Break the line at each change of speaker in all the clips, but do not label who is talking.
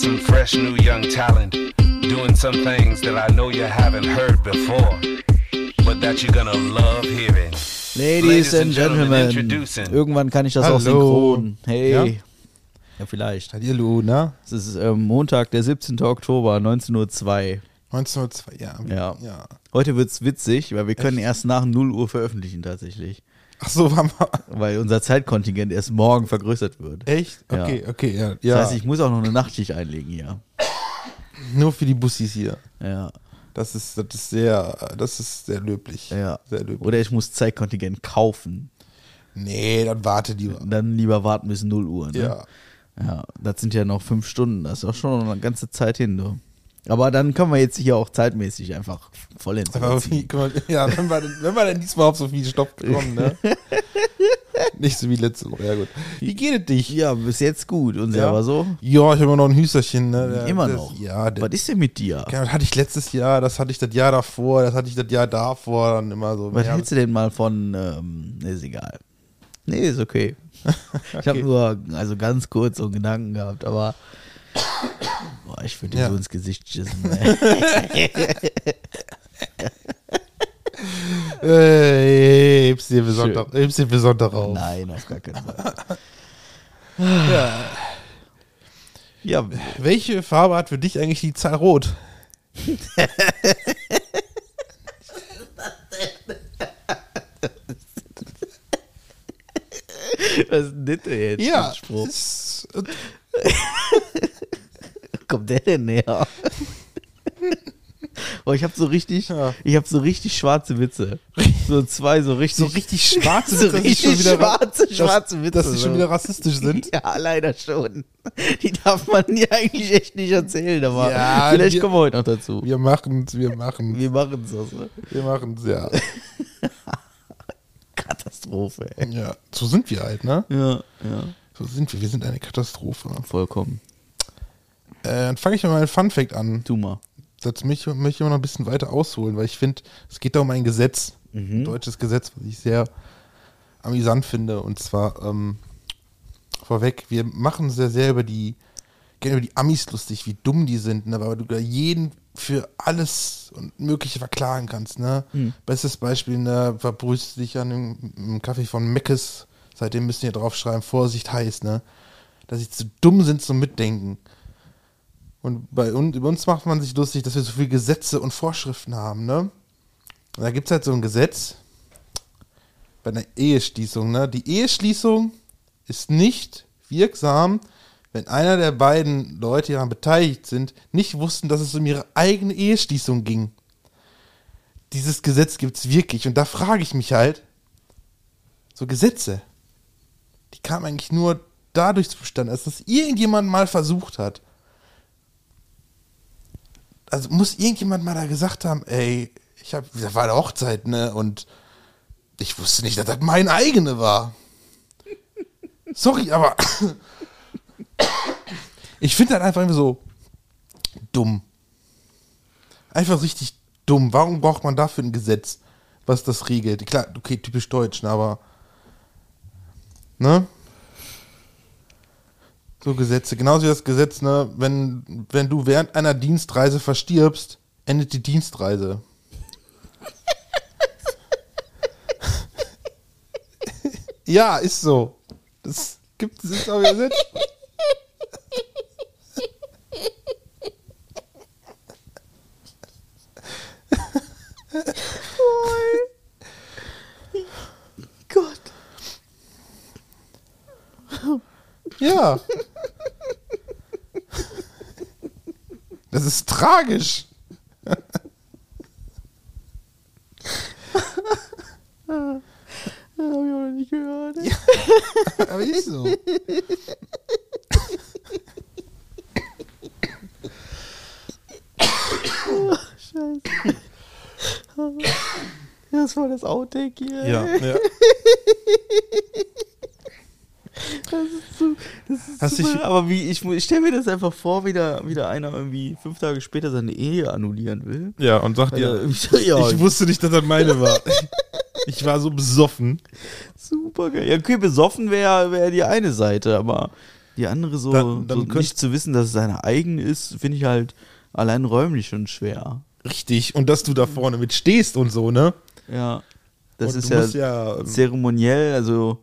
professional young talent doing some things that I know you haven't heard before, but that you're gonna love hearing.
Ladies and Gentlemen, irgendwann kann ich das
Hallo.
auch synchron. Hey.
Ja.
Ja, vielleicht.
Hallo, na?
Es ist ähm, Montag, der 17. Oktober, 19.02 Uhr.
1902, ja.
Ja.
ja.
Heute wird's witzig, weil wir können erst nach 0 Uhr veröffentlichen tatsächlich.
Ach so, war mal.
Weil unser Zeitkontingent erst morgen vergrößert wird.
Echt?
Ja.
Okay, okay, ja. ja.
Das heißt, ich muss auch noch eine Nachtschicht einlegen hier.
Nur für die Bussis hier.
Ja,
Das ist, das ist sehr, das ist sehr löblich.
ja.
Sehr löblich.
Oder ich muss Zeitkontingent kaufen.
Nee, dann warte lieber.
Dann lieber warten bis 0 Uhr. Ne?
Ja.
Ja, das sind ja noch fünf Stunden. Das ist auch schon noch eine ganze Zeit hin, du. Aber dann können wir jetzt hier auch zeitmäßig einfach vollends.
Aber
überziehen.
wie, guck mal, ja, wenn wir, denn, wenn wir denn diesmal auf so viel Stoff gekommen, ne? Nicht so wie letzte Woche, ja gut. Wie geht es dich?
Ja, bis jetzt gut und selber so.
Ja, ich habe immer noch ein Hüsterchen, ne? Der-
Immer
das,
noch.
Ja, der,
Was ist denn mit dir?
Ja, das hatte ich letztes Jahr, das hatte ich das Jahr davor, das hatte ich das Jahr davor, dann immer so.
Was
ja,
hältst du denn mal von, ähm, nee, ist egal. Nee, ist okay. Ich habe
Okay.
nur, also ganz kurz so einen Gedanken gehabt, aber boah, ich würde dir
Ja.
so ins Gesicht schissen. Ey.
Äh, heb's dir für Sonntag, heb's dir für Sonntag auf.
Nein, auf gar keinen Fall. Ja,
Welche Farbe hat für dich eigentlich die Zahl Rot?
was ist denn das denn jetzt? für ein Spruch?
ist-
kommt der denn näher? Boah, ich habe so richtig,
Ja.
ich habe so richtig schwarze Witze. So zwei so richtig,
so richtig schwarze,
so
dass die
richtig
ra-
schwarze,
dass-
schwarze Witze, ne?
Dass sie
so.
schon wieder rassistisch sind.
Ja, leider schon. Die darf man ja eigentlich echt nicht erzählen, aber
Ja,
vielleicht
wir-
kommen wir heute noch dazu.
Wir machen's, wir machen's,
Wir machen es also.
wir machen's, ja.
Katastrophe, ey.
ja. So sind wir halt, ne?
Ja, ja.
So sind wir, wir sind eine Katastrophe.
Vollkommen.
Äh, dann fange ich mal mit Fun Fact an.
Tu mal.
Das möchte ich möchte ich immer noch ein bisschen weiter ausholen, weil ich finde, es geht da um ein Gesetz, ein deutsches Gesetz, was ich sehr amüsant finde. Und zwar ähm, vorweg, wir machen sehr, sehr über die, gerne über die Amis lustig, wie dumm die sind, ne? weil du da jeden für alles und Mögliche verklagen kannst. Ne? Bestes Beispiel, ne? verbrüst dich an einem, einem Kaffee von Meckes, seitdem müssen hier draufschreiben, Vorsicht heiß, ne? dass sie zu dumm sind zum Mitdenken. Und bei uns, über uns macht man sich lustig, dass wir so viele Gesetze und Vorschriften haben, ne? Und da gibt es halt so ein Gesetz bei einer Eheschließung, ne? Die Eheschließung ist nicht wirksam, wenn einer der beiden Leute, die daran beteiligt sind, nicht wussten, dass es um ihre eigene Eheschließung ging. Dieses Gesetz gibt es wirklich. Und da frage ich mich halt, so Gesetze, die kamen eigentlich nur dadurch zustande, dass das irgendjemand mal versucht hat also muss irgendjemand mal da gesagt haben, ey, ich hab, da war eine Hochzeit, ne, und ich wusste nicht, dass das mein eigene war. Sorry, aber ich finde das einfach immer so dumm. Einfach richtig dumm. Warum braucht man dafür ein Gesetz, was das regelt? Klar, okay, typisch deutsch, ne, aber ne? So Gesetze, genauso wie das Gesetz, ne, wenn, wenn du während einer Dienstreise verstirbst, endet die Dienstreise. ja, ist so. Das gibt es auch Gesetz.
Gott.
Ja. Das ist tragisch.
Das habe ich auch noch nicht gehört.
Aber ist so.
Das war das Outtake hier.
ja.
Das ist so, das ist
Hast
super.
dich-
aber wie, ich, mu- ich stelle mir das einfach vor, wie da, wie da einer irgendwie fünf Tage später seine Ehe annullieren will.
Ja, und sagt
Weil er
dir,
irgendwie- Äh, ja,
ich wusste nicht, dass das meine war. Ich war so besoffen.
super geil. Ja, okay, besoffen wäre wär die eine Seite, aber Die andere so,
Dann- dann
so
könnt-
nicht zu wissen, dass es seine eigene ist, finde ich halt allein räumlich schon schwer.
Richtig, und dass du da vorne mit stehst und so, ne?
Ja. Das
und
ist
du musst
ja,
ja ähm,
zeremoniell, also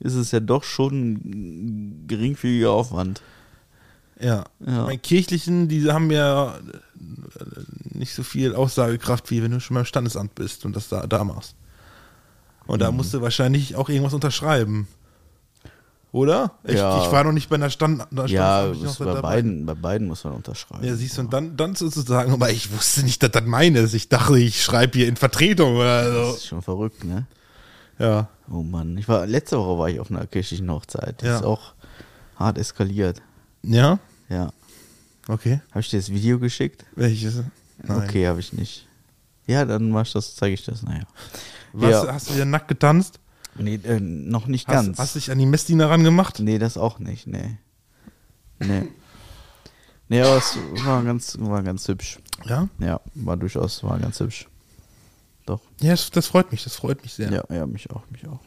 ist es ja doch schon ein geringfügiger Aufwand.
Ja.
Ja.
Bei Kirchlichen, die haben ja äh, nicht so viel Aussagekraft, wie wenn du schon mal im Standesamt bist und das da, da machst. Und
Mhm.
da musst du wahrscheinlich auch irgendwas unterschreiben. Oder? Ich,
Ja.
ich war noch nicht bei einer Stand, einer
Ja,
Standesamt.
ist
ich noch
bei
dabei.
beiden, bei beiden muss man unterschreiben.
Ja, siehst du, und dann, dann sozusagen, aber ich wusste nicht, dass das meine ist. Ich dachte, ich schreibe hier in Vertretung oder
das
so.
ist schon verrückt, ne?
Ja.
Oh Mann, ich war letzte Woche war ich auf einer kirchlichen Hochzeit. Das
Ja.
ist auch hart eskaliert.
Ja?
Ja.
Okay.
Habe ich dir das Video geschickt?
Welches? Nein.
Okay, habe ich nicht. Ja, dann mach ich das, zeige ich das, naja.
Was,
ja.
Hast du wieder nackt getanzt?
Nee, äh, noch nicht ganz. Mhm.
Hast, hast dich an die Messdiener rangemacht?
nee, das auch nicht, nee. Nee. Nee, aber es war ganz, war ganz hübsch.
Ja?
Ja, war durchaus, war ganz hübsch. Doch.
Ja, das, das freut mich, das freut mich sehr.
Ja, ja, mich auch, mich auch.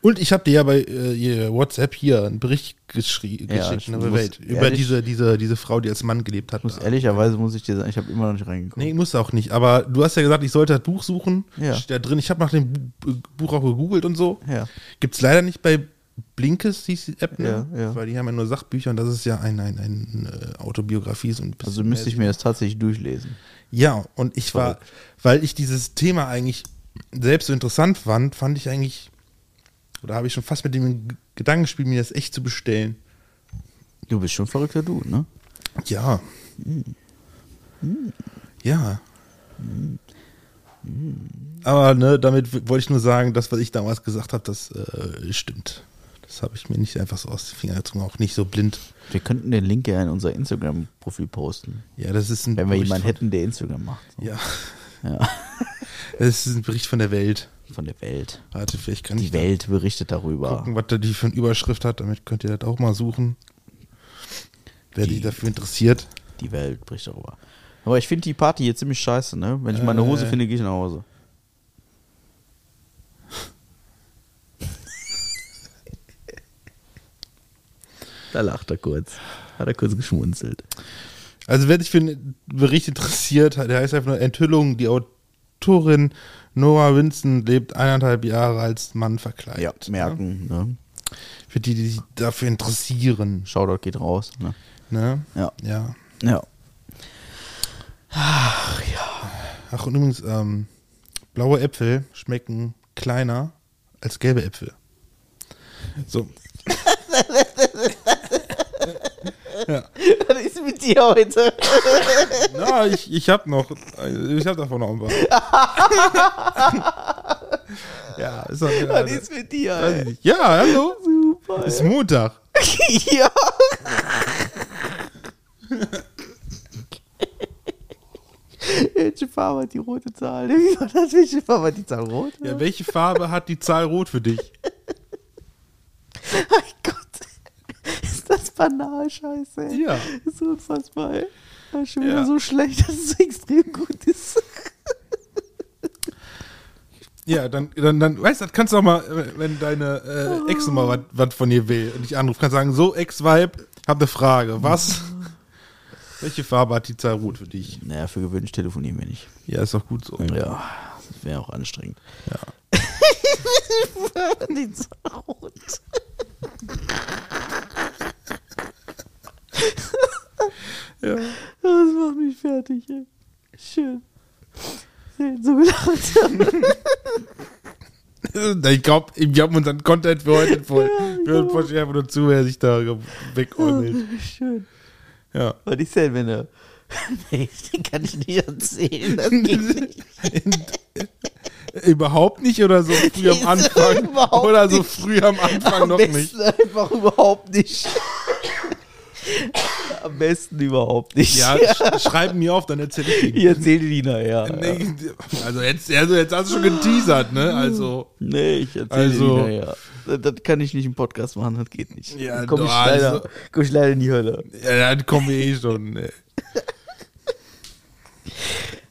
Und ich habe dir ja bei äh, ihr WhatsApp hier einen Bericht geschrie
Ja, ich
geschickt ne,
muss
Welt, über
ehrlich-
diese, diese, diese Frau, die als Mann gelebt hat.
Muss,
Da.
ehrlicherweise muss ich dir sagen, ich habe immer noch nicht reingeguckt.
Nee, muss auch nicht. Aber du hast ja gesagt, ich sollte das Buch suchen.
Ja.
Steht da drin. Ich habe nach dem Bu- Bu- Buch auch gegoogelt und so.
Ja.
Gibt es leider nicht bei Blinkes, hieß die App, ne?
Ja, ja.
weil die haben ja nur Sachbücher und das ist ja ein, ein, ein äh, Autobiografie. So ein bisschen
Also müsste ich mir das tatsächlich durchlesen.
Ja, und ich war, weil ich dieses Thema eigentlich selbst so interessant fand, fand ich eigentlich, oder habe ich schon fast mit dem G- Gedankenspiel, mir das echt zu bestellen.
Du bist schon verrückter Du, ne?
Ja. Ja. Aber ne, damit w- wollte ich nur sagen, das, was ich damals gesagt habe, das äh, stimmt. Das habe ich mir nicht einfach so aus den Fingern gezogen, auch nicht so blind.
Wir könnten den Link ja in unser Instagram-Profil posten.
Ja, das ist ein
Wenn wir
Bericht
jemanden
von,
hätten, der Instagram macht.
Ja,
Ja.
das ist ein Bericht von der Welt.
Von der Welt.
Warte, vielleicht kann ich
Die
da-
Welt berichtet darüber.
gucken, was da die für eine Überschrift hat. Damit könnt ihr das auch mal suchen. Wer die,
Die-
dafür interessiert.
Die Welt bricht darüber. Aber ich finde die Party hier ziemlich scheiße, ne? Wenn ich meine Hose finde, gehe ich nach Hause. da lacht er kurz. Hat er kurz geschmunzelt.
Also wer sich für einen Bericht interessiert, der heißt einfach nur Enthüllung. Die Autorin Nora Winston lebt eineinhalb Jahre als Mann verkleidet.
Ja, merken. Ne?
Für die, die sich dafür interessieren.
Shoutout geht raus. Ne?
Ne?
Ja.
Ja.
Ja.
Ach, und übrigens, ähm, blaue Äpfel schmecken kleiner als gelbe Äpfel. So.
Was ist mit dir heute?
Na, ich, ich hab noch. Ich hab davon noch ein paar. ja, ist doch klar.
Was ist mit dir?
Weiß ich nicht. Ja, hallo. Super. Ist Montag.
Ja.
Welche Farbe hat die rote Zahl? Wie war das? Welche Farbe hat die Zahl rot?
Ja, welche Farbe hat die Zahl rot für dich?
Mein Gott. Ist das banal, scheiße. ey.
Ja.
Das ist unfassbar. ey. Das ist schon
Ja.
wieder so schlecht, dass es extrem gut ist.
Ja, dann, dann, dann weißt du, das kannst du auch mal, äh, wenn deine äh, Ex mal was- was von dir will und dich anruft, kannst du sagen, so Ex-Vibe, hab eine Frage. Was? Welche Farbe hat die Zahl rot für dich?
Naja, für gewöhnlich telefonieren wir nicht.
Ja, ist doch gut so.
Ja, das wäre auch anstrengend.
Die Zahl rot.
Ja.
Das macht mich fertig. Ey. Schön. Selten so gelacht.
Ich glaube, wir haben unseren Content für heute voll.
genau.
Wir hören voll einfach nur zu, wer sich da wegäumelt.
Schön.
Ja.
Was ist denn, wenn er
Nee, den kann ich nicht erzählen. Das geht nicht.
Überhaupt nicht oder so früh am
Wieso
Anfang?
überhaupt
Oder so
nicht?
früh am Anfang noch
besten
nicht.
einfach überhaupt nicht. Am besten überhaupt nicht.
Ja, sch- schreib mir auf, dann erzähl ich dir.
Ich erzähle die nachher. Ja.
Nee, Also jetzt, also jetzt hast du schon geteasert, ne? Also.
Nee, ich erzähle
Also-
die nachher. Das, das kann ich nicht im Podcast machen, das geht nicht.
Ja,
Dann komm, ich
doch,
leider,
also-
komm ich leider in die Hölle.
Ja, dann kommen wir eh schon. Ne?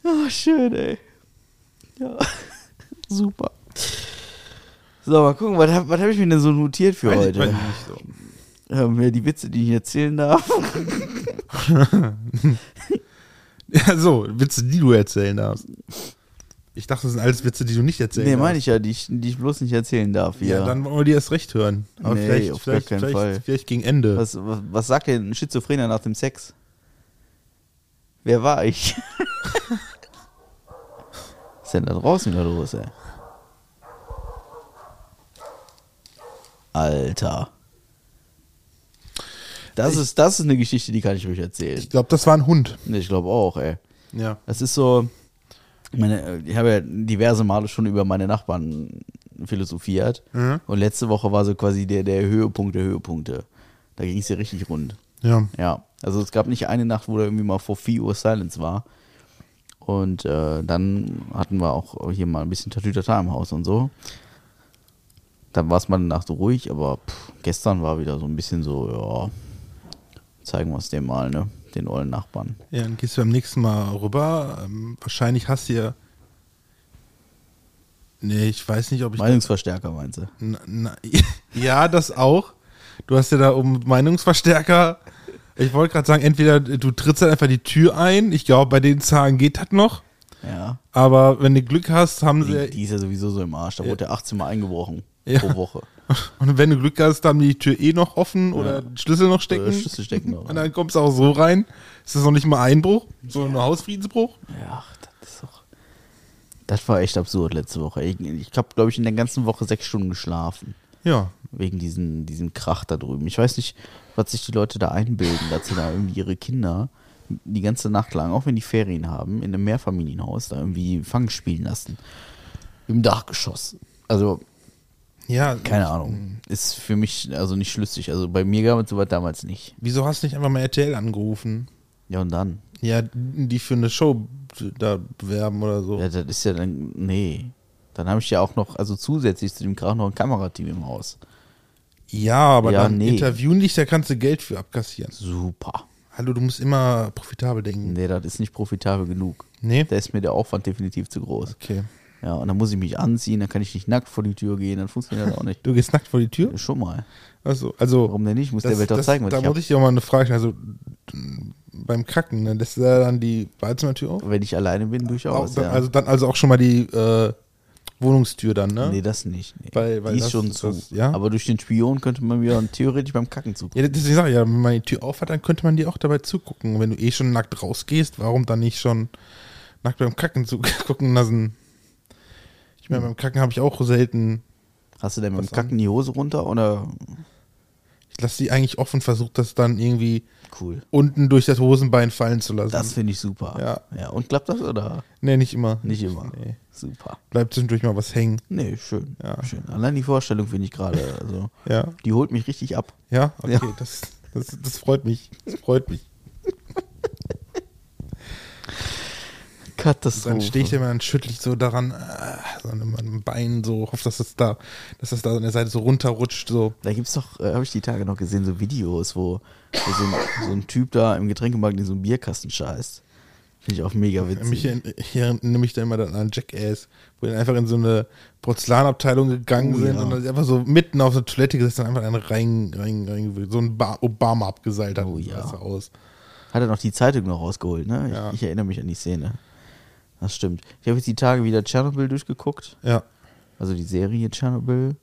Ah,
Oh, schön, ey. Ja. Super.
So, mal gucken, was, hab- was habe ich mir denn so notiert für
Weiß ich-
heute?
weiß ich nicht so.
ähm, ja, die Witze, die ich erzählen darf.
Ja, so, Witze, die du erzählen darfst. Ich dachte, das sind alles Witze, die du nicht erzählen
nee,
darfst.
meine ich ja, die ich, die ich bloß nicht erzählen darf.
Ja,
Ja,
dann wollen wir die erst recht hören. Aber
Nee,
vielleicht,
auf gar
vielleicht,
keinen
vielleicht,
Fall.
vielleicht gegen Ende.
was, was, was sagt denn ein Schizophrener nach dem Sex? Wer war ich? Was ist denn da draußen wieder los, ey? Alter. Das ist, das ist eine Geschichte, die kann ich ruhig erzählen.
Ich glaube, das war ein Hund.
Nee, Ich glaube auch, ey.
Ja.
Das ist so, meine, ich habe ja diverse Male schon über meine Nachbarn philosophiert.
Mhm.
Und letzte Woche war so quasi der, der Höhepunkt der Höhepunkte. Da ging es ja richtig rund.
Ja.
Ja. Also es gab nicht eine Nacht, wo da irgendwie mal vor 4 Uhr Silence war. Und äh, dann hatten wir auch hier mal ein bisschen Tatütata im Haus und so. Dann war es mal eine Nacht ruhig, aber pff, gestern war wieder so ein bisschen so, ja, zeigen wir es dem mal, ne? Den ollen Nachbarn.
Ja, dann gehst du beim nächsten Mal rüber. Ähm, wahrscheinlich hast du ja. Nee, ich weiß nicht, ob ich.
Meinungsverstärker meinst du?
Na, na, ja, das auch. Du hast ja da um Meinungsverstärker. Ich wollte gerade sagen, entweder du trittst dann einfach die Tür ein. Ich glaube, bei den Zahlen geht das noch.
Ja.
Aber wenn du Glück hast, haben sie.
Die, die ist ja sowieso so im Arsch. Da wurde ja 18 Mal eingebrochen
Also, Ja.
pro Woche.
Und wenn du Glück hast, haben die die Tür eh noch offen oder den Schlüssel noch stecken.
Oder Äh, Schlüssel stecken genau. noch
Und dann kommst du auch so rein. Ist das noch nicht mal Einbruch, sondern nur Hausfriedensbruch?
Ja, ach, das ist doch. Das war echt absurd letzte Woche. Ich, ich habe, glaube ich, in der ganzen Woche sechs Stunden geschlafen.
Ja.
Wegen diesem, diesem Krach da drüben. Ich weiß nicht, was sich die Leute da einbilden, dass sie da irgendwie ihre Kinder die ganze Nacht lang, auch wenn die Ferien haben, in einem Mehrfamilienhaus da irgendwie Fang spielen lassen. Im Dachgeschoss. Also,
Ja.
keine Ahnung. Ist für mich also nicht schlüssig. Also bei mir gab es sowas damals nicht.
Wieso hast du nicht einfach mal RTL angerufen?
Ja, und dann?
Ja, die für eine Show da bewerben oder so.
Ja, das ist ja dann. Nee. Dann habe ich ja auch noch, also zusätzlich zu dem Krach noch ein Kamerateam im Haus.
Ja, aber
Ja,
dann
nee.
interviewen dich, da kannst du Geld für abkassieren.
Super.
Hallo, du musst immer profitabel denken.
Nee, das ist nicht profitabel genug.
Nee?
Da ist mir der Aufwand definitiv zu groß.
Okay.
Ja, und dann muss ich mich anziehen, dann kann ich nicht nackt vor die Tür gehen, dann funktioniert das auch nicht.
Du gehst nackt vor die Tür?
Schon mal.
Also, also
Warum denn nicht? Ich muss der Welt doch
das,
zeigen, was
Da
ich hab.
wollte ich dir auch mal eine Frage stellen. Also, m, beim Kacken, ne, lässt du da dann die Badezimmertür auf?
Wenn ich alleine bin, durchaus.
Auch dann,
ja.
also, dann, also auch schon mal die äh, Wohnungstür dann, ne?
nee, das nicht. Nee.
Weil- weil
die ist
das-
schon zu.
das- ja?
Aber durch den Spion könnte man mir dann theoretisch beim Kacken zugucken.
Ja, deswegen sage ich ja, wenn man die Tür auf hat, dann könnte man dir auch dabei zugucken. Wenn du eh schon nackt rausgehst, warum dann nicht schon nackt beim Kacken zugucken lassen? Ich meine, beim Kacken habe ich auch selten.
Hast du denn beim
Was
Kacken die Hose runter oder?
Ich lasse die eigentlich offen, versuche das dann irgendwie
Cool.
unten durch das Hosenbein fallen zu lassen.
Das finde ich super. Ja. ja. Und klappt das oder?
nee, nicht immer.
Nicht immer.
Nee.
Super.
Bleibt zwischendurch mal was hängen.
Nee, schön.
Ja.
schön. Allein die Vorstellung finde ich gerade. Also,
Ja.
Die holt mich richtig ab.
Ja, okay,
Ja.
Das, das, das freut mich. Das freut mich.
Katastrophe.
Dann stehe ich immer und schüttel ich so daran, äh, so an meinem Bein, so, hoffe, dass das da, dass das da an der Seite so runterrutscht, so.
Da gibt's doch, äh, habe ich die Tage noch gesehen, so Videos, wo, wo so, ein, so ein Typ da im Getränkemarkt in so einem Bierkasten scheißt. Finde ich auch mega
Mich,
witzig.
erinn- hier erinnere mich dann immer dann an Jackass, wo die einfach in so eine Porzellanabteilung gegangen
Oh,
sind
ja.
und dann einfach so mitten auf der Toilette gesessen und einfach einen rein, rein, rein, so ein ba Obama abgeseilt hat.
Oh,
und
ja.
das aus.
Hat er noch die Zeitung noch rausgeholt, ne? Ich,
Ja.
ich erinnere mich an die Szene. Das stimmt. Ich habe jetzt die Tage wieder Tschernobyl durchgeguckt.
Ja.
also die Serie Tschernobyl.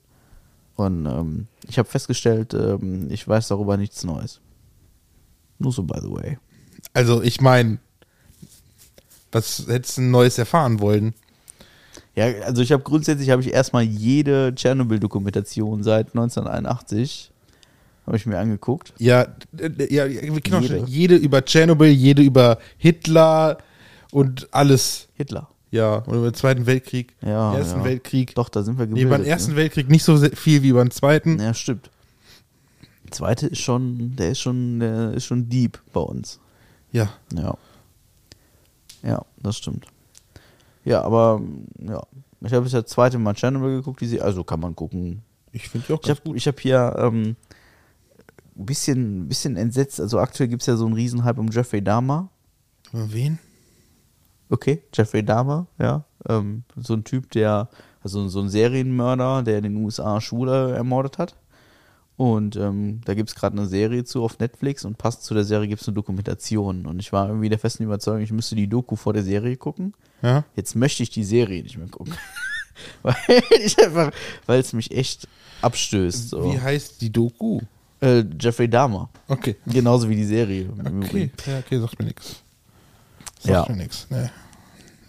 Und ähm, ich habe festgestellt, ähm, ich weiß darüber nichts Neues. Nur so, by the way.
Also, ich meine, was hättest du Neues erfahren wollen?
Ja, also ich habe grundsätzlich habe ich erstmal jede Tschernobyl-Dokumentation seit 1981 habe ich mir angeguckt.
Ja, äh, ja, ja, wir kennen auch
Jede.
schon jede über Tschernobyl, jede über Hitler und alles.
Hitler.
Ja, und über den Zweiten Weltkrieg,
Ja,
Ersten
ja.
Weltkrieg.
Doch, da sind wir
nee,
gebildet.
über den Ersten Weltkrieg nicht so se- viel wie über den Zweiten.
Ne? Ja, stimmt. Der Zweite ist schon, der ist schon, der ist schon deep bei uns.
Ja.
Ja. Ja, das stimmt. Ja, aber ja. Ich habe jetzt das zweite Mal Chernobyl geguckt, die sie, also kann man gucken.
Ich finde die auch
Ich habe ich hab hier ähm, ein bisschen, bisschen entsetzt, also aktuell gibt es ja so einen Riesenhype um Jeffrey Dahmer.
Über Wen?
Okay, Jeffrey Dahmer, ja. Ähm, so ein Typ, der, also so ein Serienmörder, der in den USA Schwule ermordet hat. Und ähm, da gibt es gerade eine Serie zu auf Netflix und passend zu der Serie gibt es eine Dokumentation. Und ich war irgendwie der festen Überzeugung, ich müsste die Doku vor der Serie gucken.
Ja?
Jetzt möchte ich die Serie nicht mehr gucken. weil ich einfach, weil es mich echt abstößt. So.
Wie heißt die Doku?
Äh, Jeffrey Dahmer.
Okay.
Genauso wie die Serie. im
Okay,
Übrigen.
ja, okay, sagt mir nichts. Sagt
Ja.
mir nichts. Nee.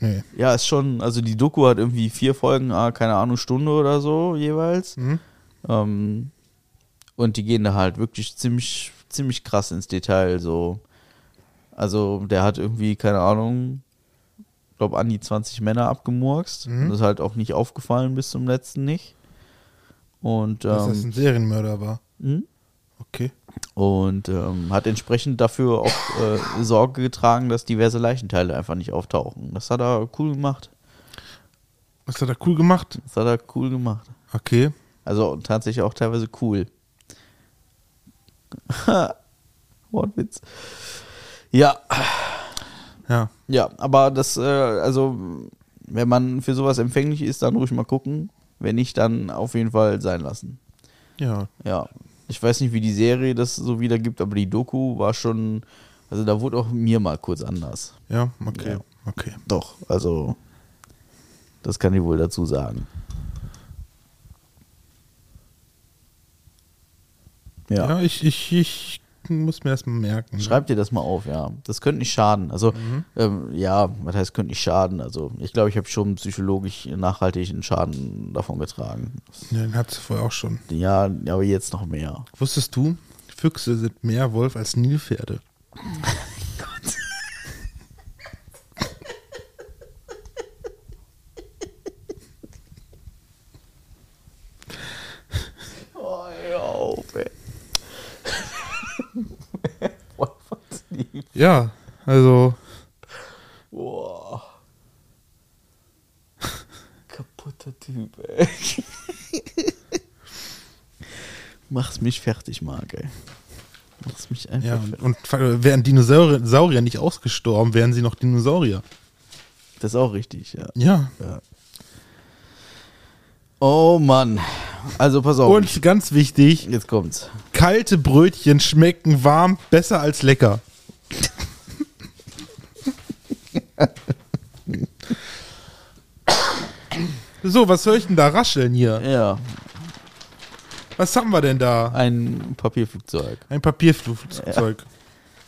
Nee.
Ja, ist schon, also die Doku hat irgendwie vier Folgen, ah, keine Ahnung, Stunde oder so jeweils.
Mhm.
Ähm, und die gehen da halt wirklich ziemlich, ziemlich krass ins Detail. So. Also der hat irgendwie, keine Ahnung, glaube an die 20 Männer abgemurkst.
Mhm.
Und das ist halt auch nicht aufgefallen bis zum letzten nicht. Und,
Dass das
ähm,
ein Serienmörder war.
mh?
Okay.
und ähm, hat entsprechend dafür auch äh, Sorge getragen, dass diverse Leichenteile einfach nicht auftauchen. Das hat er cool gemacht.
Was hat er cool gemacht?
Das hat er cool gemacht.
Okay.
Also tatsächlich auch teilweise cool. Wortwitz. Ja,
Ja.
ja, aber das, äh, also, wenn man für sowas empfänglich ist, dann ruhig mal gucken. Wenn nicht, dann auf jeden Fall sein lassen.
Ja.
Ja. Ich weiß nicht, wie die Serie das so wiedergibt, aber die Doku war schon, also da wurde auch mir mal kurz anders.
Ja. Okay.
Ja.
Okay.
Doch, also, das kann ich wohl dazu sagen.
Ja, ich, ich, ich muss mir das mal merken.
Schreib dir Mhm. das mal auf, ja. Das könnte nicht schaden. Also, ähm, ja, was heißt, könnte nicht schaden? Also, ich glaube, ich habe schon psychologisch nachhaltig einen Schaden davon getragen.
Ja, Den hat sie vorher auch schon.
Ja, aber jetzt noch mehr.
Wusstest du, Füchse sind mehr Wolf als Nilpferde.
Oh, hör auf, ey. Boah, was die-
Ja, also
Boah. Kaputter Typ, ey. Mach's mich fertig, Marc, ey. Mach's mich einfach
Ja,
fertig.
und, und wären Dinosaurier Saurier nicht ausgestorben, wären sie noch Dinosaurier.
Das ist auch richtig, ja.
Ja.
Oh Mann. Also pass auf.
Und ganz wichtig,
Jetzt kommt's.
kalte Brötchen schmecken warm besser als lecker. so, was höre ich denn da rascheln hier?
Ja,
Was haben wir denn da?
ein Papierflugzeug.
Ein Papierflugzeug.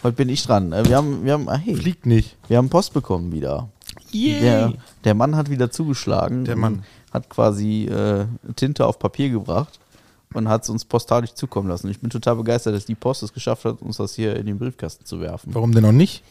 Heute bin ich dran. Äh, Wir haben, wir haben, ah, hey,
Fliegt nicht.
wir haben Post bekommen wieder. Der, der Mann hat wieder zugeschlagen.
Der Mann.
und Hat quasi äh, Tinte auf Papier gebracht und hat es uns postalisch zukommen lassen. Ich bin total begeistert, dass die Post es geschafft hat, uns das hier in den Briefkasten zu werfen.
Warum denn noch nicht?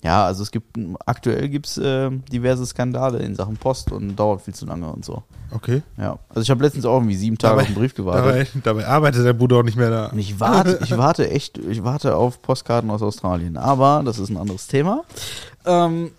Ja, also es gibt, aktuell gibt es äh, diverse Skandale in Sachen Post und dauert viel zu lange und so.
Okay.
Ja, also ich habe letztens auch irgendwie sieben Tage auf den Brief gewartet.
Dabei, dabei arbeitet der Bruder auch nicht mehr da.
Und Ich warte, ich warte echt, ich warte auf Postkarten aus Australien. Aber das ist ein anderes Thema. Ähm,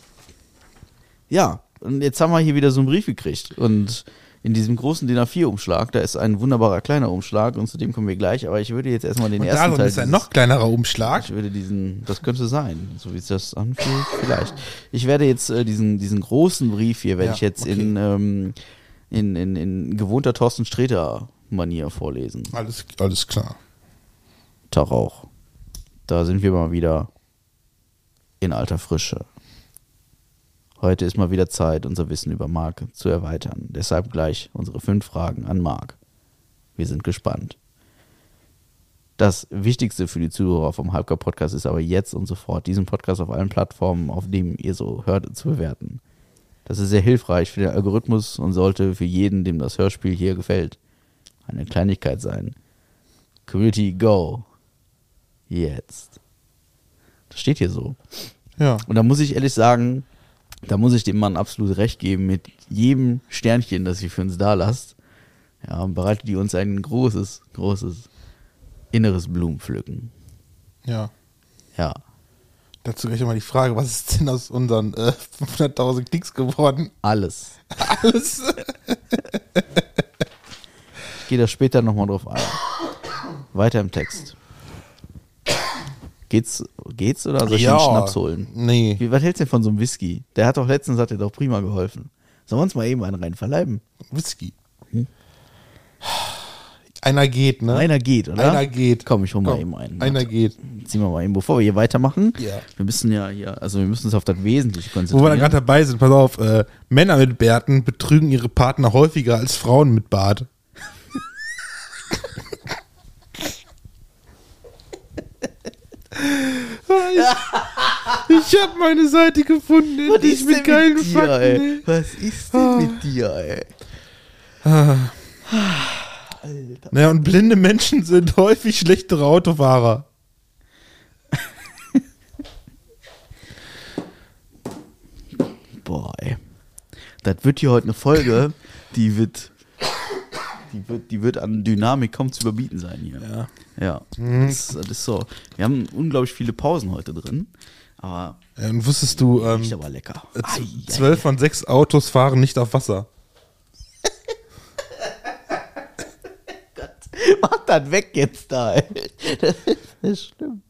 ja, und jetzt haben wir hier wieder so einen Brief gekriegt. Und in diesem großen DIN A4-Umschlag, da ist ein wunderbarer kleiner Umschlag und zu dem kommen wir gleich. Aber ich würde jetzt erstmal den
Und
ersten
darum
Teil.
ist ein
dieses-
noch kleinerer Umschlag.
ich würde diesen, das könnte sein, so wie es das anfühlt, vielleicht. Ich werde jetzt äh, diesen, diesen großen Brief hier, werde
Ja,
ich jetzt
okay.
in, ähm, in, in, in gewohnter Thorsten Streter-Manier vorlesen.
Alles, alles klar.
Tarauch. Da sind wir mal wieder in alter Frische. Heute ist mal wieder Zeit, unser Wissen über Mark zu erweitern. Deshalb gleich unsere fünf Fragen an Mark. Wir sind gespannt. Das Wichtigste für die Zuhörer vom Halbgar Podcast ist aber jetzt und sofort, diesen Podcast auf allen Plattformen, auf denen ihr so hört, zu bewerten. Das ist sehr hilfreich für den Algorithmus und sollte für jeden, dem das Hörspiel hier gefällt, eine Kleinigkeit sein. Community Go. Jetzt. Das steht hier so.
Ja.
Und da muss ich ehrlich sagen, da muss ich dem Mann absolut recht geben mit jedem Sternchen, das ihr für uns da lasst. Ja, bereitet die uns ein großes, großes inneres Blumenpflücken.
Ja.
Ja.
Dazu gleich nochmal die Frage, was ist denn aus unseren äh, 500.000 Klicks geworden?
Alles.
Alles.
Ich gehe da später nochmal drauf ein. Weiter im Text. Geht's, geht's oder soll ich den Schnaps holen?
Nee.
Wie, was hältst du denn von so einem Whisky? Der hat doch letztens, hat er doch prima geholfen. Sollen wir uns mal eben einen rein verleiben?
Whisky. Einer geht, ne?
Hm? Einer geht, oder?
Einer geht.
Komm, ich hol mal
Komm,
eben einen.
Einer geht.
Ziehen wir mal eben, bevor wir hier weitermachen.
Ja.
Wir müssen ja hier, also wir müssen uns auf das Wesentliche
Wo wir da
konzentrieren.
gerade dabei sind, pass auf, äh, Männer mit Bärten betrügen ihre Partner häufiger als Frauen mit Bart. ich ich habe meine Seite gefunden,
was
endlich
ist
mit Ah.
denn
geilen
mit dir,
Fakten.
ey?
ey.
Was ist denn mit dir, ey?
Naja, und blinde Menschen sind häufig schlechtere Autofahrer.
Boah, ey. Das wird hier heute eine Folge, die wird, die wird, die wird an Dynamik kaum zu überbieten sein hier. Ja. Ja.
Mhm.
Das, das ist so. Wir haben unglaublich viele Pausen heute drin, aber
Ja, und wusstest du, ähm,
riecht aber lecker.
äh,
Ei,
z-
ei.
zwölf von sechs Autos fahren nicht auf Wasser.
Mach das weg jetzt da, ey. Das ist schlimm.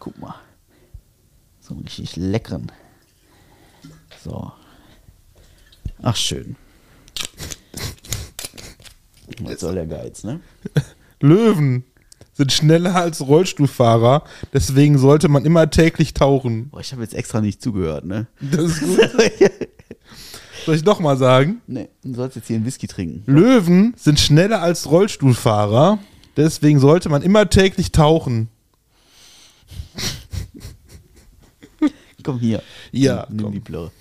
Guck mal. So einen richtig leckeren. So. Ach, schön. Was soll der Geiz, ne?
Löwen sind schneller als Rollstuhlfahrer, deswegen sollte man immer täglich tauchen.
Boah, ich habe jetzt extra nicht zugehört, ne?
Das ist gut. Soll ich nochmal sagen?
ne, du sollst jetzt hier einen Whisky trinken.
Löwen sind schneller als Rollstuhlfahrer, deswegen sollte man immer täglich tauchen.
Komm hier.
Ja,
Nimm, nimm
komm.
die Blöre.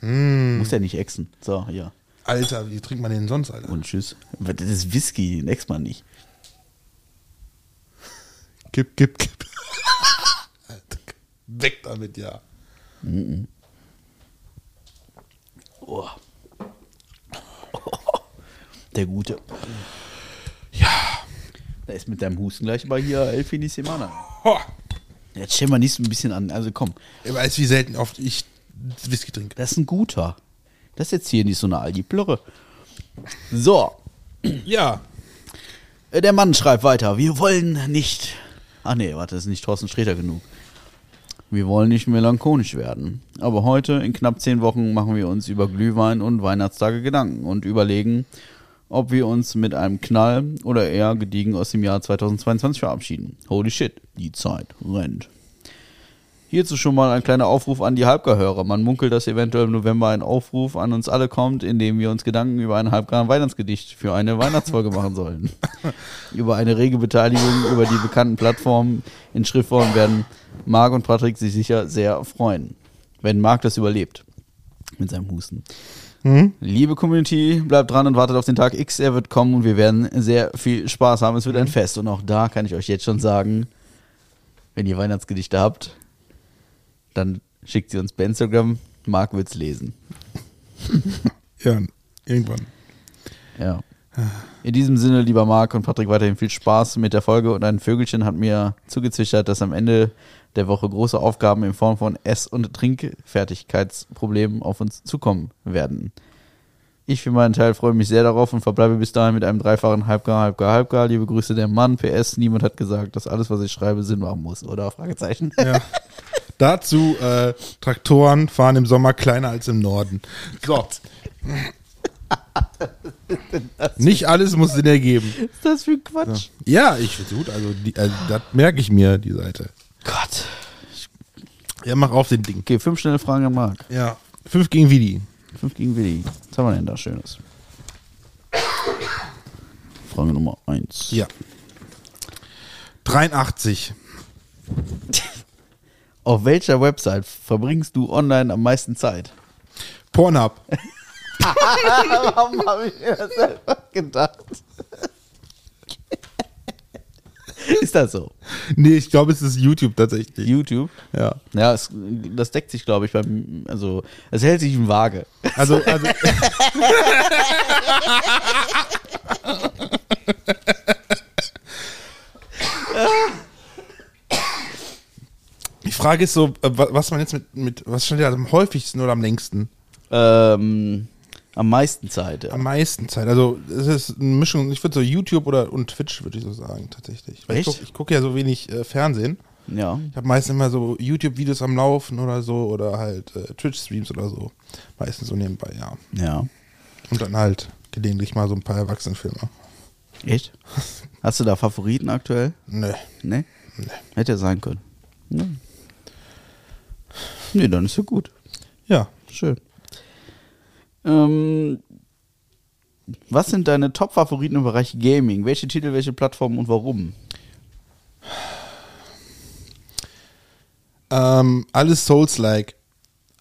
Muss ja nicht exen. So, ja.
Alter, wie trinkt man den sonst, Alter?
Und tschüss. Aber Das ist Whisky, den ext man nicht.
Kipp, kipp, kipp. Alter, weg damit, ja.
Oh. Der Gute. Ja. Da ist mit deinem Husten gleich bei hier El Finissima.
Ho.
Jetzt stellen wir nicht so ein bisschen an. Also komm,
Ihr weiß, wie selten oft ich Whisky trinke.
das ist ein guter. Das ist jetzt hier nicht so eine aldi Plörre. So,
Ja.
äh, der Mann schreibt weiter. Wir wollen nicht. Ach nee, warte, das ist nicht Thorsten Sträter genug. Wir wollen nicht melancholisch werden. Aber heute, in knapp zehn Wochen, machen wir uns über Glühwein und Weihnachtstage Gedanken und überlegen, ob wir uns mit einem Knall oder eher gediegen aus dem Jahr 2022 verabschieden. Holy shit, die Zeit rennt. Hierzu schon mal ein kleiner Aufruf an die Halbgarhörer. Man munkelt, dass eventuell im November ein Aufruf an uns alle kommt, in dem wir uns Gedanken über ein halbgar Weihnachtsgedicht für eine Weihnachtsfolge machen sollen. über eine rege Beteiligung über die bekannten Plattformen in Schriftform werden Marc und Patrick sich sicher sehr freuen, wenn Marc das überlebt mit seinem Husten. Liebe Community, bleibt dran und wartet auf den Tag X. Er wird kommen und wir werden sehr viel Spaß haben. Es wird ein Fest. Und auch da kann ich euch jetzt schon sagen, wenn ihr Weihnachtsgedichte habt, dann schickt sie uns bei Instagram. Marc wird's lesen.
Ja, irgendwann.
Ja. In diesem Sinne, lieber Marc und Patrick, weiterhin viel Spaß mit der Folge. Und ein Vögelchen hat mir zugezwitschert, dass am Ende der Woche große Aufgaben in Form von Ess- und Trinkfertigkeitsproblemen auf uns zukommen werden. Ich für meinen Teil freue mich sehr darauf und verbleibe bis dahin mit einem dreifachen Halbgar, Halbgar, Halbgar. Liebe Grüße der Mann. PS, niemand hat gesagt, dass alles, was ich schreibe, Sinn machen muss, oder? Fragezeichen.
Ja. Dazu, äh, Traktoren fahren im Sommer kleiner als im Norden. So. Nicht alles muss Sinn ergeben.
Was ist das für ein Quatsch?
Ja, ich find's gut. Also, die, also das merke ich mir, die Seite.
Gott.
Ja, mach auf den Ding.
Okay, fünf schnelle Fragen an Marc.
Ja. Fünf gegen Vidi.
Fünf gegen Willi. Was haben wir denn da Schönes? Frage Nummer eins.
Ja. 83.
Auf welcher Website verbringst du online am meisten Zeit?
Pornhub.
Warum habe ich mir das selber gedacht? Ist das so?
Nee, ich glaube, es ist YouTube tatsächlich.
YouTube?
Ja.
Ja, es, das deckt sich, glaube ich, beim, also, es hält sich in Waage.
Also, also. Die Frage ist so, äh, wa- was man jetzt mit, mit was stand ja am häufigsten oder am längsten?
Ähm, am meisten Zeit. Ja.
Am meisten Zeit. Also es ist eine Mischung, ich würde so YouTube oder und Twitch, würde ich so sagen, tatsächlich. Weil ich
Echt?
gucke ich guck ja so wenig äh, Fernsehen.
ja.
Ich habe meistens immer so YouTube-Videos am Laufen oder so oder halt äh, Twitch-Streams oder so. Meistens so nebenbei, ja.
Ja.
Und dann halt gelegentlich mal so ein paar Erwachsenenfilme.
Echt? Hast du da Favoriten aktuell?
Nö.
Ne? Hätte ja sein können. Ja. Nee, dann ist ja gut.
Ja.
Schön. Ähm, was sind deine Top-Favoriten im Bereich Gaming? Welche Titel, welche Plattformen und warum?
Ähm, alles Souls-like.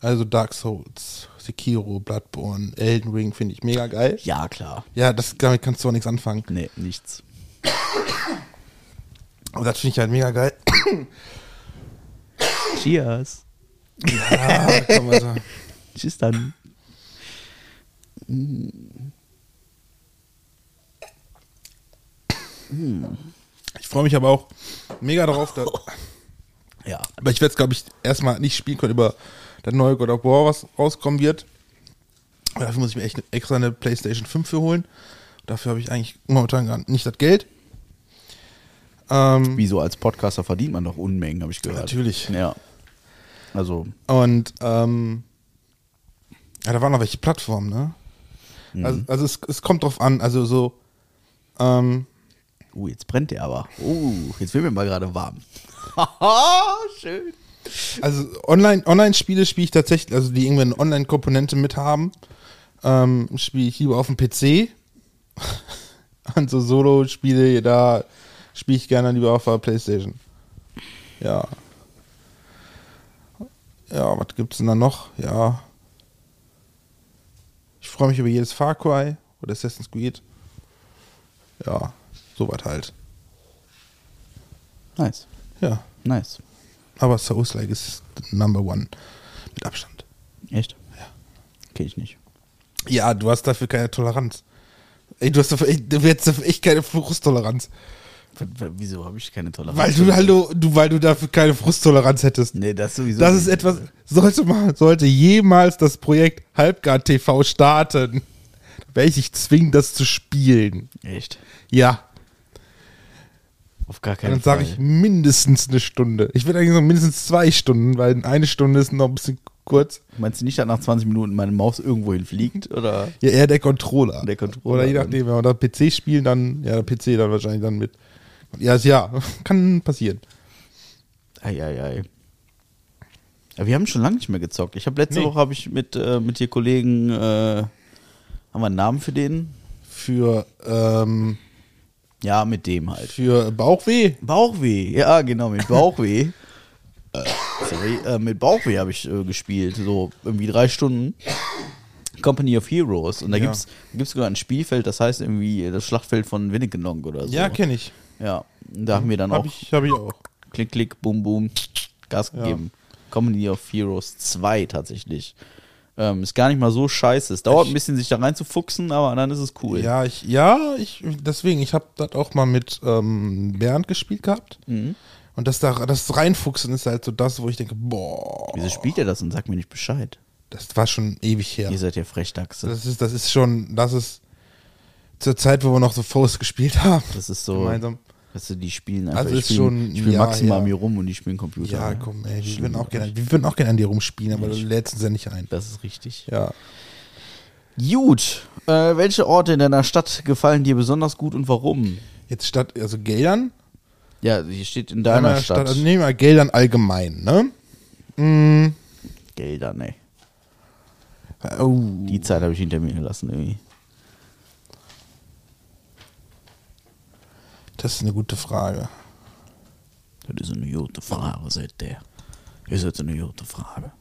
Also Dark Souls, Sekiro, Bloodborne, Elden Ring finde ich mega geil.
Ja, klar.
Ja, das, damit kannst du auch nichts anfangen.
Nee, nichts.
Aber das finde ich halt mega geil.
Cheers.
Ja, also. kann man sagen.
Tschüss dann.
Ich freue mich aber auch mega darauf, dass,
Ja.
aber ich werde es, glaube ich, erstmal nicht spielen können über das neue God of War, was rauskommen wird. Aber Dafür muss ich mir echt extra eine PlayStation 5 für holen. Dafür habe ich eigentlich momentan gar nicht das Geld. Ähm,
Wieso als Podcaster verdient man doch Unmengen, habe ich gehört.
Natürlich.
Ja. Also,
Und ähm, ja, da waren noch welche Plattformen, ne? Also, also es, es kommt drauf an, also so, ähm,
uh, jetzt brennt der aber. Uh, jetzt wird mir mal gerade warm. Haha, schön.
also Online- Online-Spiele spiele ich tatsächlich, also die irgendwann eine Online-Komponente mit haben, ähm, spiele ich lieber auf dem PC. An so Solo-Spiele, da spiele ich gerne lieber auf der Playstation. Ja. Ja, was gibt's denn da noch? Ja. Ich freue mich über jedes Far Cry oder Assassin's Creed. Ja, sowas halt.
Nice.
Ja.
Nice.
Aber Souls Like ist Number One. Mit Abstand.
Echt? Ja. Kenn ich nicht.
Ja, du hast dafür keine Toleranz. Ey, du hast dafür echt, du hast dafür echt keine Frusttoleranz.
W- w- Wieso habe ich keine Toleranz?
Weil du, hallo, du, weil du dafür keine Frusttoleranz hättest.
Nee, das sowieso.
Das
nicht.
ist etwas, sollte man, sollte jemals das Projekt Halbgar TV starten, werde ich dich zwingen, das zu spielen.
Echt.
Ja.
Auf gar keinen
Und dann
Fall.
sage ich mindestens eine Stunde. Ich würde eigentlich sagen, mindestens zwei Stunden, weil eine Stunde ist noch ein bisschen kurz.
Meinst du nicht, dass nach 20 Minuten meine Maus irgendwo hinfliegt? Oder?
Ja, eher der Controller.
Der Controller
Oder je
dann.
nachdem, wenn wir da PC spielen, dann, ja, der PC dann wahrscheinlich dann mit. Ja, ist ja, kann passieren.
Eieiei. Ja, wir haben schon lange nicht mehr gezockt. Ich habe letzte
Nee.
Woche habe ich mit, äh, mit dir Kollegen, äh, haben wir einen Namen für den?
Für, ähm,
Ja, mit dem halt.
für Bauchweh.
Bauchweh, ja, genau, mit Bauchweh. Äh, Sorry, äh, mit Bauchweh habe ich äh, gespielt, so irgendwie drei Stunden. Company of Heroes. Und da
Ja.
gibt's gibt's sogar ein Spielfeld, das heißt irgendwie äh, das Schlachtfeld von Winnegenong oder so.
Ja, kenne ich.
Ja, und da haben wir dann
Habe
auch
ich, hab ich auch.
Klick, Klick, Boom, Boom, Gas gegeben. Company of Heroes 2 tatsächlich. Ähm, ist gar nicht mal so scheiße. Es dauert ein bisschen, sich da reinzufuchsen, aber dann ist es cool.
Ja, ich, ja, ich, deswegen, ich habe das auch mal mit ähm, Bernd gespielt gehabt.
Mhm.
Und das, da, das Reinfuchsen ist halt so das, wo ich denke, boah,
Wieso spielt er das und sagt mir nicht Bescheid?
das war schon ewig her.
Ihr seid ja Frechdachse.
Das ist, das ist schon, das ist zur Zeit, wo wir noch so Faust gespielt haben.
Das ist so.
Gemeinsam.
Weißt du, die spielen einfach.
Also
ich
ist
spiele
schon-
ich spiel
ja,
maximal
ja.
mir rum und die spielen Computer.
Ja, komm, ey, wir
Schlimm,
würden auch gerne,
wirklich.
wir würden auch gerne an dir rumspielen, aber du lädst uns ja nicht ein.
Das ist richtig.
Ja.
Gut. Äh, welche Orte in deiner Stadt gefallen dir besonders gut und warum?
Jetzt statt, also Geldern,
Ja, hier steht in deiner
meiner
Stadt.
also nehmen wir Geldern allgemein, ne?
Gelder, ne.
Oh.
Die Zeit habe ich hinter mir gelassen irgendwie.
Das ist eine gute Frage.
Das ist eine gute Frage, sagt der. Ist jetzt eine gute Frage.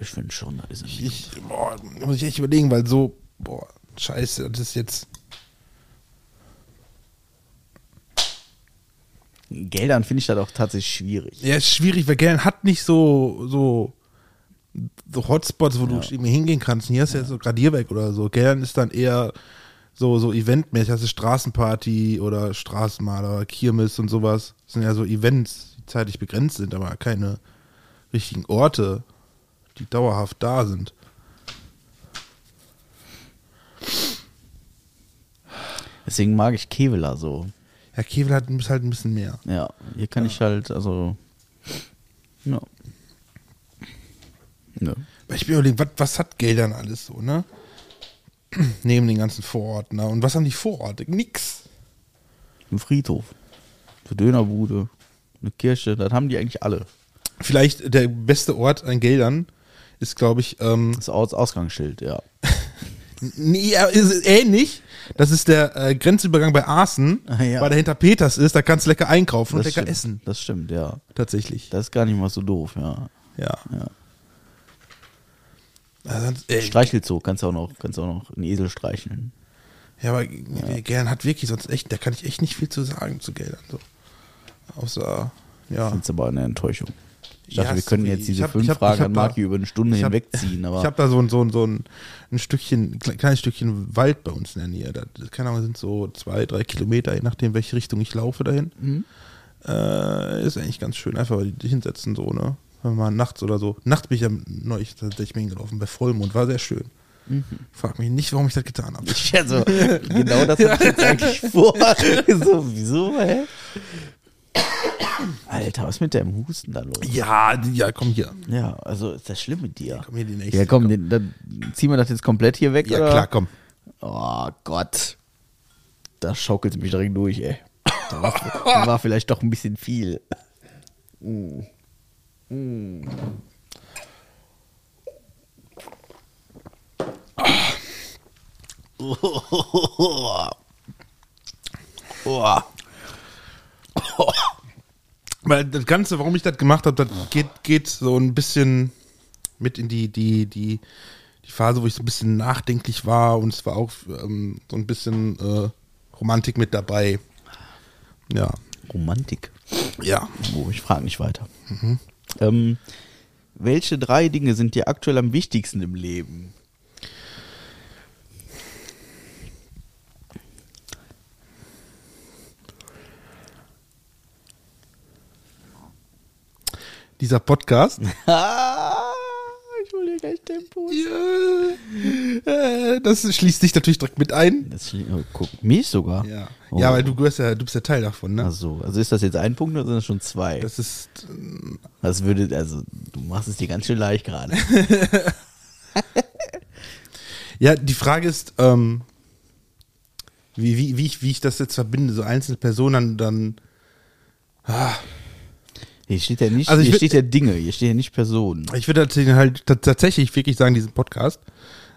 Ich finde schon, das ist eine gute
Ich, boah, muss ich echt überlegen, weil so, boah, scheiße, das ist jetzt,
Geldern finde ich das auch tatsächlich schwierig.
ja, ist schwierig, weil Geldern hat nicht so, so, so Hotspots, wo du irgendwie hingehen kannst. Und hier ist ja. jetzt so Gradierwerk oder so. Geldern ist dann eher so, so eventmäßig, also Straßenparty oder Straßenmaler, Kirmes und sowas. Das sind ja so Events, die zeitlich begrenzt sind, aber keine richtigen Orte, die dauerhaft da sind.
Deswegen mag ich Kevela so.
Ja, Kevel hat ist halt ein bisschen mehr.
Ja, hier kann ich halt, also. Ja. Ne.
Aber ich bin überlegen, was, was hat Geldern alles so, ne? neben den ganzen Vororten. ne? Und was haben die Vororte? Nix.
Ein Friedhof. Eine Dönerbude. Eine Kirche. Das haben die eigentlich alle.
Vielleicht der beste Ort an Geldern ist, glaube ich, ähm,
Das Aus Ausgangsschild, ja.
nee, äh, ist ähnlich. Das ist der äh, Grenzübergang bei Aßen,
Ah, ja.
weil der hinter Peters ist. Da kannst du lecker einkaufen und
Das
lecker
stimmt.
essen.
Das stimmt, ja.
Tatsächlich.
Das ist gar nicht mal so doof, ja.
Ja.
Ja.
Also, äh,
Streichelzoo, kannst du auch noch, kannst du auch noch einen Esel streicheln.
Ja, aber Gern hat wirklich sonst echt, da kann ich echt nicht viel zu sagen zu Geldern. So. Außer, ja.
Das ist aber eine Enttäuschung. Ich dachte,
Ja,
wir können
sorry.
jetzt diese
Ich hab-
fünf
ich hab-
Fragen
ich hab
an
da-
Marki über eine Stunde
ich hab-
hinwegziehen, aber
Ich habe da so ein, so ein, so ein, ein Stückchen, kle- kleines Stückchen Wald bei uns in der Nähe. Da, das, keine Ahnung, sind so zwei, drei Kilometer, je nachdem, welche Richtung ich laufe dahin.
Mhm.
Äh, ist eigentlich ganz schön, einfach weil die dich hinsetzen, so, ne? Wenn man nachts oder so. Nachts bin ich ja neulich tatsächlich mal hingelaufen, bei Vollmond, war sehr schön.
Mhm.
Frag mich nicht, warum ich das getan habe.
Ich also, genau das hatte ich jetzt eigentlich vor. so, wieso, hä? Alter, was ist mit deinem Husten da los?
Ja, die- ja, komm hier.
Ja, also ist das schlimm mit dir.
Komm hier die nächste.
Ja, komm, den, dann ziehen wir das jetzt komplett hier weg,
Ja,
oder?
klar, komm.
Oh Gott. Da schaukelt mich direkt durch, ey. Da war, da war vielleicht doch ein bisschen viel. Mm. Mm. Oh. Oh.
Weil das Ganze, warum ich das gemacht habe, das geht, geht so ein bisschen mit in die, die, die, die Phase, wo ich so ein bisschen nachdenklich war und es war auch ähm, so ein bisschen äh, Romantik mit dabei. Ja.
Romantik.
Ja.
Oh, ich frage nicht weiter. Ähm, welche drei Dinge sind dir aktuell am wichtigsten im Leben?
Dieser Podcast.
Ah, ich hole dir gleich Tempo.
Ja. Äh, das schließt dich natürlich direkt mit ein.
Das schli- oh, guck, mich sogar.
Ja.
Oh.
Ja, weil du gehörst ja, du bist ja Teil davon, ne?
Ach so, also ist das jetzt ein Punkt oder sind das schon zwei? Das,
Das ist.
würde, also du machst es dir ganz schön leicht gerade.
Ja, die Frage ist, ähm, wie, wie, wie, ich, wie ich das jetzt verbinde, so einzelne Personen dann.
Hier steht ja nicht,
Also ich
hier
würd-
steht ja Dinge, hier steht ja nicht Personen.
Ich würde tatsächlich halt ta- tatsächlich wirklich sagen, diesen Podcast,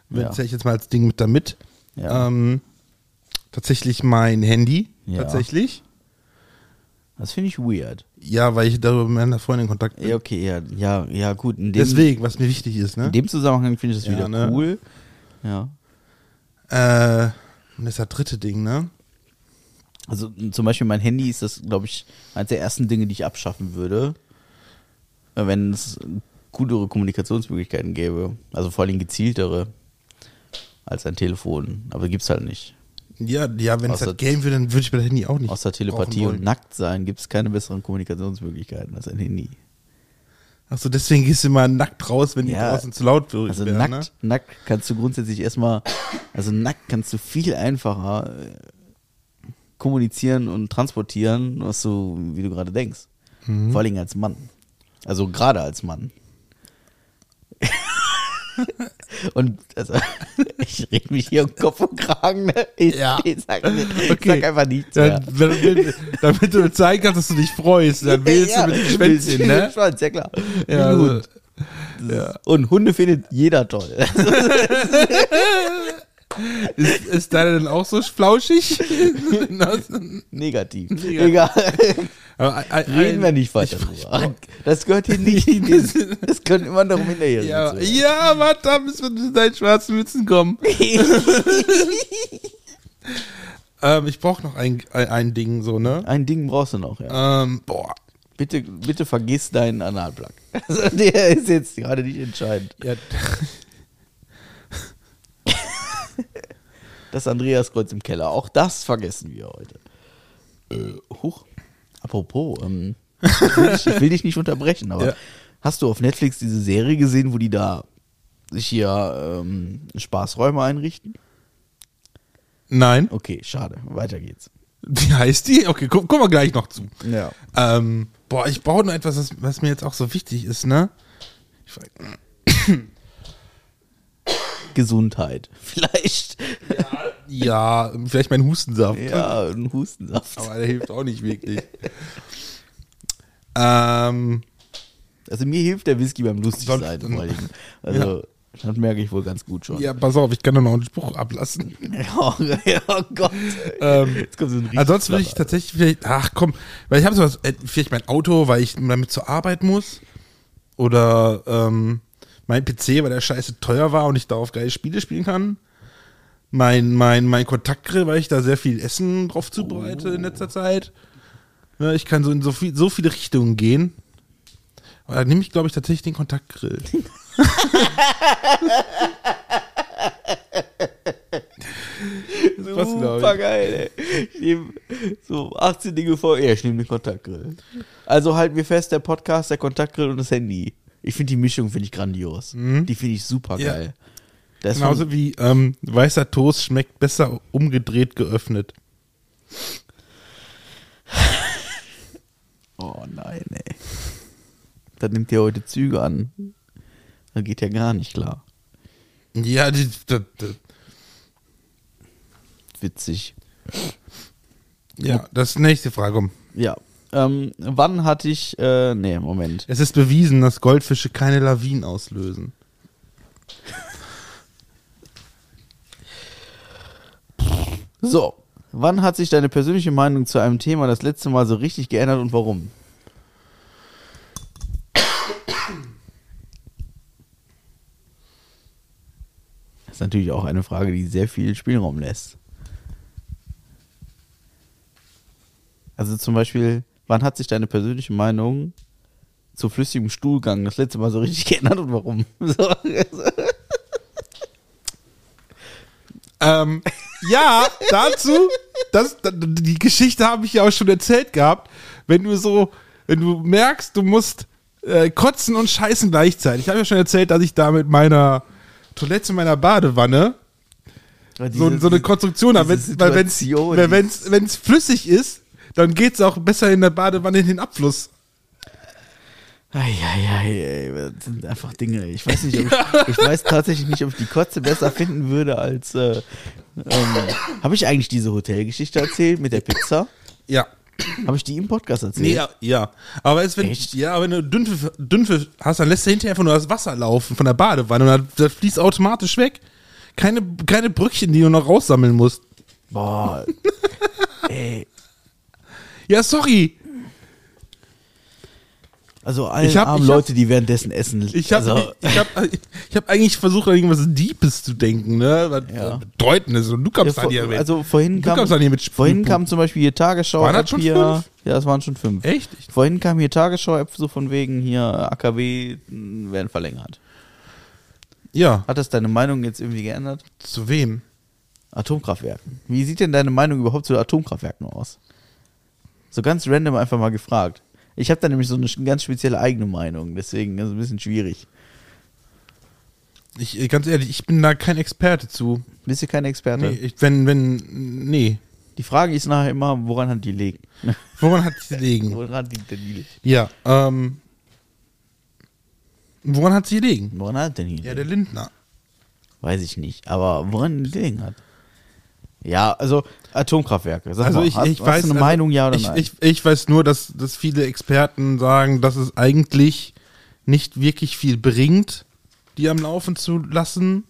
wenn
Ja.
ja. ich jetzt mal als Ding mit damit,
Ja.
ähm, tatsächlich mein Handy,
Ja.
tatsächlich.
Das finde ich weird.
Ja, weil ich darüber mit meiner Freundin in Kontakt bin.
Ja, okay, ja, ja, ja gut. In dem,
Deswegen, was mir wichtig ist, ne?
in dem Zusammenhang finde ich das
Ja,
wieder
ne?
cool. Ja.
Äh, und das ist das dritte Ding, ne?
Also m, zum Beispiel mein Handy ist das, glaube ich, eines der ersten Dinge, die ich abschaffen würde, äh, wenn es coolere Kommunikationsmöglichkeiten gäbe. Also vor allem gezieltere als ein Telefon. Aber gibt es halt nicht.
Ja, ja, wenn es
Außer-
das Game würde, dann würde ich mir das Handy auch nicht.
Außer Telepathie und nackt sein gibt es keine besseren Kommunikationsmöglichkeiten als ein Handy.
Achso, deswegen gehst du immer nackt raus, wenn
Ja.
die draußen zu laut wird.
Also
werden, ne?
nackt, nackt kannst du grundsätzlich erstmal, also nackt kannst du viel einfacher äh, kommunizieren und transportieren, was du, wie du gerade denkst.
Mhm.
Vor allem als Mann. Also gerade als Mann. und also, ich reg mich hier um Kopf und Kragen. Ne? Ich,
Ja.
ich, sag, ich
Okay.
sag einfach nichts.
Dann,
Mehr.
damit, damit du zeigen kannst, dass du dich freust, dann wählst du mit dem Schwänzchen,
Mit dem
ne?
Schwanz, ja klar.
Ja, also, ja.
Und Hunde findet jeder toll.
Ist, ist deiner denn auch so flauschig?
Negativ.
Negativ.
Egal.
Aber ein- ein-
Reden wir nicht weiter drüber. Das gehört hier nicht. in diesen- Das können immer darum hinterher
Ja,
sitzen.
ja, warte, da müssen wir zu deinen schwarzen Mützen kommen. ähm, ich brauche noch ein, ein, ein Ding, so, ne?
Ein Ding brauchst du noch, ja.
Ähm, boah.
Bitte, bitte vergiss deinen Analplug. Also der ist jetzt gerade nicht entscheidend.
Ja,
Das Andreaskreuz im Keller, auch das vergessen wir heute. Äh, huch. Apropos, ähm, ich, will dich, ich will dich nicht unterbrechen, aber
Ja.
hast du auf Netflix diese Serie gesehen, wo die da sich hier ähm, Spaßräume einrichten?
nein.
Okay, schade. Weiter geht's.
Wie heißt die? Okay, gu guck mal gleich noch zu.
Ja.
Ähm, boah, ich brauche noch etwas, was, was mir jetzt auch so wichtig ist, ne? Ich, frag-
Gesundheit. Vielleicht.
Ja, vielleicht mein Hustensaft.
Ja, ein Hustensaft.
Aber der hilft auch nicht wirklich. ähm,
Also mir hilft der Whisky beim Lustigsein
Sonst-
vor allem. Also, das merke ich wohl ganz gut schon.
ja, pass auf, ich kann da noch einen Spruch ablassen.
Oh, oh Gott.
Ähm,
Jetzt kommt so ein Riesen-
Ansonsten würde ich tatsächlich vielleicht, ach komm, weil ich habe sowas, äh, vielleicht mein Auto, weil ich damit zur Arbeit muss. Oder ähm, mein PC, weil der scheiße teuer war und ich darauf geile Spiele spielen kann. Mein, mein, mein Kontaktgrill, weil ich da sehr viel Essen drauf zubereite in letzter Zeit. Ne, ich kann so in so, viel, so viele Richtungen gehen. Aber da nehme ich, glaube ich, tatsächlich den Kontaktgrill. das passt, glaub ich.
Super geil, ey. Ich nehme so 18 Dinge vor. Ja, ich nehme den Kontaktgrill. Also halten wir fest, der Podcast, der Kontaktgrill und das Handy. Ich finde die Mischung finde ich grandios. Die finde ich super
Mhm. Ja.
geil. Das ist
Genauso wie ähm, weißer Toast schmeckt besser umgedreht geöffnet.
von- oh nein, ey. Da nimmt ihr heute Züge an. Da geht ja gar nicht klar.
Ja, die, die, die,
Witzig.
ja, das ist die nächste Frage. Komm.
Ja. Ähm, wann hatte ich. Äh, nee, Moment.
Es ist bewiesen, dass Goldfische keine Lawinen auslösen.
So. Wann hat sich deine persönliche Meinung zu einem Thema das letzte Mal so richtig geändert und warum? Das ist natürlich auch eine Frage, die sehr viel Spielraum lässt. Also zum Beispiel, wann hat sich deine persönliche Meinung zu flüssigem Stuhlgang das letzte Mal so richtig geändert und warum? So.
Ähm, ja, dazu, das, da- die Geschichte habe ich ja auch schon erzählt gehabt. Wenn du so, wenn du merkst, du musst äh, kotzen und scheißen gleichzeitig. Ich habe ja schon erzählt, dass ich da mit meiner Toilette in meiner Badewanne so, so eine Konstruktion haben.
diese
Wenn's, weil wenn's,
Situation,
weil
die-
wenn's, wenn's flüssig ist, dann geht's auch besser in der Badewanne in den Abfluss.
Eieiei, das sind einfach Dinge. Ich weiß nicht, ob ich, ich weiß tatsächlich nicht, ob ich die Kotze besser finden würde als. Äh, ähm, Habe ich eigentlich diese Hotelgeschichte erzählt mit der Pizza?
Ja.
Habe ich die im Podcast
Nee,
erzählt?
ja, ja. Aber es, wenn,
Echt?
ja, aber wenn du Dünnpfiff Dünnpfiff hast, dann lässt du hinterher einfach nur das Wasser laufen von der Badewanne und dann- das fließt automatisch weg. Keine, keine Brückchen, die du noch raussammeln musst.
Boah. Ey.
Ja, sorry.
Also allen
Ich hab-
armen
ich hab-
Leute, die währenddessen essen.
Ich habe
also,
ich, ich hab, ich hab eigentlich versucht, an irgendwas Deepes zu denken, ne? Was
Ja.
Bedeutendes. Und du
ja,
kamst
vor,
dann hier mit.
also vorhin
Du
kam,
kommst doch nicht mit Sp-
vorhin kam zum Beispiel hier Tagesschau.
Waren das
App
schon
hier,
fünf?
Ja, das waren schon fünf.
Echt? Ich-
Vorhin kam hier Tagesschau-App so von wegen hier AKW mh, werden verlängert.
Ja.
Hat das deine Meinung jetzt irgendwie geändert?
Zu wem?
Atomkraftwerken. Wie sieht denn deine Meinung überhaupt zu Atomkraftwerken aus? So ganz random einfach mal gefragt. Ich habe da nämlich so eine sch- ganz spezielle eigene Meinung, deswegen ist es ein bisschen schwierig.
Ich, ganz ehrlich, ich bin da kein Experte zu.
Bist du kein Experte?
Nee, ich, wenn, wenn, nee.
Die Frage ist nachher immer, woran hat die liegen?
Woran hat sie gelegen?
woran hat die denn liegen?
Ja, ähm. Woran hat sie gelegen?
Woran hat denn die
Ja,
liegen?
der Lindner.
Weiß ich nicht, aber woran die liegen hat? Ja, also Atomkraftwerke. Sag
Also
mal,
ich,
hast,
ich
hast
weiß.
du eine
also
Meinung, ja oder
ich,
nein?
Ich, ich weiß nur, dass, dass viele Experten sagen, dass es eigentlich nicht wirklich viel bringt, die am Laufen zu lassen.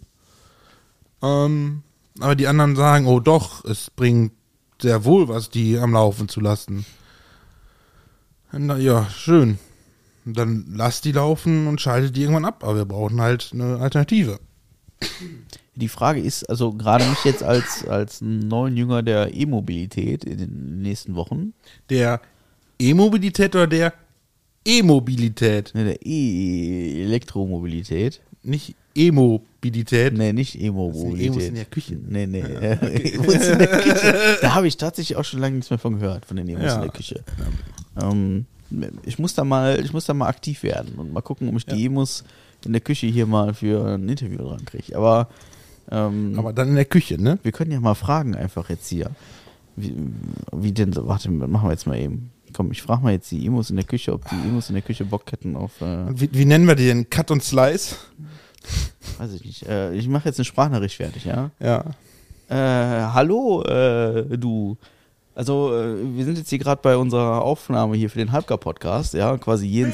Ähm, aber die anderen sagen, oh doch, es bringt sehr wohl was, die am Laufen zu lassen. Na ja, schön. Dann lass die laufen und schalte die irgendwann ab. Aber wir brauchen halt eine Alternative.
Die Frage ist, also gerade mich jetzt als, als neuen Jünger der E-Mobilität in den nächsten Wochen,
Der E-Mobilität oder der E-Mobilität?
Ne, der E Elektromobilität.
Nicht E-Mobilität.
Nee, nicht
Das sind E-Mos
E-Mobilität.
in der Küche.
Nee, nee. E-Mos in der Küche. Da habe ich tatsächlich auch schon lange nichts mehr von gehört, von den E-Mos
Ja.
in der Küche. Ähm, ich, muss da mal, ich muss da mal aktiv werden und mal gucken, ob ich die E-Mos in der Küche hier mal für ein Interview dran kriege. Aber, ähm,
Aber dann in der Küche, ne?
wir können ja mal fragen einfach jetzt hier. Wie, wie denn so, warte, machen wir jetzt mal eben. Komm, ich frage mal jetzt die E-Mos in der Küche, ob die E-Mos in der Küche Bock hätten auf... Äh,
Und wie, wie nennen wir die denn? Cut und Slice?
Weiß ich nicht. Äh, ich mache jetzt eine Sprachnachricht fertig, ja?
Ja.
Äh, hallo, äh, du. Also, äh, wir sind jetzt hier gerade bei unserer Aufnahme hier für den Halbgar-Podcast, ja? Quasi jeden.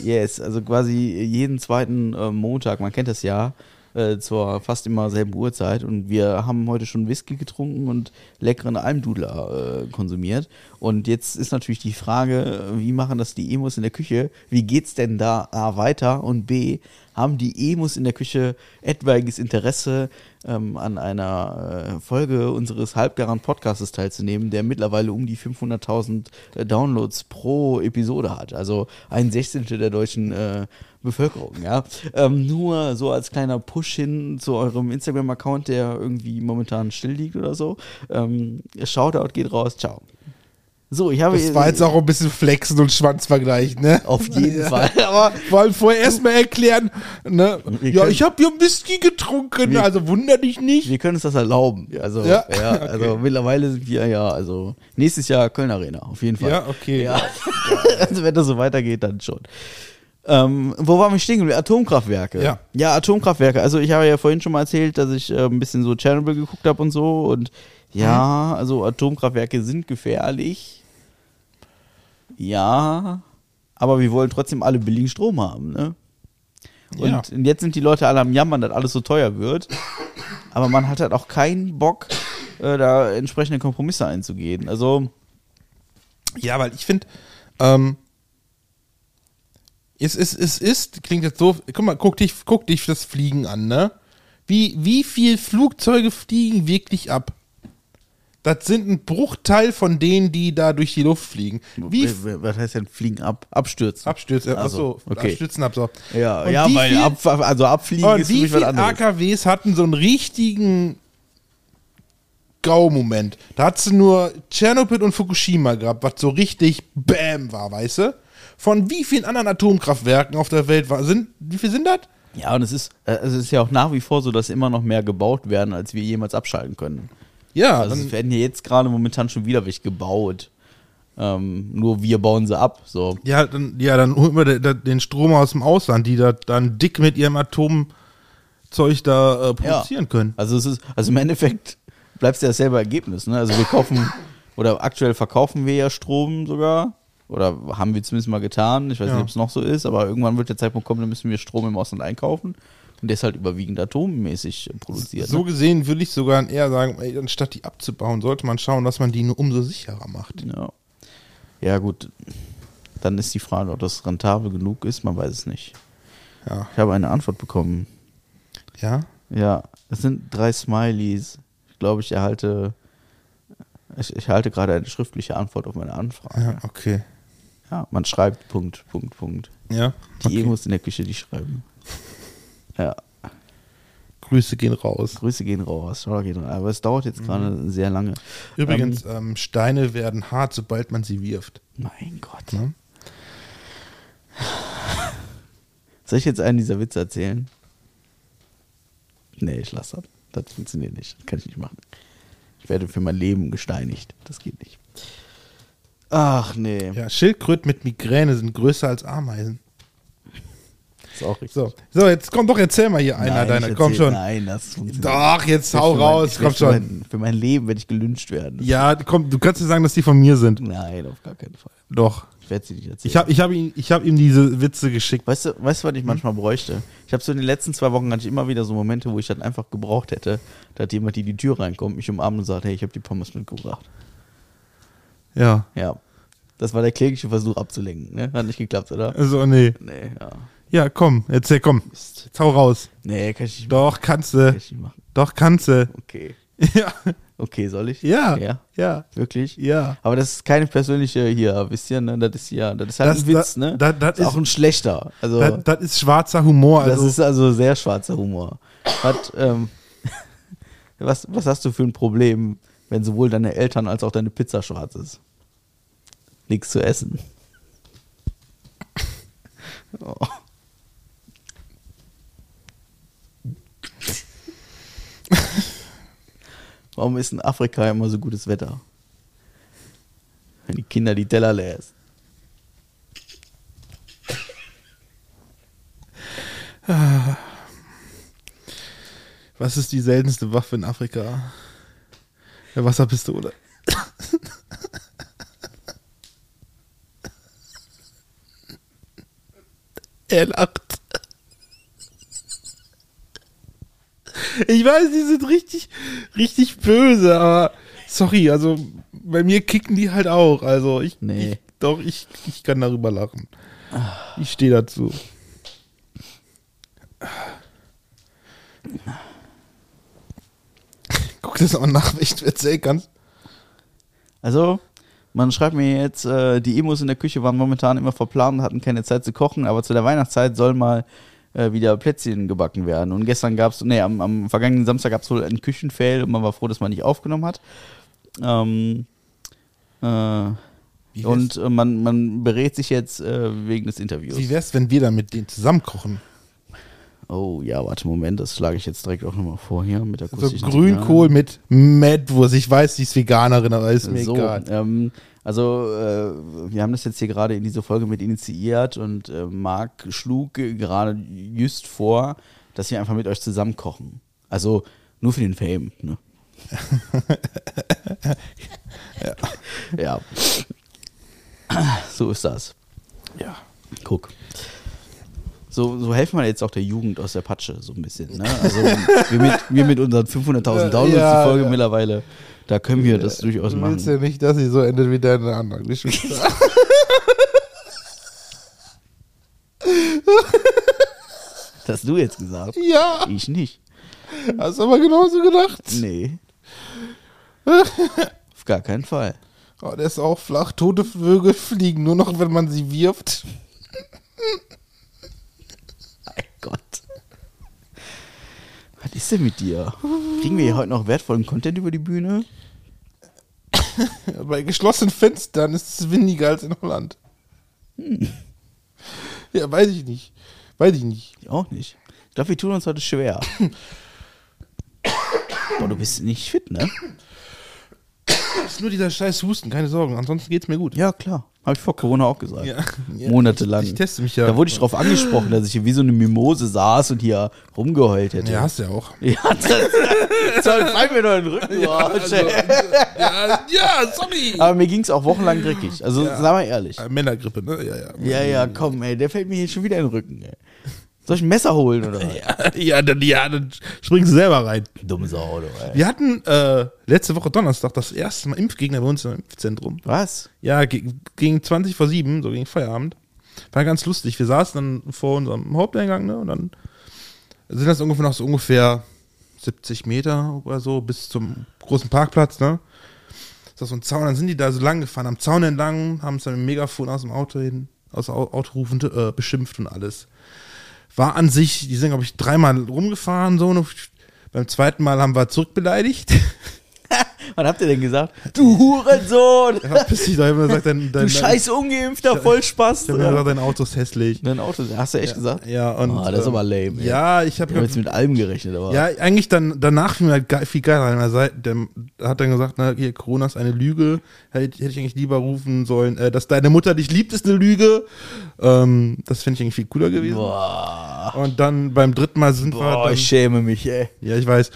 Yes, also quasi jeden zweiten äh, Montag, man kennt das ja, äh, zur fast immer selben Uhrzeit. Und wir haben heute schon Whisky getrunken und leckeren Almdudler äh, konsumiert. Und jetzt ist natürlich die Frage, wie machen das die Emos in der Küche? Wie geht's denn da A weiter? Und B, haben die Emos in der Küche etwaiges Interesse, ähm, an einer äh, Folge unseres halbgaren Podcastes teilzunehmen, der mittlerweile um die 500.000 äh, Downloads pro Episode hat. Also ein Sechzehntel der deutschen äh, Bevölkerung, ja. Ähm, nur so als kleiner Push hin zu eurem Instagram-Account, der irgendwie momentan still liegt oder so. Ähm, Shoutout geht raus, ciao. So, ich habe
Das war jetzt auch ein bisschen flexen und Schwanzvergleich, ne?
auf jeden Fall, aber
Vor allem vorher erstmal erklären, ne?
Wir
ja,
können-
ich habe hier Whisky getrunken,
Wir-
also wunder dich nicht.
wir können uns das erlauben. Also, ja,
Ja,
also mittlerweile sind wir ja, also nächstes Jahr Köln Arena, auf jeden Fall.
Ja, okay.
Ja. also wenn das so weitergeht, dann schon. Ähm, wo waren wir stehen geblieben? Atomkraftwerke.
Ja.
ja, Atomkraftwerke. Also ich habe ja vorhin schon mal erzählt, dass ich äh, ein bisschen so Chernobyl geguckt habe und so. Und
Mhm.
ja, also Atomkraftwerke sind gefährlich. Ja, aber wir wollen trotzdem alle billigen Strom haben, ne? Und
Ja.
jetzt sind die Leute alle am Jammern, dass alles so teuer wird. Aber man hat halt auch keinen Bock, äh, da entsprechende Kompromisse einzugehen. Also,
Ja, weil ich finde, ähm, es ist, es ist, klingt jetzt so, guck mal, guck dich, guck dich das Fliegen an, ne? Wie, wie viel Flugzeuge fliegen wirklich ab? Das sind ein Bruchteil von denen, die da durch die Luft fliegen. Wie f-
w- w- was heißt denn fliegen ab? Abstürzen.
Abstürze,
Äh, Also,
achso,
okay.
Abstürzen ab, so.
Ja,
Und
ja
wie
weil
viel-
ab, also abfliegen
Und
ist für
wie
mich was
viele
anderes.
AKWs hatten so einen richtigen Gau-Moment? Da hat sie nur Tschernobyl und Fukushima gehabt, was so richtig Bäm war, weißt du? Von wie vielen anderen Atomkraftwerken auf der Welt war, sind, wie viel sind das?
Ja, und es ist, äh, es ist ja auch nach wie vor so, dass immer noch mehr gebaut werden, als wir jemals abschalten können.
Ja,
Also es
dann,
werden hier jetzt gerade momentan schon wieder welche gebaut. Ähm, nur wir bauen sie ab. So.
ja, dann, ja, dann holen wir de- de- den Strom aus dem Ausland, die da dann dick mit ihrem Atomzeug da äh, produzieren können.
Also es ist, also im Endeffekt bleibt es ja dasselbe Ergebnis, ne? Also wir kaufen oder aktuell verkaufen wir ja Strom sogar. Oder haben wir zumindest mal getan. Ich weiß
Ja.
nicht, ob es noch so ist, aber irgendwann wird der Zeitpunkt kommen, dann müssen wir Strom im Ausland einkaufen. Und der ist halt überwiegend atommäßig produziert.
So
ne?
gesehen würde ich sogar eher sagen, ey, anstatt die abzubauen, sollte man schauen, dass man die nur umso sicherer macht.
ne? ja. ja, gut. Dann ist die Frage, ob das rentabel genug ist, man weiß es nicht.
Ja.
Ich habe eine Antwort bekommen.
Ja?
Ja, es sind drei Smileys. Ich glaube, ich erhalte. Ich, ich erhalte gerade eine schriftliche Antwort auf meine Anfrage.
Ja, okay.
Ja, man schreibt Punkt, Punkt, Punkt.
Ja.
Die Emos in der Küche, die schreiben. Ja,
Grüße gehen raus.
Grüße gehen raus. Shoutout geht raus. Aber es dauert jetzt gerade sehr lange.
Mhm. Übrigens, ähm, Steine werden hart, sobald man sie wirft.
Mein Gott.
Ne?
Soll ich jetzt einen dieser Witze erzählen? Nee, ich lasse das. Das funktioniert nicht. Das kann ich nicht machen. Ich werde für mein Leben gesteinigt. Das geht nicht. Ach nee.
Ja, Schildkröten mit Migräne sind größer als Ameisen.
Ist auch richtig.
So, so jetzt komm doch, erzähl mal hier einer
Nein,
deiner.
ich
Komm
erzähl-
schon.
Nein, das funktioniert
Doch, jetzt hau
Für mein-
raus,
ich
komm
werd für
schon.
Mein, für mein Leben werde ich gelünscht werden.
Ja, komm, du kannst dir sagen, dass die von mir sind.
Nein, auf gar keinen Fall.
Doch.
Ich werde sie nicht erzählen.
Ich habe ich hab ihm, ich hab ihm diese Witze geschickt.
Weißt du, weißt du, was ich
Mhm.
manchmal bräuchte? Ich habe so in den letzten zwei Wochen hatte ich immer wieder so Momente, wo ich dann einfach gebraucht hätte, dass jemand die die Tür reinkommt, mich umarmt und sagt, hey, ich habe die Pommes mitgebracht.
Ja.
Ja. Das war der klägliche Versuch abzulenken, ne? Hat nicht geklappt, oder?
Also, nee.
Nee, ja.
Ja, komm, erzähl, komm. Jetzt hau raus.
Nee, kann ich nicht, machen,
Doch, kannst
kann
du.
ich nicht machen.
Doch, kannst du.
Okay.
Ja.
Okay, soll ich?
Ja.
Ja?
Ja.
Wirklich?
Ja.
Aber das ist keine persönliche hier, wisst ihr, ne? Das ist ja, das ist halt
Das-
ein Witz,
das-
ne?
das- das
ist auch
ist-
ein schlechter. Also,
Das, das ist schwarzer Humor.
das
Also,
ist also sehr schwarzer Humor. Hat, ähm, was, was hast du für ein Problem, wenn sowohl deine Eltern als auch deine Pizza schwarz ist? Nichts zu essen. Oh. Warum ist in Afrika immer so gutes Wetter? Wenn die Kinder die Teller leer essen.
Was ist die seltenste Waffe in Afrika? Eine Wasserpistole. Er lacht. Ich weiß, die sind richtig, richtig böse, aber sorry, also bei mir kicken die halt auch. Also ich,
Nee.
ich doch, ich, ich kann darüber lachen. Ich stehe dazu. Guck das mal nach, wenn ich dir erzählen kann.
Also, man schreibt mir jetzt, äh, die Emos in der Küche waren momentan immer verplant und hatten keine Zeit zu kochen, aber zu der Weihnachtszeit sollen mal äh, wieder Plätzchen gebacken werden. Und gestern gab es, nee, am, am vergangenen Samstag gab es wohl einen Küchenfail und man war froh, dass man nicht aufgenommen hat. Ähm, äh, und äh, man, man berät sich jetzt äh, wegen des Interviews.
Wie wär's, wenn wir da mit denen zusammen kochen?
Oh ja, warte, Moment, das schlage ich jetzt direkt auch nochmal vor hier mit der
So Also Grünkohl mit Mettwurst. Ich weiß, sie ist Veganerin, aber ist mir
so,
egal.
Ähm, also äh, wir haben das jetzt hier gerade in diese Folge mit initiiert und äh, Marc schlug äh, gerade just vor, dass wir einfach mit euch zusammen kochen. Also nur für den Fame. Ne? ja. So ist das.
Ja.
Guck. So, so helfen wir jetzt auch der Jugend aus der Patsche so ein bisschen. Ne? Also wir mit, wir mit unseren 500.000 Downloads
Ja, Äh,
die Folge
ja.
mittlerweile, da können wir das durchaus
Du
machen.
willst ja nicht, dass sie so endet wie deine anderen Geschwister.
Das hast du jetzt gesagt.
ja,
Ich nicht.
hast aber genauso gedacht.
Nee. Auf gar keinen Fall.
Oh, der ist auch flach. Tote Vögel fliegen nur noch, wenn man sie wirft.
Mein Gott. Was ist denn mit dir? Kriegen wir hier heute noch wertvollen Content über die Bühne?
Bei geschlossenen Fenstern ist es windiger als in Holland. Hm. Ja, weiß ich nicht. Weiß ich nicht.
Ich auch nicht. Ich glaube, wir tun uns heute schwer. Boah, du bist nicht fit, ne?
ist nur dieser scheiß Husten, keine Sorgen. Ansonsten geht's mir gut.
Ja, klar. Habe ich vor Corona auch gesagt.
Ja. Ja,
Monatelang.
ich- ich teste mich ja.
Da wurde ich drauf angesprochen, dass ich hier wie so eine Mimose saß und hier rumgeheult hätte.
Ja, hast du ja auch.
Ja, das soll fall mir doch in den Rücken. Arsch, ey.
also. ja, ja, sorry.
Aber mir ging es auch wochenlang dreckig. Also,
Ja.
sag mal ehrlich.
Äh, Männergrippe, ne? Ja, ja.
Ja, ja, komm, ey, der fällt mir hier schon wieder in den Rücken, ey. Soll ich ein Messer holen oder was?
Ja, dann, ja, dann springst du selber rein.
Dumme Sau, du, ey.
Wir hatten äh, letzte Woche Donnerstag das erste Mal Impfgegner bei uns im Impfzentrum.
Was?
Ja, ge- gegen 20 vor 7, so gegen Feierabend. War ganz lustig. Wir saßen dann vor unserem Haupteingang, ne? Und dann sind das ungefähr noch so ungefähr 70 Meter oder so bis zum großen Parkplatz, ne? Ist das so ein Zaun, dann sind die da so lang gefahren, am Zaun entlang, haben es dann mit dem Megafon aus dem Auto hin, aus dem Au- Auto rufend, äh, beschimpft und alles. War an sich, die sind, glaube ich, dreimal rumgefahren, so. Und beim zweiten Mal haben wir zurückbeleidigt.
Was habt ihr denn gesagt? Du Hurensohn!
Bis ich da immer sagt, dein, dein,
Du scheiß ungeimpfter Vollspaß!
dein,
Dein
dein Auto ist hässlich.
Auto, hast du echt gesagt?
Ja, und.
Ah, das ist
ähm,
aber lame, ey.
Ja, ich
Ich hab
habe.
jetzt mit allem gerechnet, aber.
Ja, eigentlich dann, danach fiel mir halt ge- viel geiler an. Der, der hat dann gesagt, na, hier, Corona ist eine Lüge. Hätte, hätte ich eigentlich lieber rufen sollen, äh, dass deine Mutter dich liebt, ist eine Lüge. Ähm, das finde ich eigentlich viel cooler gewesen.
Boah,
Und dann beim dritten Mal sind wir.
Boah
Dann,
ich Oh. schäme mich, ey.
ja, ich weiß.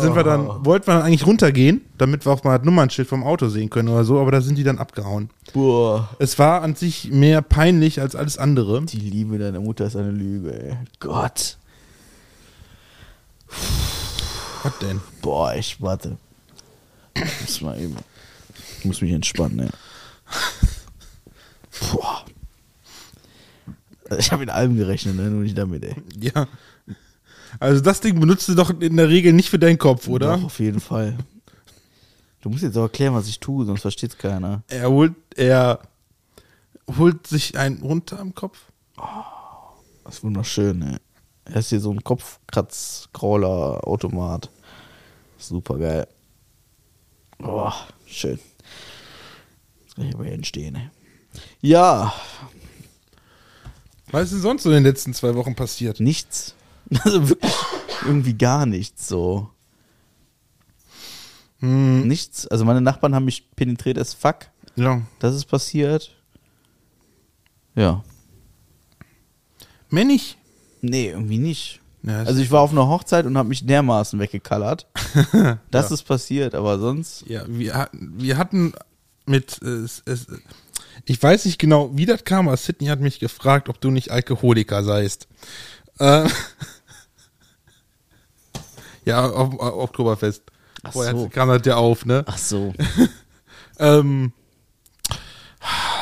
Sind wir dann, wollten wir dann eigentlich runtergehen, damit wir auch mal das Nummernschild vom Auto sehen können oder so, aber da sind die dann abgehauen.
Boah.
Es war an sich mehr peinlich als alles andere.
Die Liebe deiner Mutter ist eine Lüge, ey. Gott.
Was denn?
Boah, ich warte. Ich muss mal eben. Ich muss mich entspannen, ey. Boah. Also Ich habe in allem gerechnet, ne? nur nicht damit, ey.
Ja. Also das Ding benutzt du doch in der Regel nicht für deinen Kopf, oder?
Doch, auf jeden Fall. Du musst jetzt auch erklären, was ich tue, sonst versteht's keiner.
Er holt, er holt sich einen runter am Kopf.
Das ist wunderschön, ey. Er ist hier so ein Kopfkratz-Crawler-Automat. Super geil. Boah, schön. Jetzt kann ich aber hier entstehen, ey. Ja,
Was ist denn sonst so in den letzten zwei Wochen passiert?
Nichts. Also wirklich irgendwie gar nichts so.
Hm.
Nichts. Also meine Nachbarn haben mich penetriert als fuck.
Ja.
Das ist passiert. Ja.
Männlich.
Nee, irgendwie nicht.
Ja,
Also ich war auf einer Hochzeit und habe mich dermaßen weggekallert. Das ist passiert, aber sonst.
Ja, wir hatten, wir hatten mit, äh, es, es, ich weiß nicht genau, wie das kam, aber Sydney hat mich gefragt, ob du nicht Alkoholiker seist. Äh, ja, auf, auf Oktoberfest.
Ach
Vorher
so.
kam das ja auf, ne?
Ach so.
Ähm,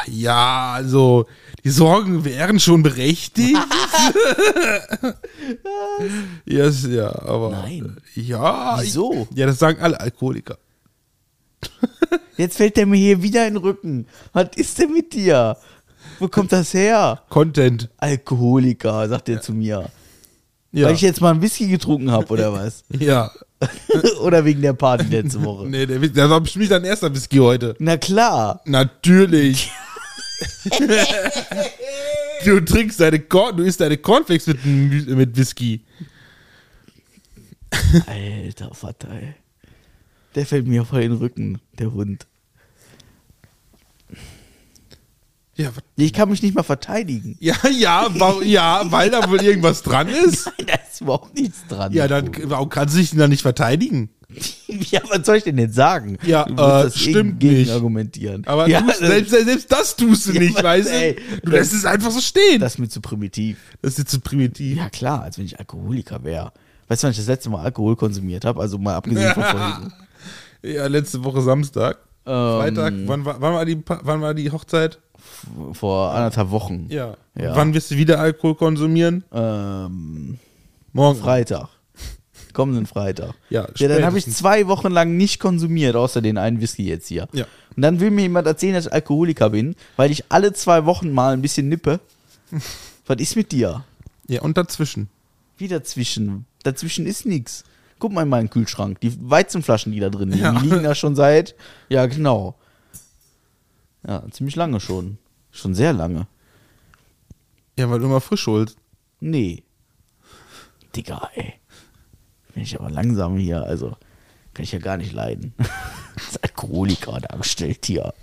ja, also, die Sorgen wären schon berechtigt. yes, ja, aber. äh,
Nein.
Ja. ich-
Wieso?
Ja, das sagen alle Alkoholiker.
Jetzt fällt der mir hier wieder in den Rücken. Was ist denn mit dir? Wo kommt das her?
Content.
Alkoholiker, sagt er zu mir.
Ja.
Weil ich jetzt mal einen Whisky getrunken habe, oder was?
ja.
oder wegen der Party letzte Woche.
Nee, der, also, der war bestimmt dein erster Whisky heute.
Na klar.
Natürlich. du trinkst deine Corn, du isst deine Cornflakes mit, mit Whisky.
Alter Vater, ey. Der fällt mir voll in den Rücken, der Hund.
Ja, wa-
Ich kann mich nicht mal verteidigen.
ja, ja, wa- ja, weil da wohl irgendwas dran ist.
Da ist überhaupt nichts dran.
Ja, dann warum kannst du dich denn dann nicht verteidigen?
ja, was soll ich denn jetzt sagen?
Ja,
du
äh,
musst das eh
stimmt
gegen
nicht.
argumentieren.
Aber
ja,
du, selbst, selbst das tust du
Ja,
nicht,
was,
weißt
ey.
du? Du lässt es einfach so stehen.
das ist mir zu primitiv.
das ist jetzt zu primitiv.
Ja klar, als wenn ich Alkoholiker wäre. Weißt du, wann ich das letzte Mal Alkohol konsumiert habe? Also mal abgesehen von vorhin.
Ja, letzte Woche Samstag.
Ähm.
Freitag, wann war, wann, war die, Pa- wann war die Hochzeit?
Vor anderthalb Wochen.
Ja.
Ja.
Wann wirst du wieder Alkohol konsumieren?
Ähm,
Morgen.
Freitag. Kommenden Freitag.
Ja,
ja dann habe ich
spätestens.
zwei Wochen lang nicht konsumiert, außer den einen Whisky jetzt hier.
Ja.
Und dann will mir jemand erzählen, dass ich Alkoholiker bin, weil ich alle zwei Wochen mal ein bisschen nippe. Was ist mit dir?
Ja, und dazwischen.
Wie dazwischen? Dazwischen ist nichts. Guck mal in meinen Kühlschrank. Die Weizenflaschen, die da drin liegen,
Ja.
die liegen da schon seit. Ja, genau. Ja, ziemlich lange schon. Schon sehr lange.
Ja, weil du immer frisch holst.
Nee. Digga, ey. Bin ich aber langsam hier, also kann ich ja gar nicht leiden. Das Alkoholiker dargestellt hier.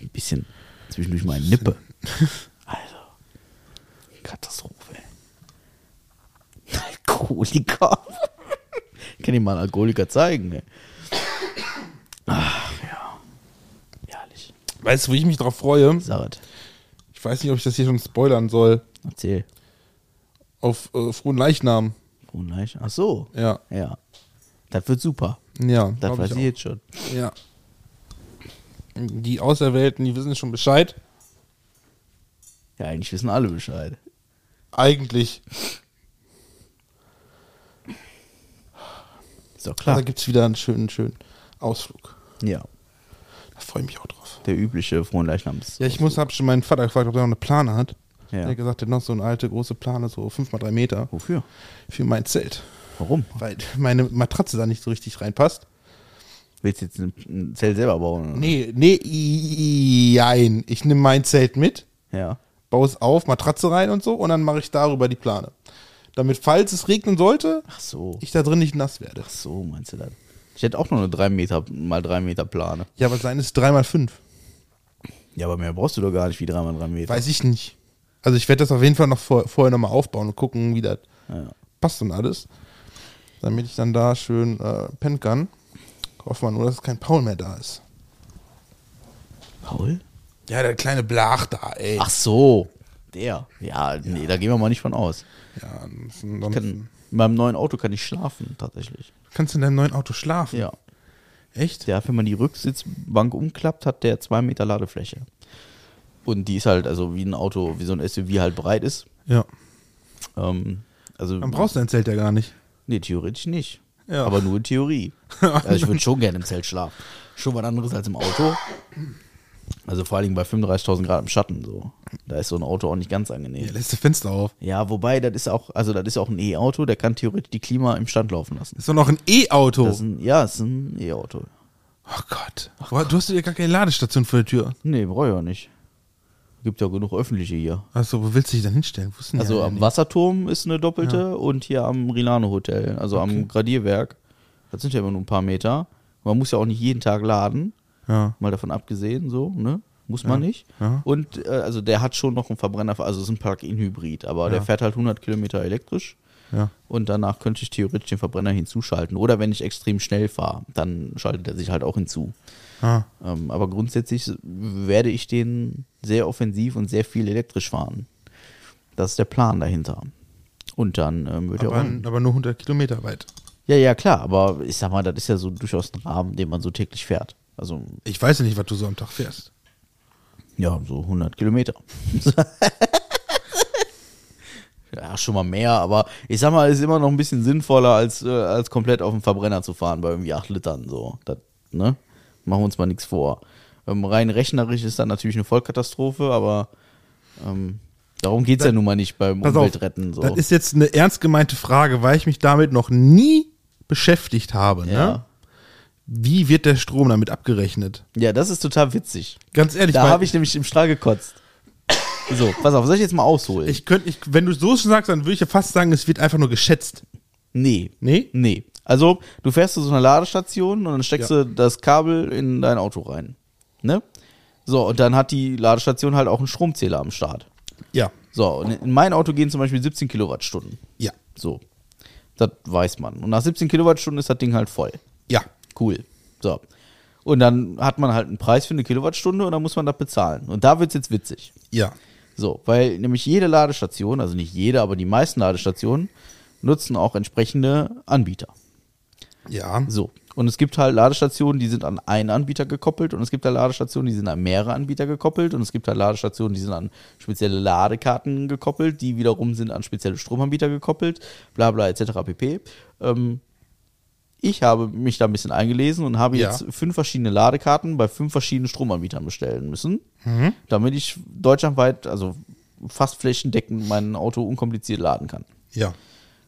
Ein bisschen zwischendurch meine Nippe. Also, Katastrophe. ey. Alkoholiker. kann ich mal einen Alkoholiker zeigen, ey. Ach, ja. Herrlich.
Weißt du, wo ich mich drauf freue?
Sarat,
Ich weiß nicht, ob ich das hier schon spoilern soll.
erzähl.
Auf äh, frohen Leichnam.
Frohnleich. Ach so.
Ja.
Ja. Das wird super.
Ja,
Das
glaub
weiß ich
auch.
jetzt schon.
Ja. Die Auserwählten, die wissen schon Bescheid.
Ja, eigentlich wissen alle Bescheid.
Eigentlich.
Ist doch klar.
Da gibt es wieder einen schönen, schönen Ausflug.
Ja,
Da freue ich mich auch drauf.
der übliche Frohnleichnams.
Ja, ich muss, hab schon meinen Vater gefragt, ob er noch eine Plane hat.
Ja.
Der hat gesagt, der hat noch so eine alte, große Plane, so 5x3 Meter,
Wofür?
für mein Zelt.
Warum?
Weil meine Matratze da nicht so richtig reinpasst.
Willst du jetzt ein- ein Zelt selber bauen? Oder?
Nee, nee, i- i- jein. Ich nehme mein Zelt mit,
Ja.
baue es auf, Matratze rein und so, und dann mache ich darüber die Plane. Damit, falls es regnen sollte,
Ach so.
ich da drin nicht nass werde.
Ach so, meinst du das? Ich hätte auch noch eine 3 Meter mal 3 Meter Plane.
Ja, aber sein ist 3x5.
Ja, aber mehr brauchst du doch gar nicht wie 3 mal 3 Meter.
Weiß ich nicht. Also ich werde das auf jeden Fall noch vor, vorher nochmal aufbauen und gucken, wie das
Ja.
passt und alles. Damit ich dann da schön äh, pennen kann. Hoffen wir nur, dass kein Paul mehr da ist.
Paul?
Ja, der kleine Blach da, ey.
Ach so. Der. Ja, nee, da gehen wir mal nicht von aus.
Ja, ansonsten
Kann, In meinem neuen Auto kann ich schlafen, tatsächlich.
kannst du in deinem neuen Auto schlafen.
Ja.
Echt?
Der hat, wenn man die Rücksitzbank umklappt, hat der 2 Meter Ladefläche. Und die ist halt, also wie ein Auto, wie so ein SUV halt breit ist.
Ja.
Ähm, also,
Dann brauchst du dein Zelt ja gar nicht.
nee, theoretisch nicht.
Ja.
Aber nur in Theorie. Also ich würde schon gerne im Zelt schlafen. Schon was anderes als im Auto. Also vor allen Dingen bei 35.000 Grad im Schatten so. Da ist so ein Auto auch nicht ganz
Ja,
angenehm.
lässt das Fenster auf.
Ja, wobei, das ist auch, also das ist auch ein E-Auto, der kann theoretisch die Klima im Stand laufen lassen.
Ist doch noch ein E-Auto.
Das ist ein, ja, ist ein E-Auto.
Oh Gott. Boah, du hast ja gar keine Ladestation vor der Tür.
Nee, brauche ich auch nicht. Gibt ja genug öffentliche hier.
Achso, wo willst du dich denn hinstellen? Wo ist denn die
Also
alle
am
denn?
Wasserturm ist eine doppelte und hier am Rilano Hotel, also am Gradierwerk. Das sind ja immer nur ein paar Meter. Man muss ja auch nicht jeden Tag laden,
Ja.
mal davon abgesehen, so, ne? muss man
Ja.
nicht.
Ja.
Und äh, also der hat schon noch einen Verbrenner, also es ist ein Plug-in-Hybrid, aber der
Ja.
fährt halt 100 Kilometer elektrisch.
Ja.
Und danach könnte ich theoretisch den Verbrenner hinzuschalten. Oder wenn ich extrem schnell fahre, dann schaltet er sich halt auch hinzu.
Ah,
Ähm, aber grundsätzlich werde ich den sehr offensiv und sehr viel elektrisch fahren. Das ist der Plan dahinter. Und dann ähm, wird er
aber,
auch.
aber nur 100 Kilometer weit.
Ja, ja, klar, aber ich sag mal, das ist ja so durchaus ein Rahmen, den man so täglich fährt. Also,
Ich weiß ja nicht, was du so am Tag fährst.
ja, so 100 Kilometer. ja, schon mal mehr, aber ich sag mal, ist immer noch ein bisschen sinnvoller, als, äh, als komplett auf dem Verbrenner zu fahren, bei irgendwie 8 Litern so. Das, ne? Machen wir uns mal nichts vor. Ähm, rein rechnerisch ist dann natürlich eine Vollkatastrophe, aber ähm, darum geht's ja nun mal nicht beim
Pass auf,
Umweltretten. So.
das ist jetzt eine ernst gemeinte Frage, weil ich mich damit noch nie beschäftigt habe. Ne?
ja.
Wie wird der Strom damit abgerechnet?
ja, das ist total witzig.
Ganz ehrlich,
Da
weil-
habe ich nämlich im Strahl gekotzt. So, pass auf, soll ich jetzt mal ausholen?
Ich könnte, ich, wenn du so schon sagst, dann würde ich ja fast sagen, es wird einfach nur geschätzt.
nee.
Nee?
Nee. Also, du fährst zu so einer Ladestation und dann steckst
Ja.
du das Kabel in dein Auto rein. Ne? So, und dann hat die Ladestation halt auch einen Stromzähler am Start.
Ja.
So, und in mein Auto gehen zum Beispiel 17 Kilowattstunden.
Ja.
So. Das weiß man. Und nach 17 Kilowattstunden ist das Ding halt voll.
Ja.
Cool. So. Und dann hat man halt einen Preis für eine Kilowattstunde und dann muss man das bezahlen. Und da wird's jetzt witzig.
Ja.
So, weil nämlich jede Ladestation, also nicht jede, aber die meisten Ladestationen nutzen auch entsprechende Anbieter.
Ja.
So. Und es gibt halt Ladestationen, die sind an einen Anbieter gekoppelt und es gibt halt Ladestationen, die sind an mehrere Anbieter gekoppelt und es gibt halt Ladestationen, die sind an spezielle Ladekarten gekoppelt, die wiederum sind an spezielle Stromanbieter gekoppelt, bla bla etc. pp. Ähm, ich habe mich da ein bisschen eingelesen und habe
Ja.
jetzt fünf verschiedene Ladekarten bei fünf verschiedenen Stromanbietern bestellen müssen, damit ich deutschlandweit, also fast flächendeckend mein Auto unkompliziert laden kann.
Ja.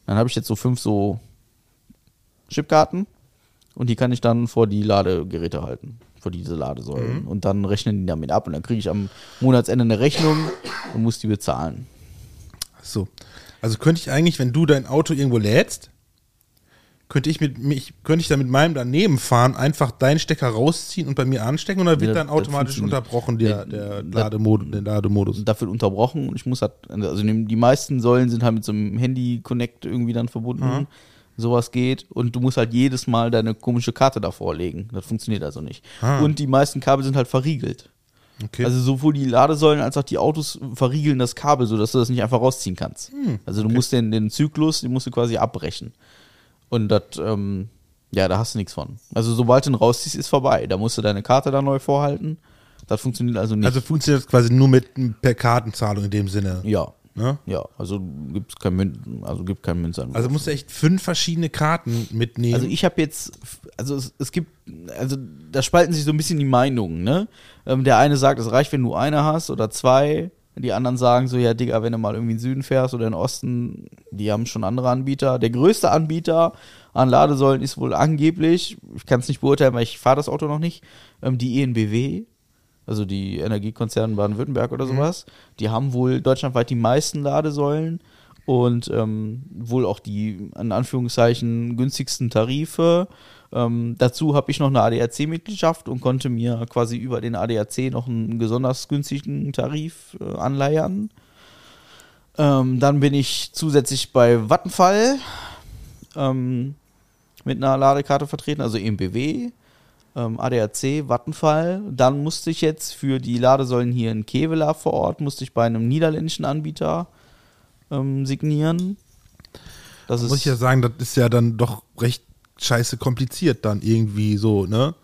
Dann habe ich jetzt so fünf so Chipkarten und die kann ich dann vor die Ladegeräte halten, vor diese Ladesäulen. Und dann rechnen die damit ab und dann kriege ich am Monatsende eine Rechnung und muss die bezahlen.
So. Also könnte ich eigentlich, wenn du dein Auto irgendwo lädst, könnte ich mit mich, könnte ich da mit meinem daneben fahren, einfach deinen Stecker rausziehen und bei mir anstecken oder wird
Ja,
dann
das
automatisch
funktioniert.
unterbrochen der,
Nee,
der,
das-
Lademodus, der Lademodus?
Und dafür unterbrochen und ich muss halt, also nehm- die meisten Säulen sind halt mit so einem Handy-Connect irgendwie dann verbunden. Sowas geht und du musst halt jedes Mal deine komische Karte davor legen. Das funktioniert also nicht. Und die meisten Kabel sind halt verriegelt.
Okay.
Also sowohl die Ladesäulen als auch die Autos verriegeln das Kabel, sodass du das nicht einfach rausziehen kannst.
Hm,
also du musst den, den Zyklus, den musst du quasi abbrechen. Und das, ähm, ja, da hast du nichts von. Also sobald du ihn rausziehst, ist vorbei. Da musst du deine Karte dann neu vorhalten. Das funktioniert also nicht.
also funktioniert das quasi nur mit per Kartenzahlung in dem Sinne.
ja.
Ne?
Ja, also gibt's kein Mün also gibt kein Münzanruf.
Also musst du echt fünf verschiedene Karten mitnehmen.
Also ich habe jetzt, also es, es gibt, also da spalten sich so ein bisschen die Meinungen, ne? Ähm, der eine sagt, es reicht, wenn du eine hast oder zwei. Die anderen sagen so, ja, Digga, wenn du mal irgendwie in den Süden fährst oder in den Osten, die haben schon andere Anbieter. Der größte Anbieter an Ladesäulen ist wohl angeblich, ich kann es nicht beurteilen, weil ich fahre das Auto noch nicht, ähm, die ENBW, also die Energiekonzerne Baden-Württemberg oder sowas. Die haben wohl deutschlandweit die meisten Ladesäulen und ähm, wohl auch die in Anführungszeichen günstigsten Tarife. Ähm, dazu habe ich noch eine ADAC-Mitgliedschaft und konnte mir quasi über den ADAC noch einen besonders günstigen Tarif äh, anleiern. Ähm, dann bin ich zusätzlich bei Vattenfall ähm, mit einer Ladekarte vertreten, also EMBW, ähm, ADAC, Vattenfall. Dann musste ich jetzt für die Ladesäulen hier in Kevela vor Ort, musste ich bei einem niederländischen Anbieter ähm, signieren. Das
muss
ist
ich ja sagen, das ist ja dann doch recht scheiße kompliziert dann irgendwie so, ne?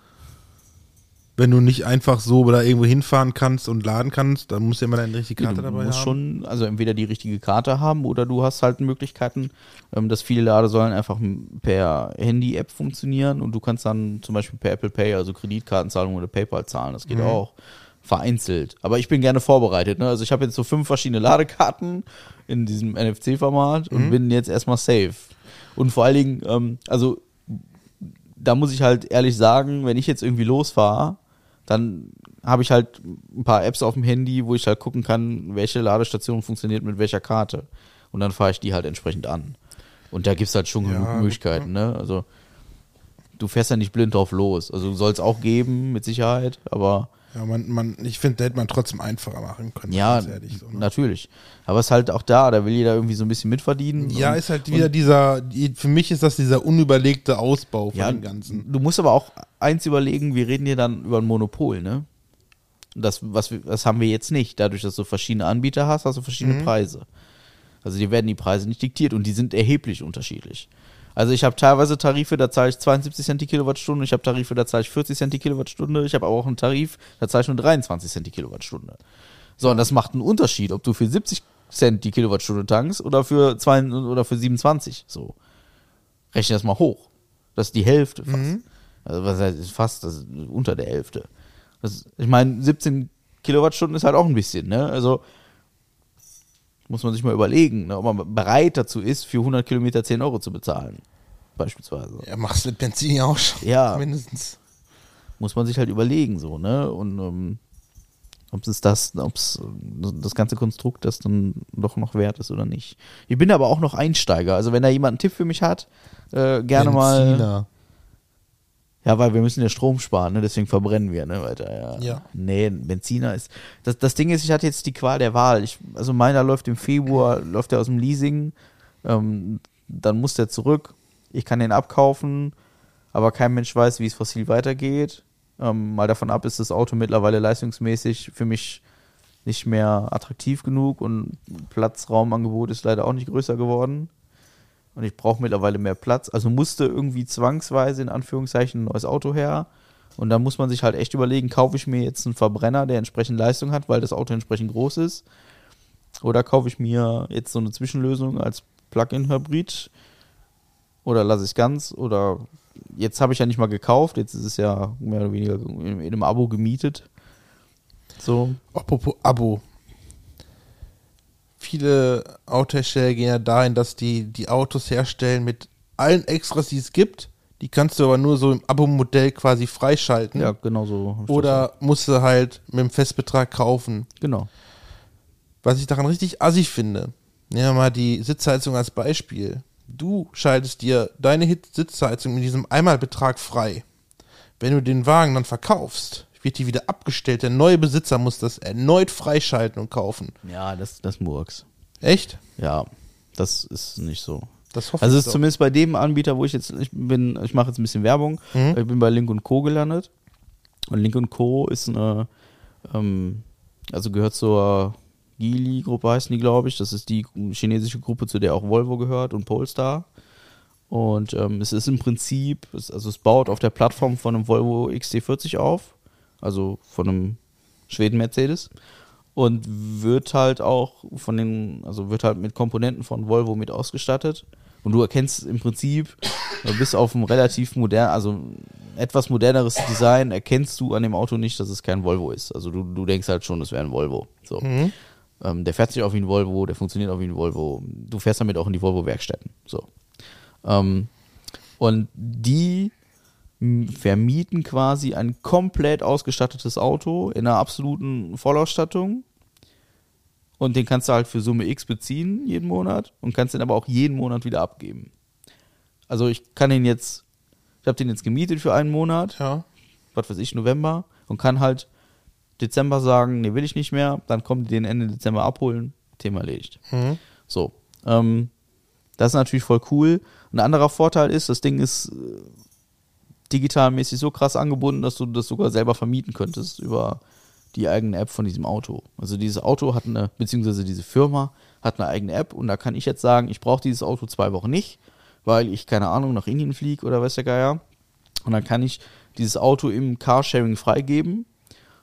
Wenn du nicht einfach so da irgendwo hinfahren kannst und laden kannst, dann musst du immer deine richtige Karte
du
dabei
musst
haben.
schon, also entweder die richtige Karte haben oder du hast halt Möglichkeiten, ähm, dass viele Ladesäulen einfach m- per Handy-App funktionieren und du kannst dann zum Beispiel per Apple Pay, also Kreditkartenzahlung oder PayPal zahlen. Das
Mhm.
geht auch vereinzelt. Aber ich bin gerne vorbereitet. Ne? Also ich habe jetzt so fünf verschiedene Ladekarten in diesem NFC-Format
Mhm.
und bin jetzt erstmal safe. Und vor allen Dingen, ähm, also da muss ich halt ehrlich sagen, wenn ich jetzt irgendwie losfahre, dann habe ich halt ein paar Apps auf dem Handy, wo ich halt gucken kann, welche Ladestation funktioniert mit welcher Karte. Und dann fahre ich die halt entsprechend an. Und da gibt es halt schon genug
gut,
Möglichkeiten, ne? Also du fährst ja nicht blind drauf los. Also soll es auch geben, mit Sicherheit, aber
Ja, man, man, ich finde, da hätte man trotzdem einfacher machen können.
Ja,
ganz ehrlich, so, ne?
natürlich. Aber es ist halt auch da, da will jeder irgendwie so ein bisschen mitverdienen.
Ja,
und,
ist halt wieder dieser, die- für mich ist das dieser unüberlegte Ausbau von
ja,
dem Ganzen.
Du musst aber auch eins überlegen, wir reden hier dann über ein Monopol, ne? Und Das, was wir, das haben wir jetzt nicht. Dadurch, dass du verschiedene Anbieter hast, hast du
Mhm.
verschiedene Preise. Also dir werden die Preise nicht diktiert und die sind erheblich unterschiedlich. Also ich habe teilweise Tarife, da zahle ich 72 Cent die Kilowattstunde, ich habe Tarife, da zahle ich 40 Cent die Kilowattstunde, ich habe aber auch einen Tarif, da zahle ich nur 23 Cent die Kilowattstunde. So, und das macht einen Unterschied, ob du für 70 Cent die Kilowattstunde tankst oder für, zwei, oder für 27. So. Rechne das mal hoch. Das ist die Hälfte fast. Also was heißt fast, das ist unter der Hälfte. Das, ich meine, 17 Kilowattstunden ist halt auch ein bisschen, ne? Also muss man sich mal überlegen, ne, ob man bereit dazu ist, für 100 Kilometer 10 Euro zu bezahlen. Beispielsweise.
Ja, machst mit Benzin ja auch schon.
Ja.
Mindestens.
Muss man sich halt überlegen, so, ne? Und ähm, ob es das, ob es das ganze Konstrukt das dann doch noch wert ist oder nicht. Ich bin aber auch noch Einsteiger. Also wenn da jemand einen Tipp für mich hat, äh, gerne mal.
Benziner.
Ja, weil wir müssen ja Strom sparen, ne? deswegen verbrennen wir, ne? Weiter, ja.
Ja.
Nee, ein Benziner ist. Das, das Ding ist, ich hatte jetzt die Qual der Wahl. Ich, also meiner läuft im Februar, läuft der aus dem Leasing, ähm, dann muss der zurück. Ich kann den abkaufen, aber kein Mensch weiß, wie es fossil weitergeht. Ähm, mal davon ab ist das Auto mittlerweile leistungsmäßig für mich nicht mehr attraktiv genug und Platzraumangebot ist leider auch nicht größer geworden. Und ich brauche mittlerweile mehr Platz. Also musste irgendwie zwangsweise in Anführungszeichen ein neues Auto her. Und da muss man sich halt echt überlegen, kaufe ich mir jetzt einen Verbrenner, der entsprechend Leistung hat, weil das Auto entsprechend groß ist. Oder kaufe ich mir jetzt so eine Zwischenlösung als Plug-in-Hybrid. Oder lasse ich ganz. Oder jetzt habe ich ja nicht mal gekauft. Jetzt ist es ja mehr oder weniger in einem Abo gemietet. So.
Apropos Abo. Viele Autohersteller gehen ja dahin, dass die die Autos herstellen mit allen Extras, die es gibt. Die kannst du aber nur so im Abo-Modell quasi freischalten.
Ja, genau so. hab ich das
Hm. Oder musst du halt mit einem Festbetrag kaufen.
Genau.
Was ich daran richtig assig finde, nehmen wir mal die Sitzheizung als Beispiel. Du schaltest dir deine Hit- Sitzheizung mit diesem Einmalbetrag frei. Wenn du den Wagen dann verkaufst, wird die wieder abgestellt. Der neue Besitzer muss das erneut freischalten und kaufen.
Ja, das, das Murks.
Echt?
Ja, das ist nicht so.
Das hoffe
Also
ich
es ist
doch.
zumindest bei dem Anbieter, wo ich jetzt, ich bin, ich mache jetzt ein bisschen Werbung,
Mhm.
ich bin bei Link Co. gelandet. Und Link Co. ist eine, ähm, also gehört zur Geely-Gruppe heißen die, glaube ich. Das ist die chinesische Gruppe, zu der auch Volvo gehört und Polestar. Und ähm, es ist im Prinzip, es, also es baut auf der Plattform von einem Volvo XC40 auf, also von einem Schweden-Mercedes. Und wird halt auch von den, also wird halt mit Komponenten von Volvo mit ausgestattet. Und du erkennst im Prinzip, äh, bis auf ein relativ modern, also ein etwas moderneres Design, erkennst du an dem Auto nicht, dass es kein Volvo ist. Also du, du denkst halt schon, es wäre ein Volvo. So. Ähm, der fährt sich auch wie ein Volvo, der funktioniert auch wie ein Volvo. Du fährst damit auch in die Volvo-Werkstätten. So. Ähm, und die m, vermieten quasi ein komplett ausgestattetes Auto in einer absoluten Vollausstattung. Und den kannst du halt für Summe X beziehen jeden Monat und kannst den aber auch jeden Monat wieder abgeben. Also ich kann den jetzt, ich habe den jetzt gemietet für einen Monat
Ja.
was weiß ich, November und kann halt Dezember sagen, nee, will ich nicht mehr, dann kommen die den Ende Dezember abholen, Thema erledigt. So. Ähm, das ist natürlich voll cool. Ein anderer Vorteil ist, das Ding ist äh, digitalmäßig so krass angebunden, dass du das sogar selber vermieten könntest über die eigene App von diesem Auto. Also dieses Auto hat eine, beziehungsweise diese Firma hat eine eigene App und da kann ich jetzt sagen, ich brauche dieses Auto zwei Wochen nicht, weil ich, keine Ahnung, nach Indien fliege oder weiß der Geier. Und dann kann ich dieses Auto im Carsharing freigeben.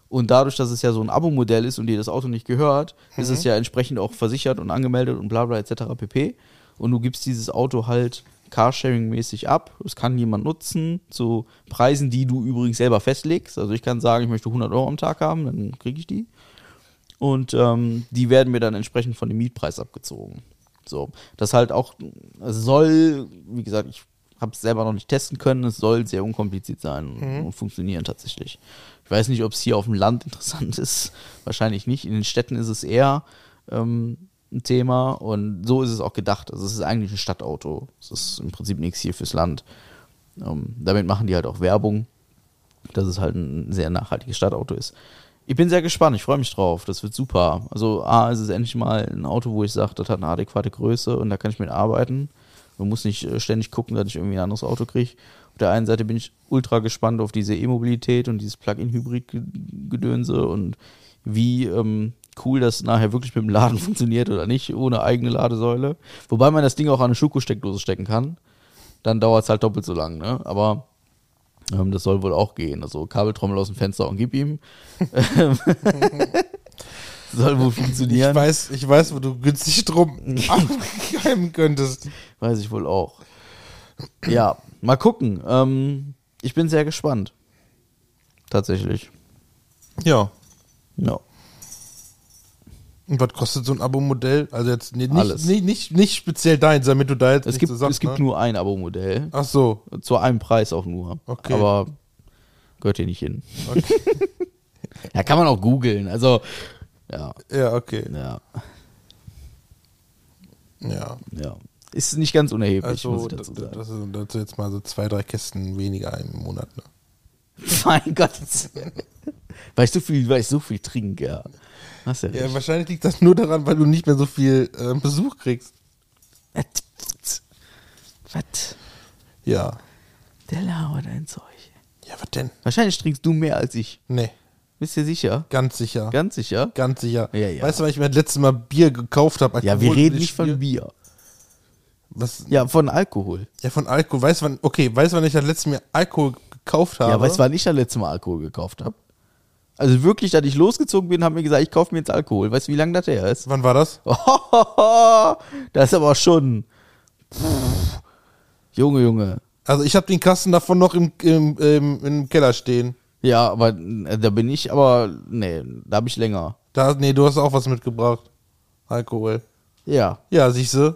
Und dadurch, dass es ja so ein Abo-Modell ist und dir das Auto nicht gehört, ist es ja entsprechend auch versichert und angemeldet und bla bla etc. pp. Und du gibst dieses Auto halt Carsharing-mäßig ab. Es kann jemand nutzen zu Preisen, die du übrigens selber festlegst. Also ich kann sagen, ich möchte 100 Euro am Tag haben, dann kriege ich die. Und ähm, die werden mir dann entsprechend von dem Mietpreis abgezogen. So, das halt auch es soll, wie gesagt, ich habe es selber noch nicht testen können, es soll sehr unkompliziert sein und- und funktionieren tatsächlich. Ich weiß nicht, ob es hier auf dem Land interessant ist, wahrscheinlich nicht. In den Städten ist es eher ähm, ein Thema und so ist es auch gedacht. Also es ist eigentlich ein Stadtauto. Es ist im Prinzip nichts hier fürs Land. Ähm, damit machen die halt auch Werbung dass es halt ein sehr nachhaltiges Stadtauto ist. Ich bin sehr gespannt, ich freue mich drauf, das wird super. Also A, es ist endlich mal ein Auto, wo ich sage, das hat eine adäquate Größe und da kann ich mit arbeiten. Man muss nicht äh, ständig gucken, dass ich irgendwie ein anderes Auto kriege. Auf der einen Seite bin ich ultra gespannt auf diese E-Mobilität und dieses Plug-in-Hybrid-Gedönse und wie ähm, cool das nachher wirklich mit dem Laden funktioniert oder nicht, ohne eigene Ladesäule. Wobei man das Ding auch an eine Schuko-Steckdose stecken kann. Dann dauert es halt doppelt so lang, ne? Aber ähm, das soll wohl auch gehen. Also Kabeltrommel aus dem Fenster und gib ihm. Ähm, soll wohl funktionieren.
Ich weiß, ich weiß, wo du günstig drum abgeheimen könntest.
Weiß ich wohl auch. Ja, mal gucken. Ähm, ich bin sehr gespannt. Tatsächlich.
Ja.
Ja.
Und was kostet so ein Abo-Modell? Also jetzt nee,
Alles.
nicht, nicht, nicht, nicht speziell deins, damit du da jetzt
Es
nicht
gibt,
so sagst,
es gibt
ne?
nur ein Abo-Modell.
Ach so,
Zu einem Preis auch nur.
Okay.
Aber gehört hier nicht hin. ja, kann man auch googeln. Also, ja,
ja, okay.
ja,
Ja.
ja. Ist nicht ganz unerheblich, muss
Also
ich
das,
dazu sagen.
das ist dazu jetzt mal so zwei, drei Kästen weniger im Monat. Ne?
mein Gott. das- weil ich so viel, weil ich so viel trinke, ja. Hast ja,
Ja,
recht.
wahrscheinlich liegt das nur daran, weil du nicht mehr so viel äh, Besuch kriegst.
Was?
Ja.
Der labert ein Zeug.
Ja, was denn?
Wahrscheinlich trinkst du mehr als ich.
Nee,
Bist du sicher?
ganz sicher.
Ganz
Ganz,
sicher?
sicher.
Ja, ja.
Weißt du, weil ich mir das letzte Mal Bier gekauft habe?
Ja, wir reden nicht von
Bier.
Bier.
Was?
Ja, von Alkohol.
Ja, von Alkohol. Weißt du, wann, okay, weißt du, wann ich das letzte Mal Alkohol gekauft habe?
Ja, weißt du, wann ich das letzte Mal Alkohol gekauft habe? Also wirklich, als ich losgezogen bin, haben wir gesagt, ich kaufe mir jetzt Alkohol. Weißt du, wie lange das her ist?
Wann war das?
das ist aber schon. Pff. Junge, Junge.
Also ich habe den Kasten davon noch im, im, im, im Keller stehen.
Ja, aber äh, da bin ich, aber nee, da habe ich länger.
Da, nee, du hast auch was mitgebracht. Alkohol.
Ja,
Ja, siehst du?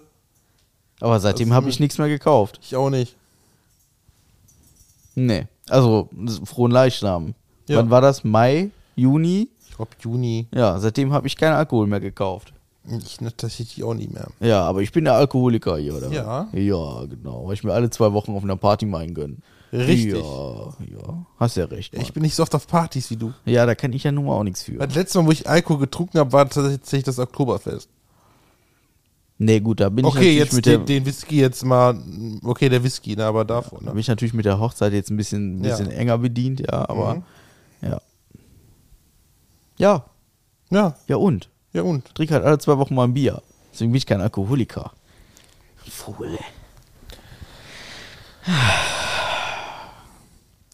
aber seitdem
Also
habe ich nichts mehr gekauft.
Ich auch nicht.
Nee, also s- frohen Leichnam.
Ja.
Wann war das? Mai, Juni?
Ich glaube Juni.
Ja, seitdem habe ich keinen Alkohol mehr gekauft.
Ich tatsächlich auch nicht mehr.
Ja, aber ich bin der Alkoholiker hier, oder?
Ja.
was? Ja, genau. Weil ich mir alle zwei Wochen auf einer Party mal einen gönne.
Richtig.
Ja, ja. Hast ja recht. Mann.
Ich bin nicht so oft auf Partys wie du.
ja, da kann ich ja nun mal auch nichts für.
Das letzte Mal, wo ich Alkohol getrunken habe, war tatsächlich das Oktoberfest.
Nee, gut, da bin
Okay,
ich natürlich
jetzt
mit
den,
der,
den Whisky jetzt mal. Okay, der Whisky, ne, aber davon.
da
Ne?
bin ich natürlich mit der Hochzeit jetzt ein bisschen, ein
Ja.
bisschen enger bedient, ja, aber ja. Ja,
Ja,
ja und?
ja und?
Trink halt alle zwei Wochen mal ein Bier. Deswegen bin ich kein Alkoholiker. Fohle.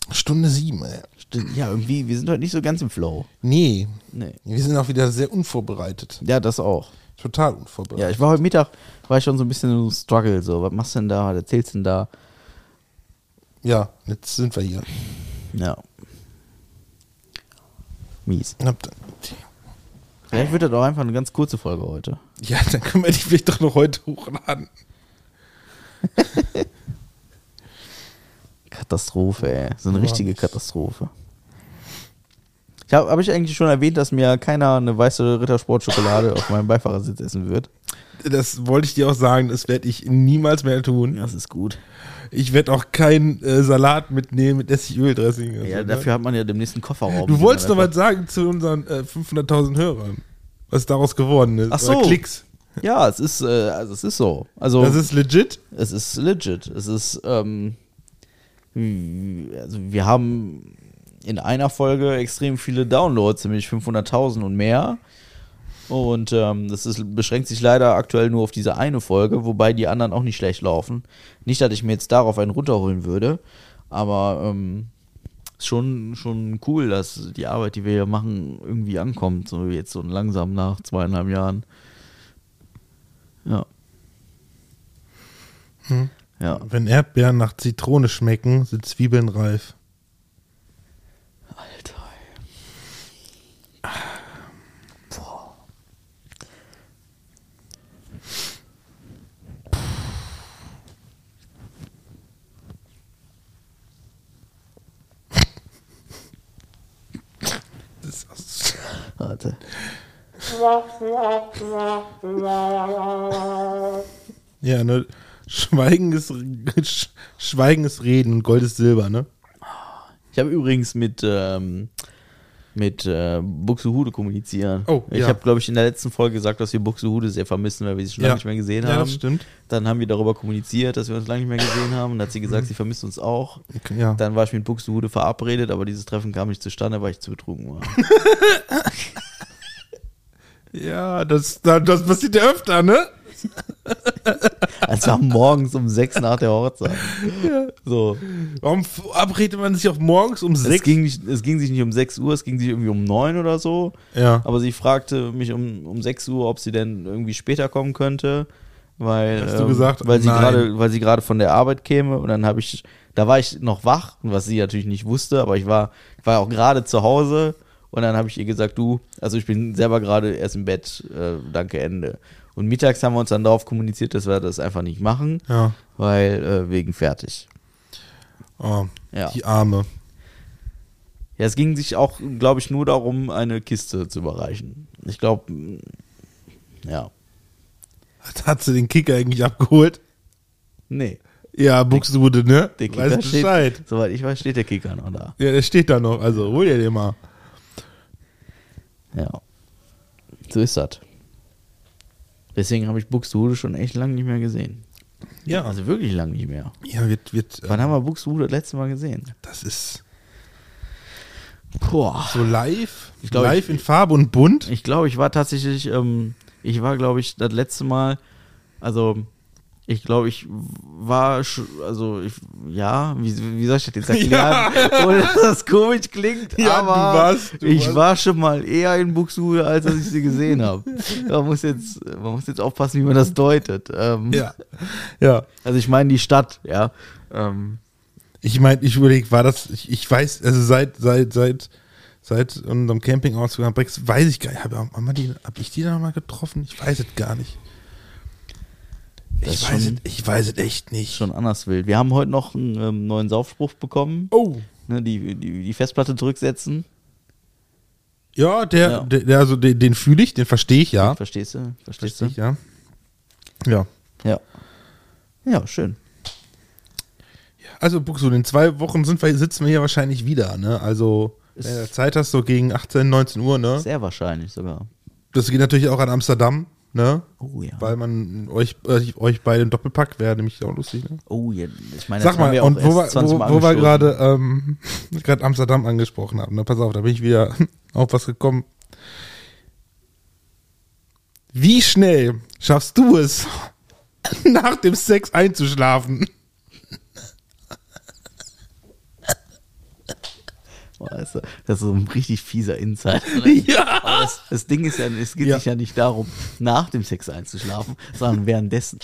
Stunde sieben, ey.
Stimmt, ja, irgendwie, wir sind heute nicht so ganz im Flow.
Nee.
Nee.
Wir sind auch wieder sehr unvorbereitet.
Ja, das auch.
Total
Ja,
unvorbereitet.
ich war heute Mittag, war ich schon so ein bisschen im Struggle, so, was machst du denn da, was erzählst du denn da?
Ja, jetzt sind wir hier.
Ja. Mies.
Hab dann-
Vielleicht wird das auch einfach eine ganz kurze Folge heute.
Ja, dann können wir die vielleicht doch noch heute hochladen.
Katastrophe, ey. So eine richtige Katastrophe. Ich habe hab ich eigentlich schon erwähnt, dass mir keiner eine weiße Rittersportschokolade auf meinem Beifahrersitz essen wird.
Das wollte ich dir auch sagen, das werde ich niemals mehr tun.
Das ist gut.
Ich werde auch keinen äh, Salat mitnehmen mit Essigöldressing. und
Ja,
so, ne?
dafür hat man ja dem nächsten Kofferraum.
Du wolltest
Ja,
noch was sagen zu unseren äh, 500.000 Hörern, was daraus geworden ist.
Ach so.
Oder Klicks.
Ja, es ist, äh, also es ist so. Also
Das ist legit.
es ist legit. Es ist, ähm, wie- also wir haben in einer Folge extrem viele Downloads, nämlich 500.000 und mehr. Und ähm, das ist, beschränkt sich leider aktuell nur auf diese eine Folge, wobei die anderen auch nicht schlecht laufen. Nicht, dass ich mir jetzt darauf einen runterholen würde, aber ähm, ist schon, schon cool, dass die Arbeit, die wir hier machen, irgendwie ankommt. So jetzt so langsam nach zweieinhalb Jahren. Ja. Ja.
Wenn Erdbeeren nach Zitrone schmecken, sind Zwiebeln reif.
Alter. Warte.
Ja, ne? Schweigen ist, Sch Schweigen ist Reden und Gold ist Silber, ne?
Ich habe übrigens mit, ähm, mit äh, Buxtehude kommunizieren.
Oh,
ich
ja.
habe, glaube ich, in der letzten Folge gesagt, dass wir Buxtehude sehr vermissen, weil wir sie schon lange nicht mehr gesehen
Ja,
haben.
das stimmt.
Dann haben wir darüber kommuniziert, dass wir uns lange nicht mehr gesehen haben. Und dann hat sie
Mhm.
gesagt, sie vermisst uns auch.
Okay, Ja.
Dann war ich mit Buxtehude verabredet, aber dieses Treffen kam nicht zustande, weil ich zu betrunken war.
ja, das, da- das passiert ja öfter, ne?
Es war morgens um sechs nach der Hochzeit. So.
Warum verabredet man sich auch morgens um
Es
sechs?
ging, nicht, es ging sich nicht um 6 Uhr, es ging sich irgendwie um 9 oder so.
Ja.
Aber sie fragte mich um, um 6 Uhr, ob sie denn irgendwie später kommen könnte. Weil, ähm,
Hast du gesagt,
weil sie
nein.
gerade, weil sie gerade von der Arbeit käme und dann habe ich, da war ich noch wach, was sie natürlich nicht wusste, aber ich war, ich war auch gerade zu Hause und dann habe ich ihr gesagt, du, also ich bin selber gerade erst im Bett, äh, danke Ende. Und mittags haben wir uns dann darauf kommuniziert, dass wir das einfach nicht machen,
Ja.
weil äh, wegen fertig.
Oh,
Ja.
Die Arme.
Ja, es ging sich auch, glaube ich, nur darum, eine Kiste zu überreichen. Ich glaube, ja.
Hat, hat sie den Kick eigentlich abgeholt?
Nee.
Ja, Buxtehude, ne?
Der Kicker
Weiß
steht,
Bescheid.
soweit ich weiß, steht der Kicker noch da.
Ja, der steht da noch. Also, hol dir den mal.
Ja. So ist das. Deswegen habe ich Buxtehude schon echt lange nicht mehr gesehen.
Ja.
Also wirklich lange nicht mehr.
ja, wird, wird. äh,
Wann haben wir Buxtehude das letzte Mal gesehen?
Das ist
Boah.
so live.
Ich glaub,
live
ich-
in Farbe und bunt.
Ich glaube, ich war tatsächlich, ähm, ich war, glaube ich, das letzte Mal, also ich glaube, ich war, sch- also ich, ja, wie, wie soll ich das jetzt erklären, ohne dass das komisch klingt,
Ja, du
aber
warst- du
ich
warst-
war schon mal eher in Buxtehude, als dass ich sie gesehen habe. Man muss jetzt, man muss jetzt aufpassen, wie man das deutet. Ähm,
Ja. Ja.
Also ich meine die Stadt, ja. Ähm,
Ich meine, ich überlege, war das, ich, ich weiß, also seit, seit, seit, seit unserem Campingausflug am Brex, weiß ich gar nicht, hab, haben wir die, hab ich die da mal getroffen? Ich weiß es gar nicht.
Das
Ich
ist
weiß, es,
schon-
ich weiß es echt nicht.
schon anders wild. Wir haben heute noch einen ähm, neuen Saufspruch bekommen,
Oh.
ne, die, die, die Festplatte zurücksetzen.
Ja, der,
Ja.
Der, der, also den, den fühle ich, den verstehe ich ja.
Verstehst du? Verstehst
Verstehe
du?
ich, ja. Ja.
Ja. Ja, schön.
Also, Buxu, in zwei Wochen sind wir, sitzen wir hier wahrscheinlich wieder, ne? Also,
Ist-
wenn du Zeit hast, so gegen 18, 19 Uhr, ne?
Sehr wahrscheinlich sogar.
Das geht natürlich auch an Amsterdam, ne?
Oh ja.
Weil man euch, äh, euch beide im Doppelpack wäre nämlich auch lustig, ne?
Oh ja, ich meine,
Sag
das haben
mal,
wir
und
auch
wo, wir-
erst 20 Mal
wo, wo wir
angestoßen.
gerade ähm, gerade Amsterdam angesprochen haben, ne? pass auf, da bin ich wieder auf was gekommen. Wie schnell schaffst du es, nach dem Sex einzuschlafen?
Weißt du, das ist so ein richtig fieser Insight.
Ja.
Aber das, das Ding ist ja, es geht
Ja.
sich ja nicht darum, nach dem Sex einzuschlafen, sondern währenddessen.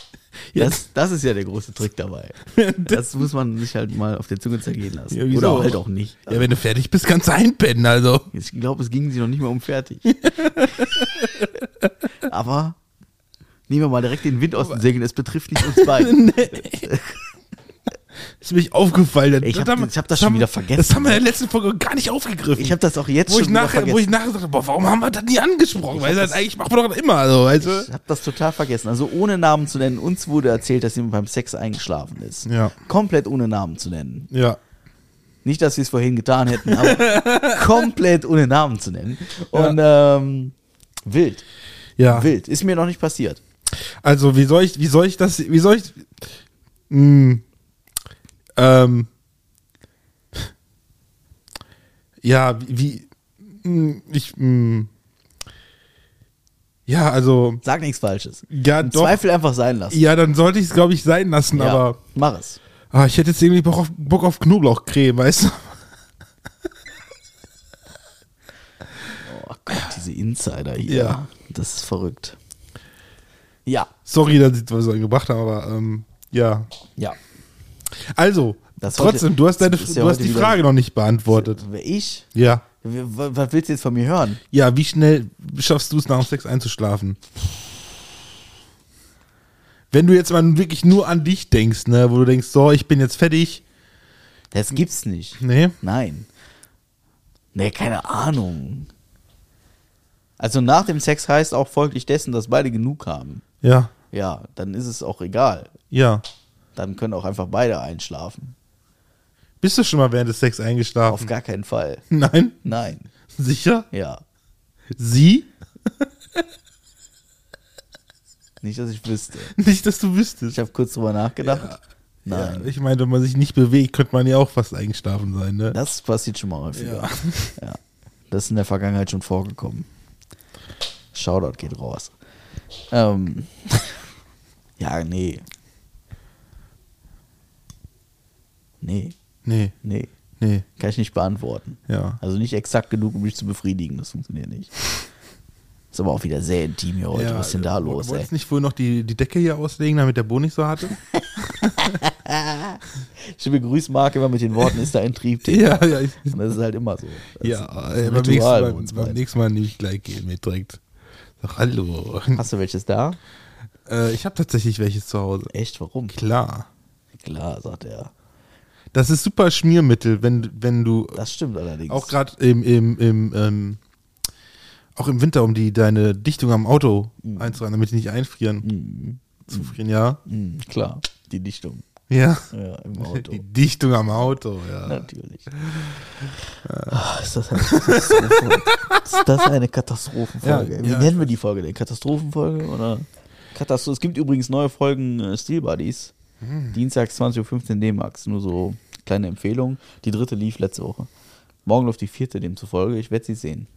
Ja.
Das, das ist ja der große Trick dabei. Das muss man sich halt mal auf der Zunge zergehen lassen.
Ja, wieso?
Oder halt auch nicht.
Ja, wenn du fertig bist, kannst du einpennen, also.
Ich glaube, es ging sie noch nicht mal um fertig. Aber nehmen wir mal direkt den Wind aus den Segeln, es betrifft nicht uns beide.
Ist mich aufgefallen.
Ich hab-
haben wir-
ich hab das schon
haben-
wieder vergessen. ne?
Das haben wir in der letzten Folge gar nicht aufgegriffen.
Ich habe das auch jetzt
wo
schon
ich
wieder
nachher,
vergessen.
wo ich nachher sagte, boah, warum haben wir das nie angesprochen? Weil das eigentlich machen wir doch immer, also, weißt du?
Ich habe das total vergessen. Also ohne Namen zu nennen. Uns wurde erzählt, dass jemand beim Sex eingeschlafen ist.
Ja.
Komplett ohne Namen zu nennen.
Ja.
Nicht, dass wir es vorhin getan hätten, aber komplett ohne Namen zu nennen. Und ähm, wild,
Ja.
wild. Ist mir noch nicht passiert.
Also, wie soll ich, wie soll ich das, wie soll ich, Hm. ähm, ja, wie, Hm, ich, hm. ja, also,
Sag nichts Falsches.
Ja,
Im
doch.
Zweifel einfach sein lassen.
ja, dann sollte ich es, glaube ich, sein lassen,
Ja,
aber
mach es.
ah, ich hätte jetzt irgendwie Bock auf, Bock auf Knoblauchcreme, weißt du?
Oh Gott, diese Insider hier.
Ja.
Das ist verrückt. Ja,
Sorry, dass ich das so gebracht habe, aber, ähm, ja.
ja.
Also,
Das
trotzdem,
heute-
du hast, deine,
das ist ja
du hast
heute
die
wieder-
Frage noch nicht beantwortet.
Ich?
Ja.
W- w- Was willst du jetzt von mir hören?
Ja, wie schnell schaffst du es, nach dem Sex einzuschlafen? Wenn du jetzt mal wirklich nur an dich denkst, ne, wo du denkst, so, ich bin jetzt fertig. ne,
Das gibt's nicht.
Nee.
Nein. Nee, keine Ahnung. Also nach dem Sex heißt auch folglich dessen, dass beide genug haben.
Ja,
Ja, dann ist es auch egal.
ja.
Dann können auch einfach beide einschlafen.
Bist du schon mal während des Sex
Auf
eingeschlafen?
gar keinen Fall.
Nein?
Nein.
Sicher?
Ja.
Sie?
Nicht, dass ich wüsste.
Nicht, dass du wüsstest.
Ich habe kurz drüber nachgedacht. Nein.
Ja, ich meine, wenn man sich nicht bewegt, könnte man ja auch fast eingeschlafen sein, ne?
Das passiert schon mal häufiger.
ja.
Ja. Das ist in der Vergangenheit schon vorgekommen. Shoutout geht raus. Ähm. ja, nee. Nee,
Nee,
nee.
nee,
Kann ich nicht beantworten.
ja.
Also nicht exakt genug, um mich zu befriedigen. Das funktioniert nicht. Ist aber auch wieder sehr intim hier heute.
ja,
Was ist denn da
äh,
los, ey?
Wolltest nicht vorhin noch die, die Decke hier auslegen, damit der Bo nicht so hatte?
Ich begrüße Marc immer mit den Worten, ist da ein Triebthema?
ja, ja. Ich,
Und das ist halt immer so. Das
ja,
ist
äh,
ein
beim, nächsten
Ritual bei
mal,
uns
beim
beiden.
nächsten Mal nehme ich gleich gehen mit direkt. Sag hallo.
Hast du welches da?
Äh, ich habe tatsächlich welches zu Hause.
Echt, warum?
Klar.
Klar, sagt er.
Das ist super Schmiermittel, wenn, wenn du
Das stimmt allerdings.
auch gerade im, im, im, ähm, auch im Winter, um die deine Dichtung am Auto
Mhm.
einzuhalten, damit die nicht einfrieren. Zufrieren, ja.
Hm, klar, die Dichtung.
Ja.
Ja, im Auto.
Die Dichtung am Auto, ja.
Natürlich. Ah, ist das eine Katastrophenfolge? ist das eine Katastrophenfolge?
Ja,
Wie
ja, ich
nennen wir die Folge denn? Katastrophenfolge oder Katastrophe? Es gibt übrigens neue Folgen äh, Steel Buddies.
Hm.
Dienstags 20.15 Uhr D-Max. Nur so kleine Empfehlung. Die dritte lief letzte Woche. Morgen läuft die vierte demzufolge. Ich werde sie sehen.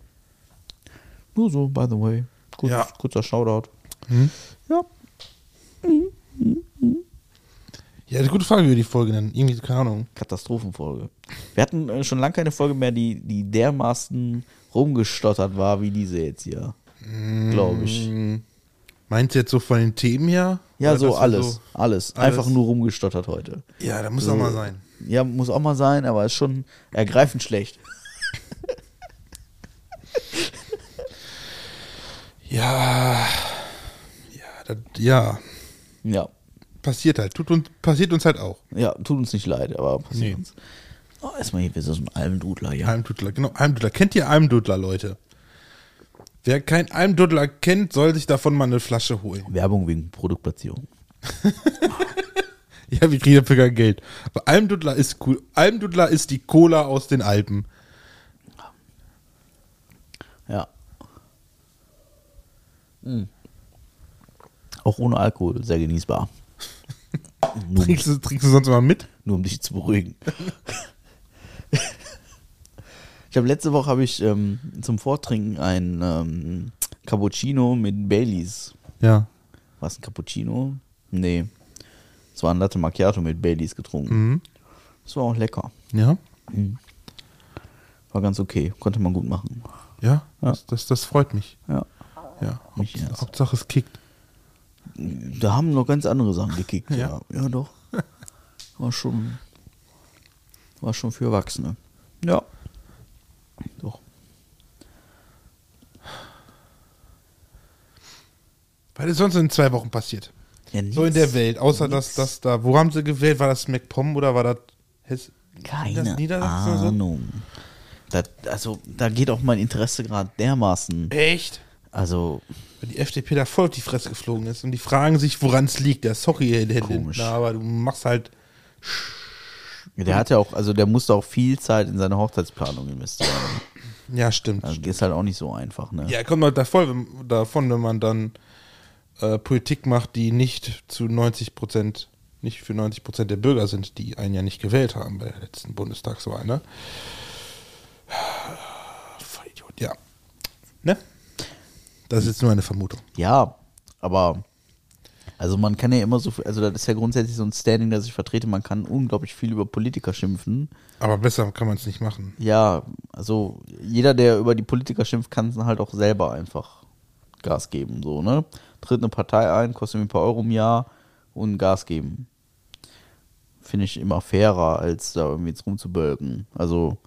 Nur so, by the way. Kurz,
Ja. Hm.
Kurzer Shoutout. Ja,
Ja, eine gute Frage, wie wir die Folge nennen. Irgendwie, keine Ahnung.
Katastrophenfolge. Wir hatten äh, schon lange keine Folge mehr, die, die dermaßen rumgestottert war, wie diese jetzt hier. Glaube ich.
Hm. Meinst du jetzt so von den Themen her?
Mm. Ja,
Oder
so
dass wir
alles, alles.
alles?
Einfach nur rumgestottert heute.
Ja, da muss auch mal sein.
Ja, muss auch mal sein, aber ist schon ergreifend schlecht.
Ja. Ja, das, ja.
Ja.
Passiert halt. Tut uns, passiert uns halt auch.
Ja, tut uns nicht leid, aber passiert
Nee.
uns. Oh, erstmal hier, wir sind so ein Almdudler, ja.
Almdudler, genau. Almdudler. Kennt ihr Almdudler, Leute? Wer kein Almdudler kennt, soll sich davon mal eine Flasche holen.
Werbung wegen Produktplatzierung.
Ja, wir kriegen dafür kein Geld. Aber Almdudler ist cool. Almdudler ist die Cola aus den Alpen.
Ja. Mm. Auch ohne Alkohol, sehr genießbar. nur, um,
Trinkst du, trinkst du sonst mal mit?
nur um dich zu beruhigen. ich habe letzte Woche habe ich ähm, zum Vortrinken ein ähm, Cappuccino mit Baileys
Ja.
war es ein Cappuccino? Nee. Es war ein Latte Macchiato mit Baileys getrunken.
Mhm.
Das war auch lecker.
Ja.
War ganz okay. Konnte man gut machen.
Ja.
Ja.
Das, das, das freut mich.
Ja.
Ja.
Mich
Haupts-
erst.
Hauptsache es kickt.
Da haben noch ganz andere Sachen gekickt. ja.
Ja.
ja, doch. War schon. War schon für Erwachsene. Ja. Doch.
Was ist sonst in zwei Wochen passiert?
Ja,
So in
nix.
der Welt. Außer dass das da. Wo haben sie gewählt? War das MacPom oder war das Hess
Keine
das Niedersachsen oder so?
Ahnung. Da, also, da geht auch mein Interesse gerade dermaßen.
Echt?
Also,
Weil die FDP da voll auf die Fresse geflogen ist und die fragen sich, woran es liegt. Ja, sorry, Herr Lindner,
Komisch.
aber du machst halt.
der hat ja auch, also der musste auch viel Zeit in seine Hochzeitsplanung investieren.
Ja, stimmt.
Also ist halt auch nicht so einfach, ne?
Ja, kommt halt da voll wenn- davon, wenn man dann äh, Politik macht, die nicht zu 90 Prozent, nicht für 90 Prozent der Bürger sind, die einen ja nicht gewählt haben bei der letzten Bundestagswahl, ne? Vollidiot, ja. Ne? Das ist jetzt nur eine Vermutung.
Ja, aber also man kann ja immer so, viel- also das ist ja grundsätzlich so ein Standing, das ich vertrete, man kann unglaublich viel über Politiker schimpfen.
Aber besser kann man es nicht machen.
Ja, also jeder, der über die Politiker schimpft, kann es halt auch selber einfach Gas geben, so, ne? Tritt eine Partei ein, kostet mir ein paar Euro im Jahr und Gas geben. Finde ich immer fairer, als da irgendwie jetzt rumzubölken. Also,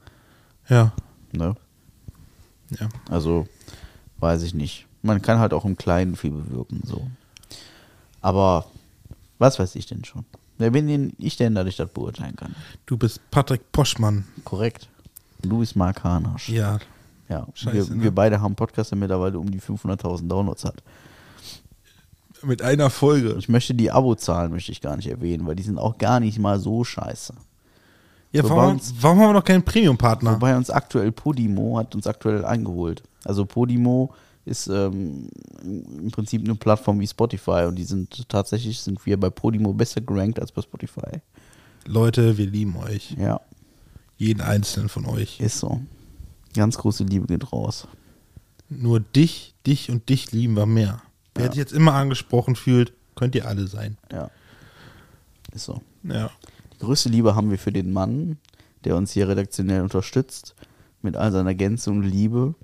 Ja.
ne?
Ja.
Also, weiß ich nicht. Man kann halt auch im Kleinen viel bewirken, so. Aber was weiß ich denn schon? Wer bin denn ich denn, dass ich das beurteilen kann?
Du bist Patrick Poschmann.
Korrekt. Du bist Mark Hanasch.
Ja.
Ja,
Scheiße,
wir,
ne?
wir beide haben einen Podcast, der mittlerweile um die 500.000 Downloads hat.
Mit einer Folge.
Ich möchte die Abo-Zahlen möchte ich gar nicht erwähnen, weil die sind auch gar nicht mal so scheiße.
Ja,
Wobei
warum,
uns-
warum haben wir noch keinen Premium-Partner?
Wobei uns aktuell Podimo hat uns aktuell eingeholt. Also Podimo ist ähm, im Prinzip eine Plattform wie Spotify und die sind tatsächlich sind wir bei Podimo besser gerankt als bei Spotify.
Leute, wir lieben euch.
Ja,
Jeden einzelnen von euch.
ist so. Ganz große Liebe geht raus.
Nur dich, dich und dich lieben wir mehr. Wer
Ja.
sich jetzt immer angesprochen fühlt, könnt ihr alle sein.
Ja. Ist so.
Ja.
Die größte Liebe haben wir für den Mann, der uns hier redaktionell unterstützt, mit all seiner Gänze und Liebe.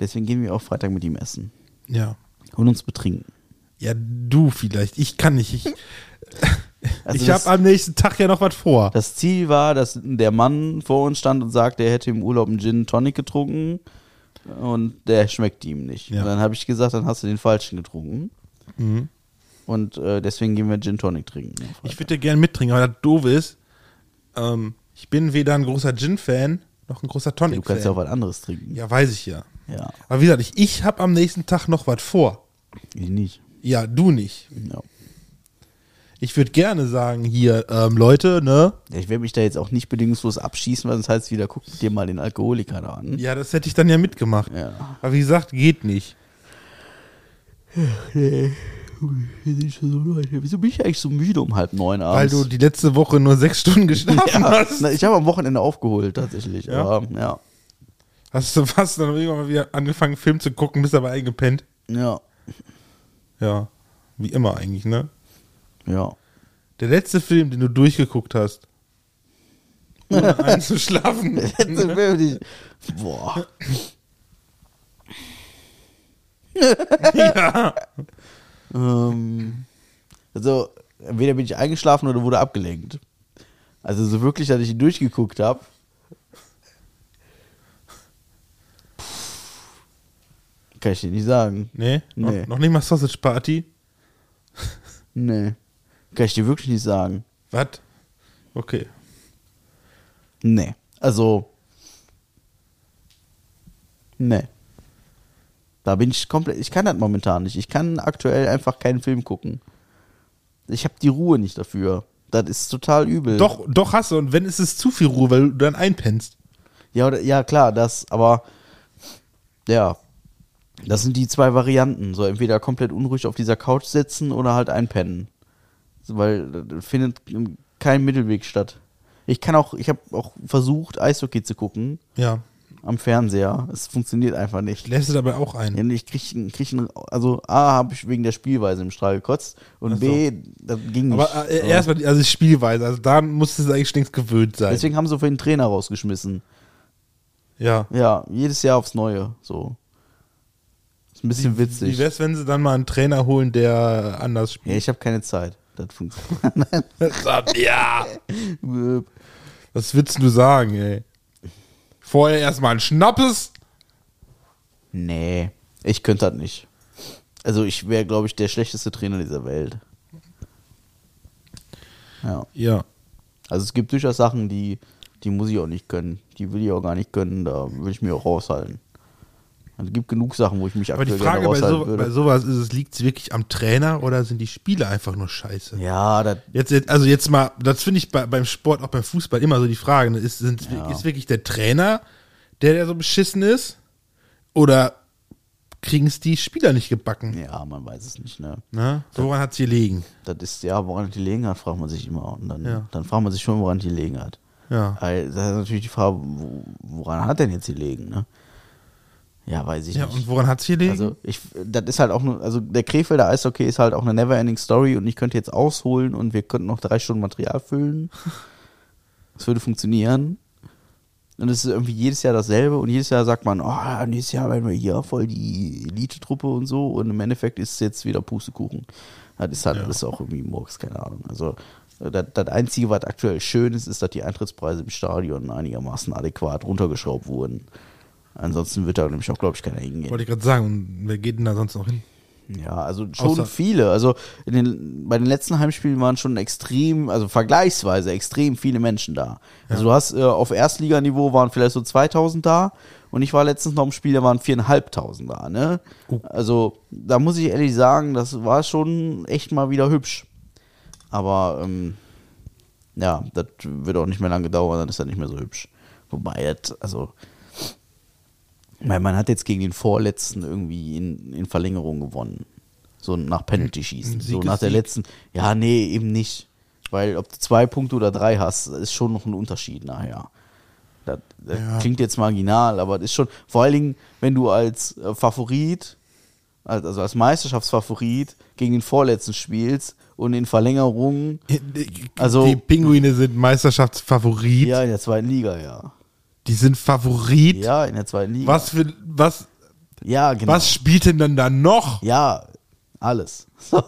Deswegen gehen wir auch Freitag mit ihm essen
Ja.
und uns betrinken.
Ja, du vielleicht. Ich kann nicht. Ich,
Also
ich
das-
habe am nächsten Tag ja noch was vor.
Das Ziel war, dass der Mann vor uns stand und sagte, er hätte im Urlaub einen Gin Tonic getrunken und der schmeckt ihm nicht.
Ja.
Und dann habe ich gesagt, dann hast du den falschen getrunken.
Mhm.
Und äh, deswegen gehen wir Gin Tonic trinken.
Ich würde gerne mittrinken, aber das doof ist, ähm, ich bin weder ein großer Gin-Fan noch ein großer
du
Tonic-Fan.
kannst ja auch was anderes trinken.
Ja, weiß ich ja.
Ja,
Aber wie gesagt, ich, ich habe am nächsten Tag noch was vor.
ich nicht.
Ja, du nicht.
Ja.
Ich würde gerne sagen, hier, ähm, Leute, ne?
Ich werde mich da jetzt auch nicht bedingungslos abschießen, weil sonst heißt es wieder, guck dir mal den Alkoholiker da an.
Ja, das hätte ich dann ja mitgemacht.
Ja.
Aber wie gesagt, geht nicht. Äh,
Wieso bin ich eigentlich so müde um halb neun abends?
Weil du die letzte Woche nur sechs Stunden geschlafen
ja, Ne.
hast.
na, ich habe am Wochenende aufgeholt tatsächlich.
Ja?
Aber, ja.
Hast du fast dann irgendwann mal wieder angefangen, Film zu gucken, bist aber eingepennt.
Ja.
Ja, wie immer eigentlich, ne?
Ja.
Der letzte Film, den du durchgeguckt hast. Ohne einzuschlafen.
Letzte Film, die ich- Boah.
ja.
Ähm, also, entweder bin ich eingeschlafen oder wurde abgelenkt. Also, so wirklich, dass ich ihn durchgeguckt habe. Kann ich dir nicht sagen.
Nee,
Nee.
Noch, noch nicht mal Sausage Party.
Nee. Kann ich dir wirklich nicht sagen.
Was? Okay.
Nee. Also. Nee. Da bin ich komplett. Ich kann das momentan nicht. Ich kann aktuell einfach keinen Film gucken. Ich habe die Ruhe nicht dafür. Das ist total übel.
Doch, doch hast du. Und wenn, ist es zu viel Ruhe, weil du dann einpennst.
Ja, oder, ja, klar, das, aber ja. Das sind die zwei Varianten. So entweder komplett unruhig auf dieser Couch sitzen oder halt einpennen. So, Weil äh, findet ähm, kein Mittelweg statt. Ich kann auch, ich habe auch versucht, Eishockey zu gucken
Ja.
am Fernseher. Es funktioniert einfach nicht.
Lässt du dabei auch ein.
Ich krieg, krieg einen, also A, habe ich wegen der Spielweise im Strahl gekotzt und
Ach so.
B, das ging nicht.
Aber äh, erstmal, die- also die Spielweise, also da musstest du eigentlich schon längst gewöhnt sein.
Deswegen haben sie vorhin einen Trainer rausgeschmissen.
ja.
Ja, jedes Jahr aufs Neue. So. Ist ein bisschen
Wie
witzig.
wär's, wenn sie dann mal einen Trainer holen, der anders
Ja,
spielt?
ich habe keine Zeit. Das funktioniert.
ja.
Äh,
Was willst du sagen, ey? Vorher erstmal ein Schnappes?
nee, ich könnte das nicht. Also ich wäre, glaube ich, der schlechteste Trainer dieser Welt. Ja.
Ja.
Also es gibt durchaus Sachen, die, die muss ich auch nicht können. Die will ich auch gar nicht können. Da will ich mir auch raushalten. Also es gibt genug Sachen, wo ich mich
Aber die
aktuell gerne
Frage bei,
raushalten
so, bei
würde.
sowas ist es, liegt es wirklich am Trainer oder sind die Spiele einfach nur scheiße?
ja, das,
Jetzt, jetzt- also jetzt mal, das finde ich bei, beim Sport, auch beim Fußball immer so die Frage, ne? ist, sind, ist wirklich der Trainer, der, der so beschissen ist? Oder kriegen es die Spieler nicht gebacken?
ja, man weiß es nicht. Ne?
Ne? Woran hat es gelegen?
Das ist ja, woran die liegen hat, fragt man sich immer. Und dann,
Ja.
dann fragt man sich schon, woran die liegen hat.
Ja.
Weil das ist natürlich die Frage, wo, woran hat denn jetzt die liegen, ne? Ja, weiß ich
Ja, und
nicht.
woran hat es gelegen?
Also, ich, das ist halt auch nur, also der Krefelder Eishockey ist halt auch eine Neverending Story und ich könnte jetzt ausholen und wir könnten noch drei Stunden Material füllen. Das würde funktionieren. Und es ist irgendwie jedes Jahr dasselbe und jedes Jahr sagt man, oh, nächstes Jahr werden wir hier voll die Elite-Truppe und so und im Endeffekt ist es jetzt wieder Pustekuchen. Das ist halt alles auch irgendwie Murks, keine Ahnung. Also äh, das, das Einzige, was aktuell schön ist, ist, dass die Eintrittspreise im Stadion einigermaßen adäquat runtergeschraubt wurden. Ansonsten wird da nämlich auch, glaube ich, keiner hingehen.
Wollte ich gerade sagen, und wer geht denn da sonst noch hin?
Ja, also schon
Außer-
viele. Also in den, bei den letzten Heimspielen waren schon extrem, also vergleichsweise extrem viele Menschen da. Also du hast äh, auf Erstliganiveau waren vielleicht so 2000 da und ich war letztens noch im Spiel, da waren 4.500 da. Ne? Also da muss ich ehrlich sagen, das war schon echt mal wieder hübsch. Aber ähm, Ja, das wird auch nicht mehr lange dauern, dann ist das nicht mehr so hübsch. Wobei, jetzt, also, weil man hat jetzt gegen den Vorletzten irgendwie in, in Verlängerung gewonnen. So nach Penalty-Schießen.
Ein Sieg
So
ist
nach der
Sieg.
letzten. Ja, nee, eben nicht. Weil ob du zwei Punkte oder drei hast, ist schon noch ein Unterschied nachher. Das, das
Ja.
klingt jetzt marginal, aber das ist schon, vor allen Dingen, wenn du als äh, Favorit, als- also als Meisterschaftsfavorit gegen den Vorletzten spielst und in Verlängerung, Also-
die Pinguine sind Meisterschaftsfavorit.
ja, in der zweiten Liga, ja.
Die sind Favorit.
Ja, in der zweiten Liga.
Was für was
Ja, genau.
was spielt denn dann da noch?
Ja, alles. So,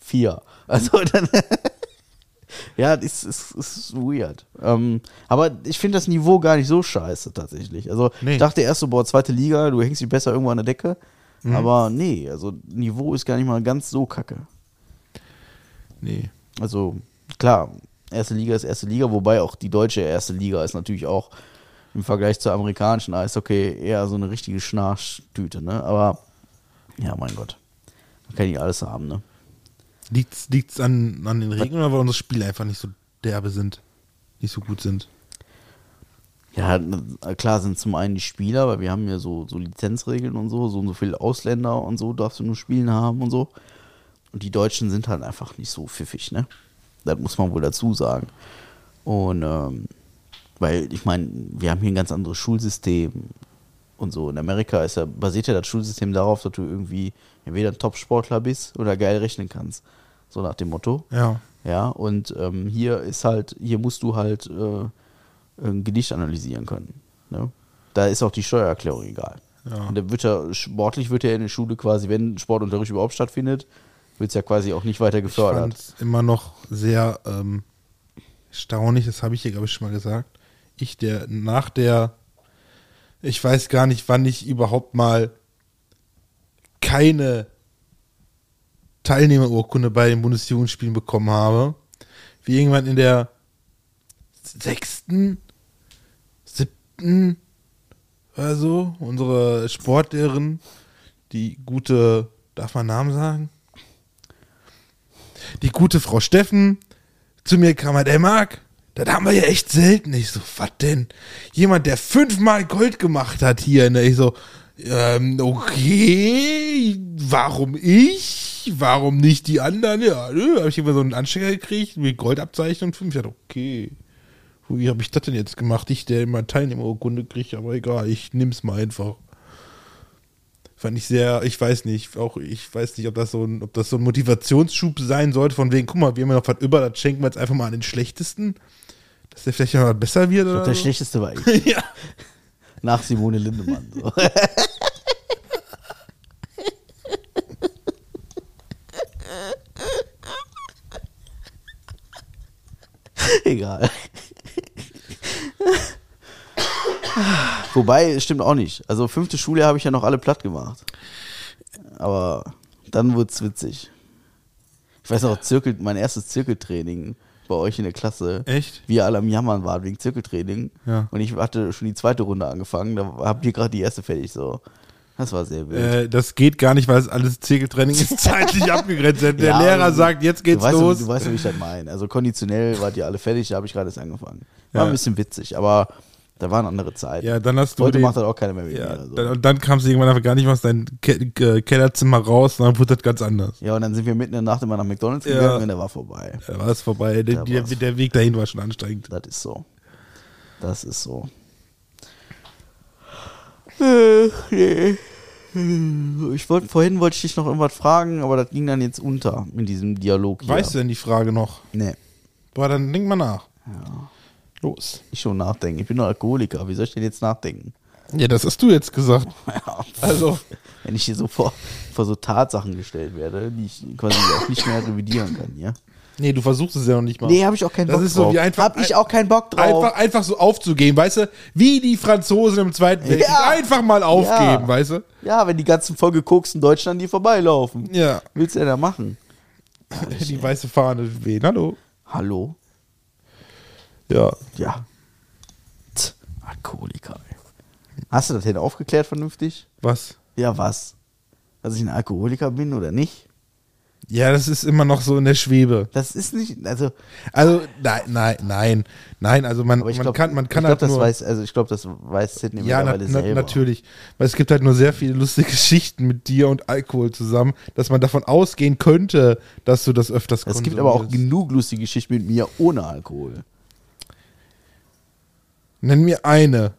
Vier. Also dann. ja, das ist, ist, ist weird. Ähm, aber ich finde das Niveau gar nicht so scheiße tatsächlich. Also
Nee.
ich dachte erst so, boah, zweite Liga, du hängst dich besser irgendwo an der Decke.
Mhm.
Aber nee, also Niveau ist gar nicht mal ganz so kacke.
Nee.
Also klar, erste Liga ist erste Liga, wobei auch die deutsche erste Liga ist natürlich auch im Vergleich zur amerikanischen Eishockey eher so eine richtige Schnarchtüte, ne? Aber ja, mein Gott. Man kann nicht alles haben, ne?
Liegt's, liegt's an, an den Regeln oder weil unsere Spiele einfach nicht so derbe sind? Nicht so gut sind.
Ja, halt, klar sind zum einen die Spieler, weil wir haben ja so, so Lizenzregeln und so, so und so viele Ausländer und so darfst du nur spielen haben und so. Und die Deutschen sind halt einfach nicht so pfiffig, ne? Das muss man wohl dazu sagen. Und ähm, weil, ich meine, wir haben hier ein ganz anderes Schulsystem und so. In Amerika ist ja, basiert ja das Schulsystem darauf, dass du irgendwie entweder ein Top-Sportler bist oder geil rechnen kannst. So nach dem Motto.
Ja.
Ja, und ähm, hier ist halt, hier musst du halt äh, ein Gedicht analysieren können. Ne? Da ist auch die Steuererklärung egal.
Ja.
Und da wird ja, sportlich wird ja in der Schule quasi, wenn Sportunterricht überhaupt stattfindet, wird es ja quasi auch nicht weiter
Ich fand
gefördert.
es immer noch sehr ähm, erstaunlich, das habe ich hier, glaube ich, schon mal gesagt. Ich, der nach der, ich weiß gar nicht, wann ich überhaupt mal keine Teilnehmerurkunde bei den Bundesjugendspielen bekommen habe, wie irgendwann in der sechsten, siebten oder so, unsere Sportlehrerin, die gute, darf man Namen sagen? die gute Frau Steffen zu mir kam halt, ey Marc, das haben wir ja echt selten. Ich so, was denn? Jemand, der fünfmal Gold gemacht hat hier. Ne? Ich so, ähm, okay, warum ich? Warum nicht die anderen? Ja, nö, habe ich immer so einen Anstecker gekriegt mit Goldabzeichen und fünf. Ich dachte, okay, wie habe ich das denn jetzt gemacht? Ich, der immer Teilnehmerurkunde kriegt, aber egal, ich nimm's mal einfach. Fand ich sehr, ich weiß nicht, auch ich weiß nicht, ob das so ein, ob das so ein Motivationsschub sein sollte, von wegen, guck mal, wir haben ja noch was über, das schenken wir jetzt einfach mal an den Schlechtesten, dass der vielleicht noch besser wird oder
Der
so.
schlechteste war ich,
ja.
nach Simone Lindemann. So. Egal. Wobei, stimmt auch nicht. Also fünfte Schule habe ich ja noch alle platt gemacht. Aber dann wurde es witzig. Ich weiß noch, Zirkel, mein erstes Zirkeltraining bei euch in der Klasse.
Echt?
Wir alle am Jammern waren wegen Zirkeltraining.
Ja.
Und ich hatte schon die zweite Runde angefangen. Da habt ihr gerade die erste fertig. So. Das war sehr wild.
Äh, das geht gar nicht, weil es alles Zirkeltraining ist zeitlich abgegrenzt. Der
Ja,
Lehrer
also,
sagt, jetzt geht's
du weißt,
los.
Du, du weißt, wie ich das meine. Also konditionell wart ihr alle fertig, da habe ich gerade erst angefangen. War
Ja.
ein bisschen witzig, aber da waren andere Zeiten.
ja, dann hast du
Heute
den-
macht das auch keiner mehr mit
ja,
mir.
dann,
Also.
und dann kamst du irgendwann einfach gar nicht mehr aus deinem Ke äh, Kellerzimmer raus, sondern wurde das ganz anders.
Ja, und dann sind wir mitten in der Nacht immer nach McDonalds
Ja.
gegangen und der war vorbei.
Da Äh, war es vorbei. Der,
Da
der,
war's.
der Weg dahin war schon anstrengend.
Das ist so. Das ist so. Ich wollte vorhin wollte ich dich noch irgendwas fragen, aber das ging dann jetzt unter in diesem Dialog hier.
Weißt du denn die Frage noch?
Nee,
Boah, dann denk mal nach. Los.
ich schon nachdenken. Ich bin doch Alkoholiker. Wie soll ich denn jetzt nachdenken?
Ja, das hast du jetzt gesagt.
Ja.
Also,
Wenn ich hier so vor, vor so Tatsachen gestellt werde, die ich quasi auch nicht mehr revidieren kann, ja?
nee, du versuchst es ja noch nicht mal.
Nee, habe ich auch keinen
Das
Bock
ist so
drauf.
wie einfach-
hab ich auch keinen Bock drauf.
Einfach, einfach so aufzugeben, weißt du? Wie die Franzosen im Zweiten Weltkrieg.
Ja.
Einfach mal aufgeben,
Ja.
weißt du?
ja, wenn die ganzen vollgekoksten Deutschen an dir vorbeilaufen.
Ja.
Willst du denn da machen?
Die weiße Fahne wehen. Hallo.
Hallo?
Ja.
Ja. Tch, Alkoholiker, ey. Hast du das denn aufgeklärt vernünftig?
Was?
Ja, was? Dass ich ein Alkoholiker bin oder nicht?
Ja, das ist immer noch so in der Schwebe.
Das ist nicht, also,
Also, nein, nein, nein. Nein, also man,
aber ich
man
glaube,
kann, man kann
ich glaub,
halt
das
nur,
weiß, also ich glaube, das weiß Sidney
Ja, na,
mittlerweile
na,
selber.
natürlich. Weil es gibt halt nur sehr viele lustige Geschichten mit dir und Alkohol zusammen, dass man davon ausgehen könnte, dass du das öfters
Es gibt aber auch
konsumierst.
genug lustige Geschichten mit mir ohne Alkohol.
Nenn mir eine.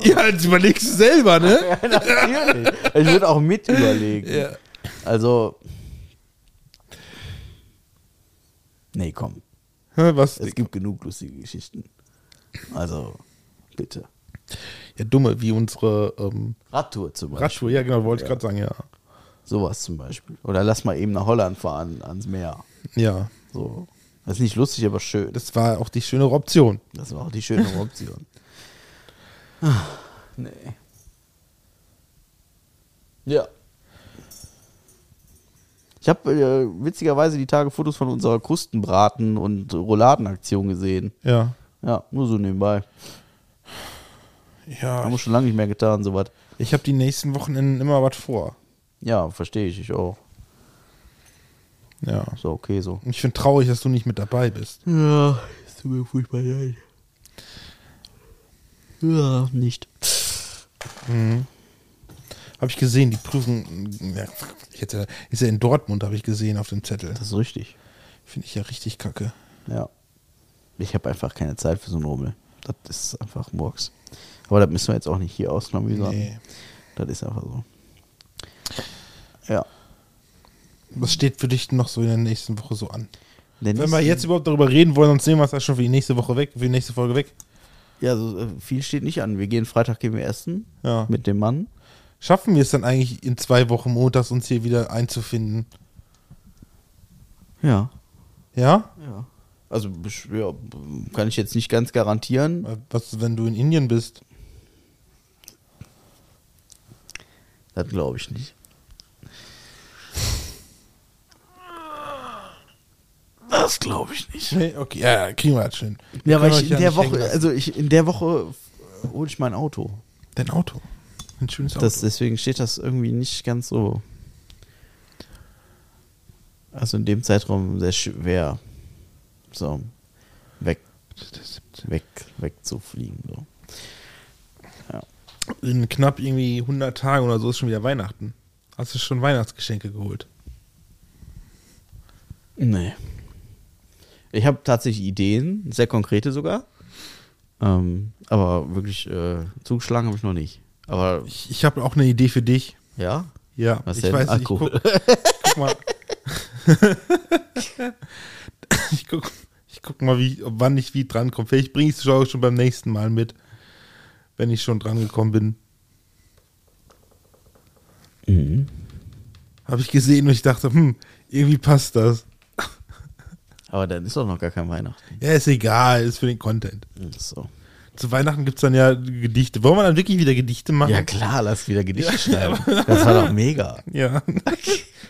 ja, jetzt überlegst du selber, ne?
ich würde auch mit überlegen.
Ja.
Also. Nee, komm.
Hä, Was?
Es gibt genug lustige Geschichten. Also, bitte.
Ja, dumme, wie unsere ähm,
Radtour zum Beispiel.
Radtour. Ja, genau, wollte ich
Ja.
gerade sagen, ja.
Sowas zum Beispiel. Oder lass mal eben nach Holland fahren, ans Meer.
Ja,
So. Das ist nicht lustig, aber schön.
das war auch die schönere Option.
Das war auch die schönere Option. Ah, nee. Ja. Ich habe äh, witzigerweise die Tage Fotos von unserer Krustenbraten- und Rouladenaktion gesehen.
Ja.
Ja, nur so nebenbei.
Ja,
Haben wir schon lange nicht mehr getan, sowas.
ich habe die nächsten Wochenenden immer was vor.
Ja, verstehe ich, ich auch.
Ja.
So, okay, so.
Ich finde traurig, dass du nicht mit dabei bist.
Ja, es tut mir furchtbar leid. Ja, nicht.
Habe ich gesehen, die Prüfung. Ja, ich hätte, ist ja in Dortmund, habe ich gesehen auf dem Zettel.
Das ist richtig.
Finde ich ja richtig kacke.
Ja. Ich habe einfach keine Zeit für so einen Rummel. Das ist einfach Murks. Aber das müssen wir jetzt auch nicht hier ausklammern.
Nee.
Das ist einfach so. Ja.
Was steht für dich noch so in der nächsten Woche so an?
Denn
Wenn wir jetzt überhaupt darüber reden wollen, sonst nehmen wir es ja schon für die nächste Woche weg, für die nächste Folge weg.
Ja, so, äh, viel steht nicht an. Wir gehen Freitag, gehen wir essen
Ja.
mit dem Mann.
Schaffen wir es dann eigentlich in zwei Wochen montags uns hier wieder einzufinden?
Ja.
Ja?
ja. Also besch- ja, b- kann ich jetzt nicht ganz garantieren.
Was, wenn du in Indien bist?
Das glaube ich nicht. Das glaube ich nicht.
Nee, okay, ja, ja, kriegen wir das schön.
Ja,
Wir
weil
können euch
ich in der
nicht hängen
Woche,
lassen.
also ich in der Woche hole ich mein Auto.
Dein Auto. Ein schönes Auto.
Das, deswegen steht das irgendwie nicht ganz so. Also in dem Zeitraum sehr schwer. So. Weg, weg, wegzufliegen. So.
in knapp irgendwie 100 Tagen oder so ist schon wieder Weihnachten. Hast du schon Weihnachtsgeschenke geholt?
Nee. Ich habe tatsächlich Ideen, sehr konkrete sogar. Ähm, aber wirklich äh, zugeschlagen habe ich noch nicht. Aber
Ich, ich habe auch eine Idee für dich.
ja,
Ja,
Was
ich
denn?
weiß nicht. Ich
Alkohol.
guck, guck mal. ich, guck, ich guck mal, wie, ob wann ich wie drankomme. Vielleicht bringe ich es schon schon beim nächsten Mal mit, wenn ich schon dran gekommen bin.
Mhm.
Habe ich gesehen und ich dachte, hm, irgendwie passt das.
aber dann ist doch noch gar kein Weihnachten.
Ja, ist egal, ist für den Content.
So.
Zu Weihnachten gibt es dann ja Gedichte. Wollen wir dann wirklich wieder Gedichte machen?
Ja klar, lass wieder Gedichte schreiben. Das war doch mega.
Ja.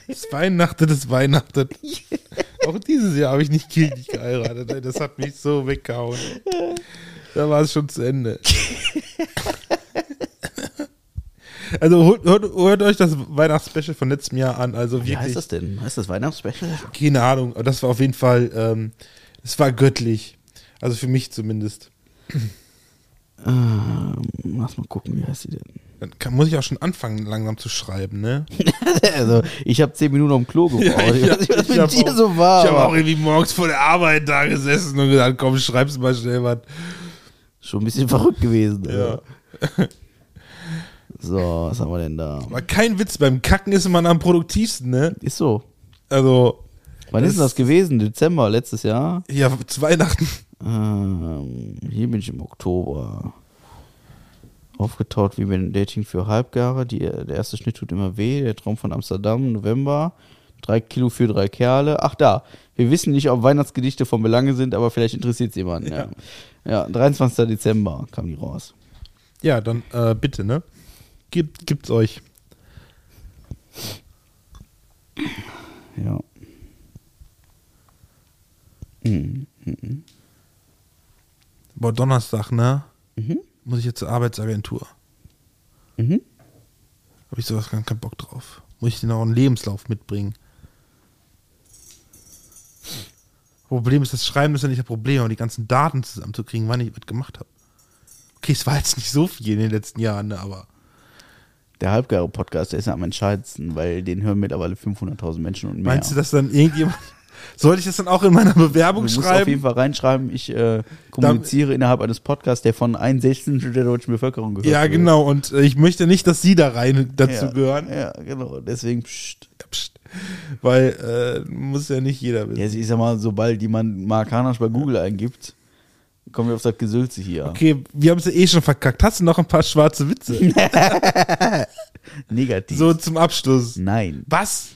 Es weihnachtet, es weihnachtet. Auch dieses Jahr habe ich nicht kirchlich geheiratet. ey. Das hat mich so weggehauen. Da war es schon zu Ende. Also holt- hört, hört euch das Weihnachtsspecial von letztem Jahr an. Also
Wie heißt
wirklich,
das denn? Heißt das Weihnachtsspecial?
keine Ahnung. Aber Das war auf jeden Fall, ähm, es war göttlich. Also für mich zumindest.
Ähm, lass mal gucken, wie heißt sie denn?
Dann kann, muss ich auch schon anfangen, langsam zu schreiben, ne?
also, ich habe zehn Minuten am Klo gebraucht. ich weiß nicht, was
Oh, hab
mit dir
auch-
so war.
Ich habe
aber
auch irgendwie morgens vor der Arbeit da gesessen und gedacht, komm, schreib's mal schnell was.
schon ein bisschen verrückt gewesen.
Ja.
also. So, was haben wir denn da?
Aber kein Witz, beim Kacken ist man am produktivsten, ne?
Ist so.
Also,
Wann
Das-
ist denn das gewesen? Dezember letztes Jahr?
ja, zu Weihnachten.
Ähm, hier bin ich im Oktober. Aufgetaut wie beim Dating für Halbgare. Die, der erste Schnitt tut immer weh. Der Traum von Amsterdam, November. Drei Kilo für drei Kerle. Ach da, wir wissen nicht, ob Weihnachtsgedichte von Belange sind, aber vielleicht interessiert es jemanden. Ja. Ja. 23. Dezember kam die raus.
Ja, dann äh, bitte, ne? Gibt, gibt's euch.
Ja. Mhm. Mhm.
boah, Donnerstag, ne?
Mhm.
Muss ich jetzt zur Arbeitsagentur.
Mhm.
Habe ich sowas gar keinen Bock drauf. Muss ich dir noch einen Lebenslauf mitbringen? Problem ist, das Schreiben ist ja nicht das Problem, aber die ganzen Daten zusammenzukriegen, wann ich was gemacht habe. Okay, es war jetzt nicht so viel in den letzten Jahren, ne, aber
Der halbgare Podcast, der ist ja am entscheidendsten, weil den hören mittlerweile 500.000 Menschen und mehr.
meinst du, dass dann irgendjemand. Sollte ich das dann auch in meiner
du
Bewerbung
musst auf jeden
schreiben?
Fall reinschreiben, ich äh, kommuniziere innerhalb eines Podcasts, der von 1 Sechstel der deutschen Bevölkerung gehört
Ja,
wird.
genau, um und äh, ich möchte nicht, dass sie da rein dazu
ja,
gehören.
Ja, genau. Deswegen, pst.
Ja, pst. Weil äh, muss ja nicht jeder wissen.
Ja, ich sag mal, sobald jemand Markanisch bei Google eingibt, kommen wir auf das Gesülze hier.
Okay, wir haben es ja eh schon verkackt. Hast du noch ein paar schwarze Witze?
Negativ.
so zum Abschluss.
Nein.
Was?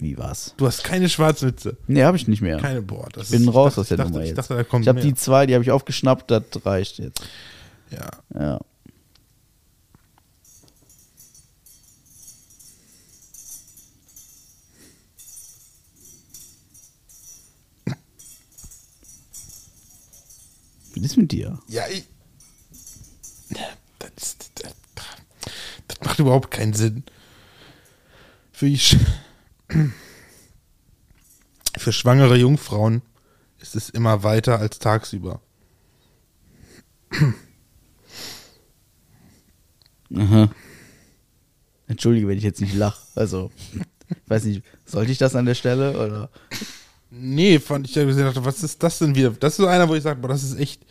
Wie war's?
Du hast keine schwarzen Witze.
Nee, habe ich nicht mehr.
Keine Boah, das
bin
ist,
raus
ich
aus der
dachte,
Nummer
ich
jetzt.
dachte, da kommt
ich habe
mehr.
die zwei, die habe ich aufgeschnappt, das reicht jetzt.
Ja.
Ja. Was ist mit dir?
Ja, ich. Das, ist, das, das macht überhaupt keinen Sinn. Für, die Sch- für schwangere Jungfrauen ist es immer weiter als tagsüber.
Aha. Entschuldige, wenn ich jetzt nicht lache. Also, ich weiß nicht, sollte ich das an der Stelle? Oder?
Nee, fand ich ja gesehen, dachte, was ist das denn wieder? Das ist so einer, wo ich sage, boah, das ist echt,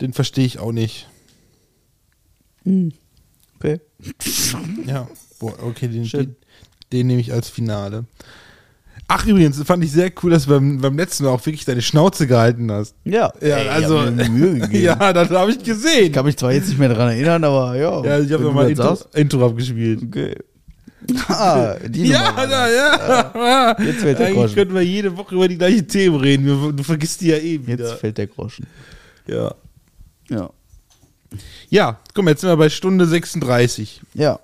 den verstehe ich auch nicht.
Okay.
Ja, boah, okay, den,
Schön.
den, den nehme ich als Finale. Ach, übrigens, fand ich sehr cool, dass du beim, beim letzten Mal auch wirklich deine Schnauze gehalten hast.
Ja,
Ja,
ey,
also,
Ich hab mir Mühe gegeben.
ja, das habe ich gesehen.
Ich kann mich zwar jetzt nicht mehr daran erinnern, aber ja.
ja, ich habe
wenn
noch
du
mal
das
Intro,
sagst.
Intro abgespielt.
Okay. Ah, die
Ja, also-
Nummer.
da, ja.
Jetzt fällt der
Eigentlich
Groschen.
könnten wir jede Woche über die gleichen Themen reden. Wir- Du vergisst die ja eh
Jetzt
wieder.
fällt der Groschen.
Ja.
Ja.
ja, guck mal, jetzt sind wir bei Stunde 36.
Ja.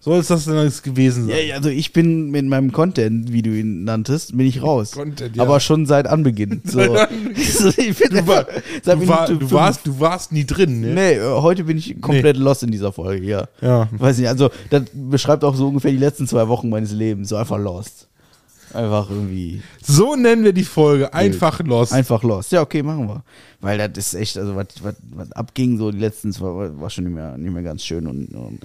Soll es das denn alles gewesen sein?
Ja, ja, also ich bin mit meinem Content, wie du ihn nanntest, bin ich raus.
Content, ja.
Aber schon seit Anbeginn. So. So, ich bin
Du, war,
einfach- seit
du, war,
Minute
du,
fünf.
warst, du warst nie drin, ne?
Nee, äh, heute bin ich komplett lost in dieser Folge, ja.
Ja.
Weiß nicht, also das beschreibt auch so ungefähr die letzten zwei Wochen meines Lebens. So einfach lost. Einfach irgendwie.
So nennen wir die Folge. Einfach los.
Einfach lost. Ja, okay, machen wir. Weil das ist echt, also was, was, was abging, so die letzten zwei war, war schon nicht mehr, nicht mehr ganz schön und, und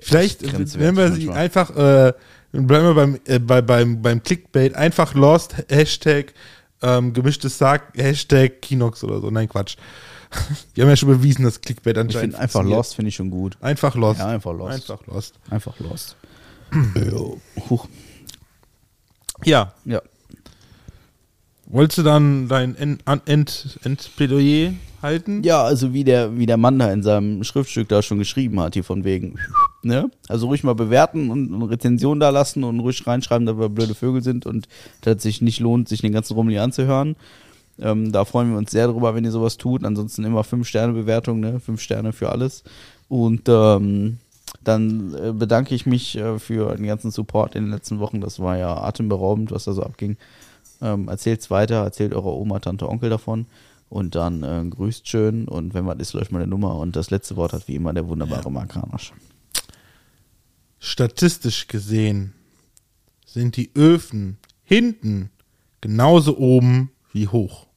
Vielleicht
echt
äh,
grenzwertig
nennen wir sie
manchmal.
einfach, äh, bleiben wir beim, äh, bei, beim, beim Clickbait. Einfach lost. Hashtag ähm, gemischtes Sack. Hashtag Kinox oder so. Nein, Quatsch. Wir haben ja schon bewiesen, dass Clickbait
ich
anscheinend.
finde einfach
funktioniert.
lost, finde ich schon gut.
Einfach lost.
Ja, einfach lost.
Einfach lost.
Einfach lost. Jo. Huch.
Ja.
Ja.
Wolltest du dann dein End, An- End, Endplädoyer halten?
Ja, also wie der, wie der Mann da in seinem Schriftstück da schon geschrieben hat, hier von wegen. Ne? Also ruhig mal bewerten und eine Rezension da lassen und ruhig reinschreiben, dass wir blöde Vögel sind und dass es sich nicht lohnt, sich den ganzen Rummel hier anzuhören. Ähm, da freuen wir uns sehr drüber, wenn ihr sowas tut. Ansonsten immer 5-Sterne-Bewertung, ne? 5 Sterne für alles. Und ähm, dann äh, bedanke ich mich äh, für den ganzen Support in den letzten Wochen. Das war ja atemberaubend, was da so abging. Ähm, erzählt's weiter, erzählt eurer Oma, Tante, Onkel davon. Und dann äh, grüßt schön und wenn was ist, löscht mal eine Nummer. Und das letzte Wort hat wie immer der wunderbare Mark Harnisch.
Statistisch gesehen sind die Öfen hinten genauso oben wie hoch.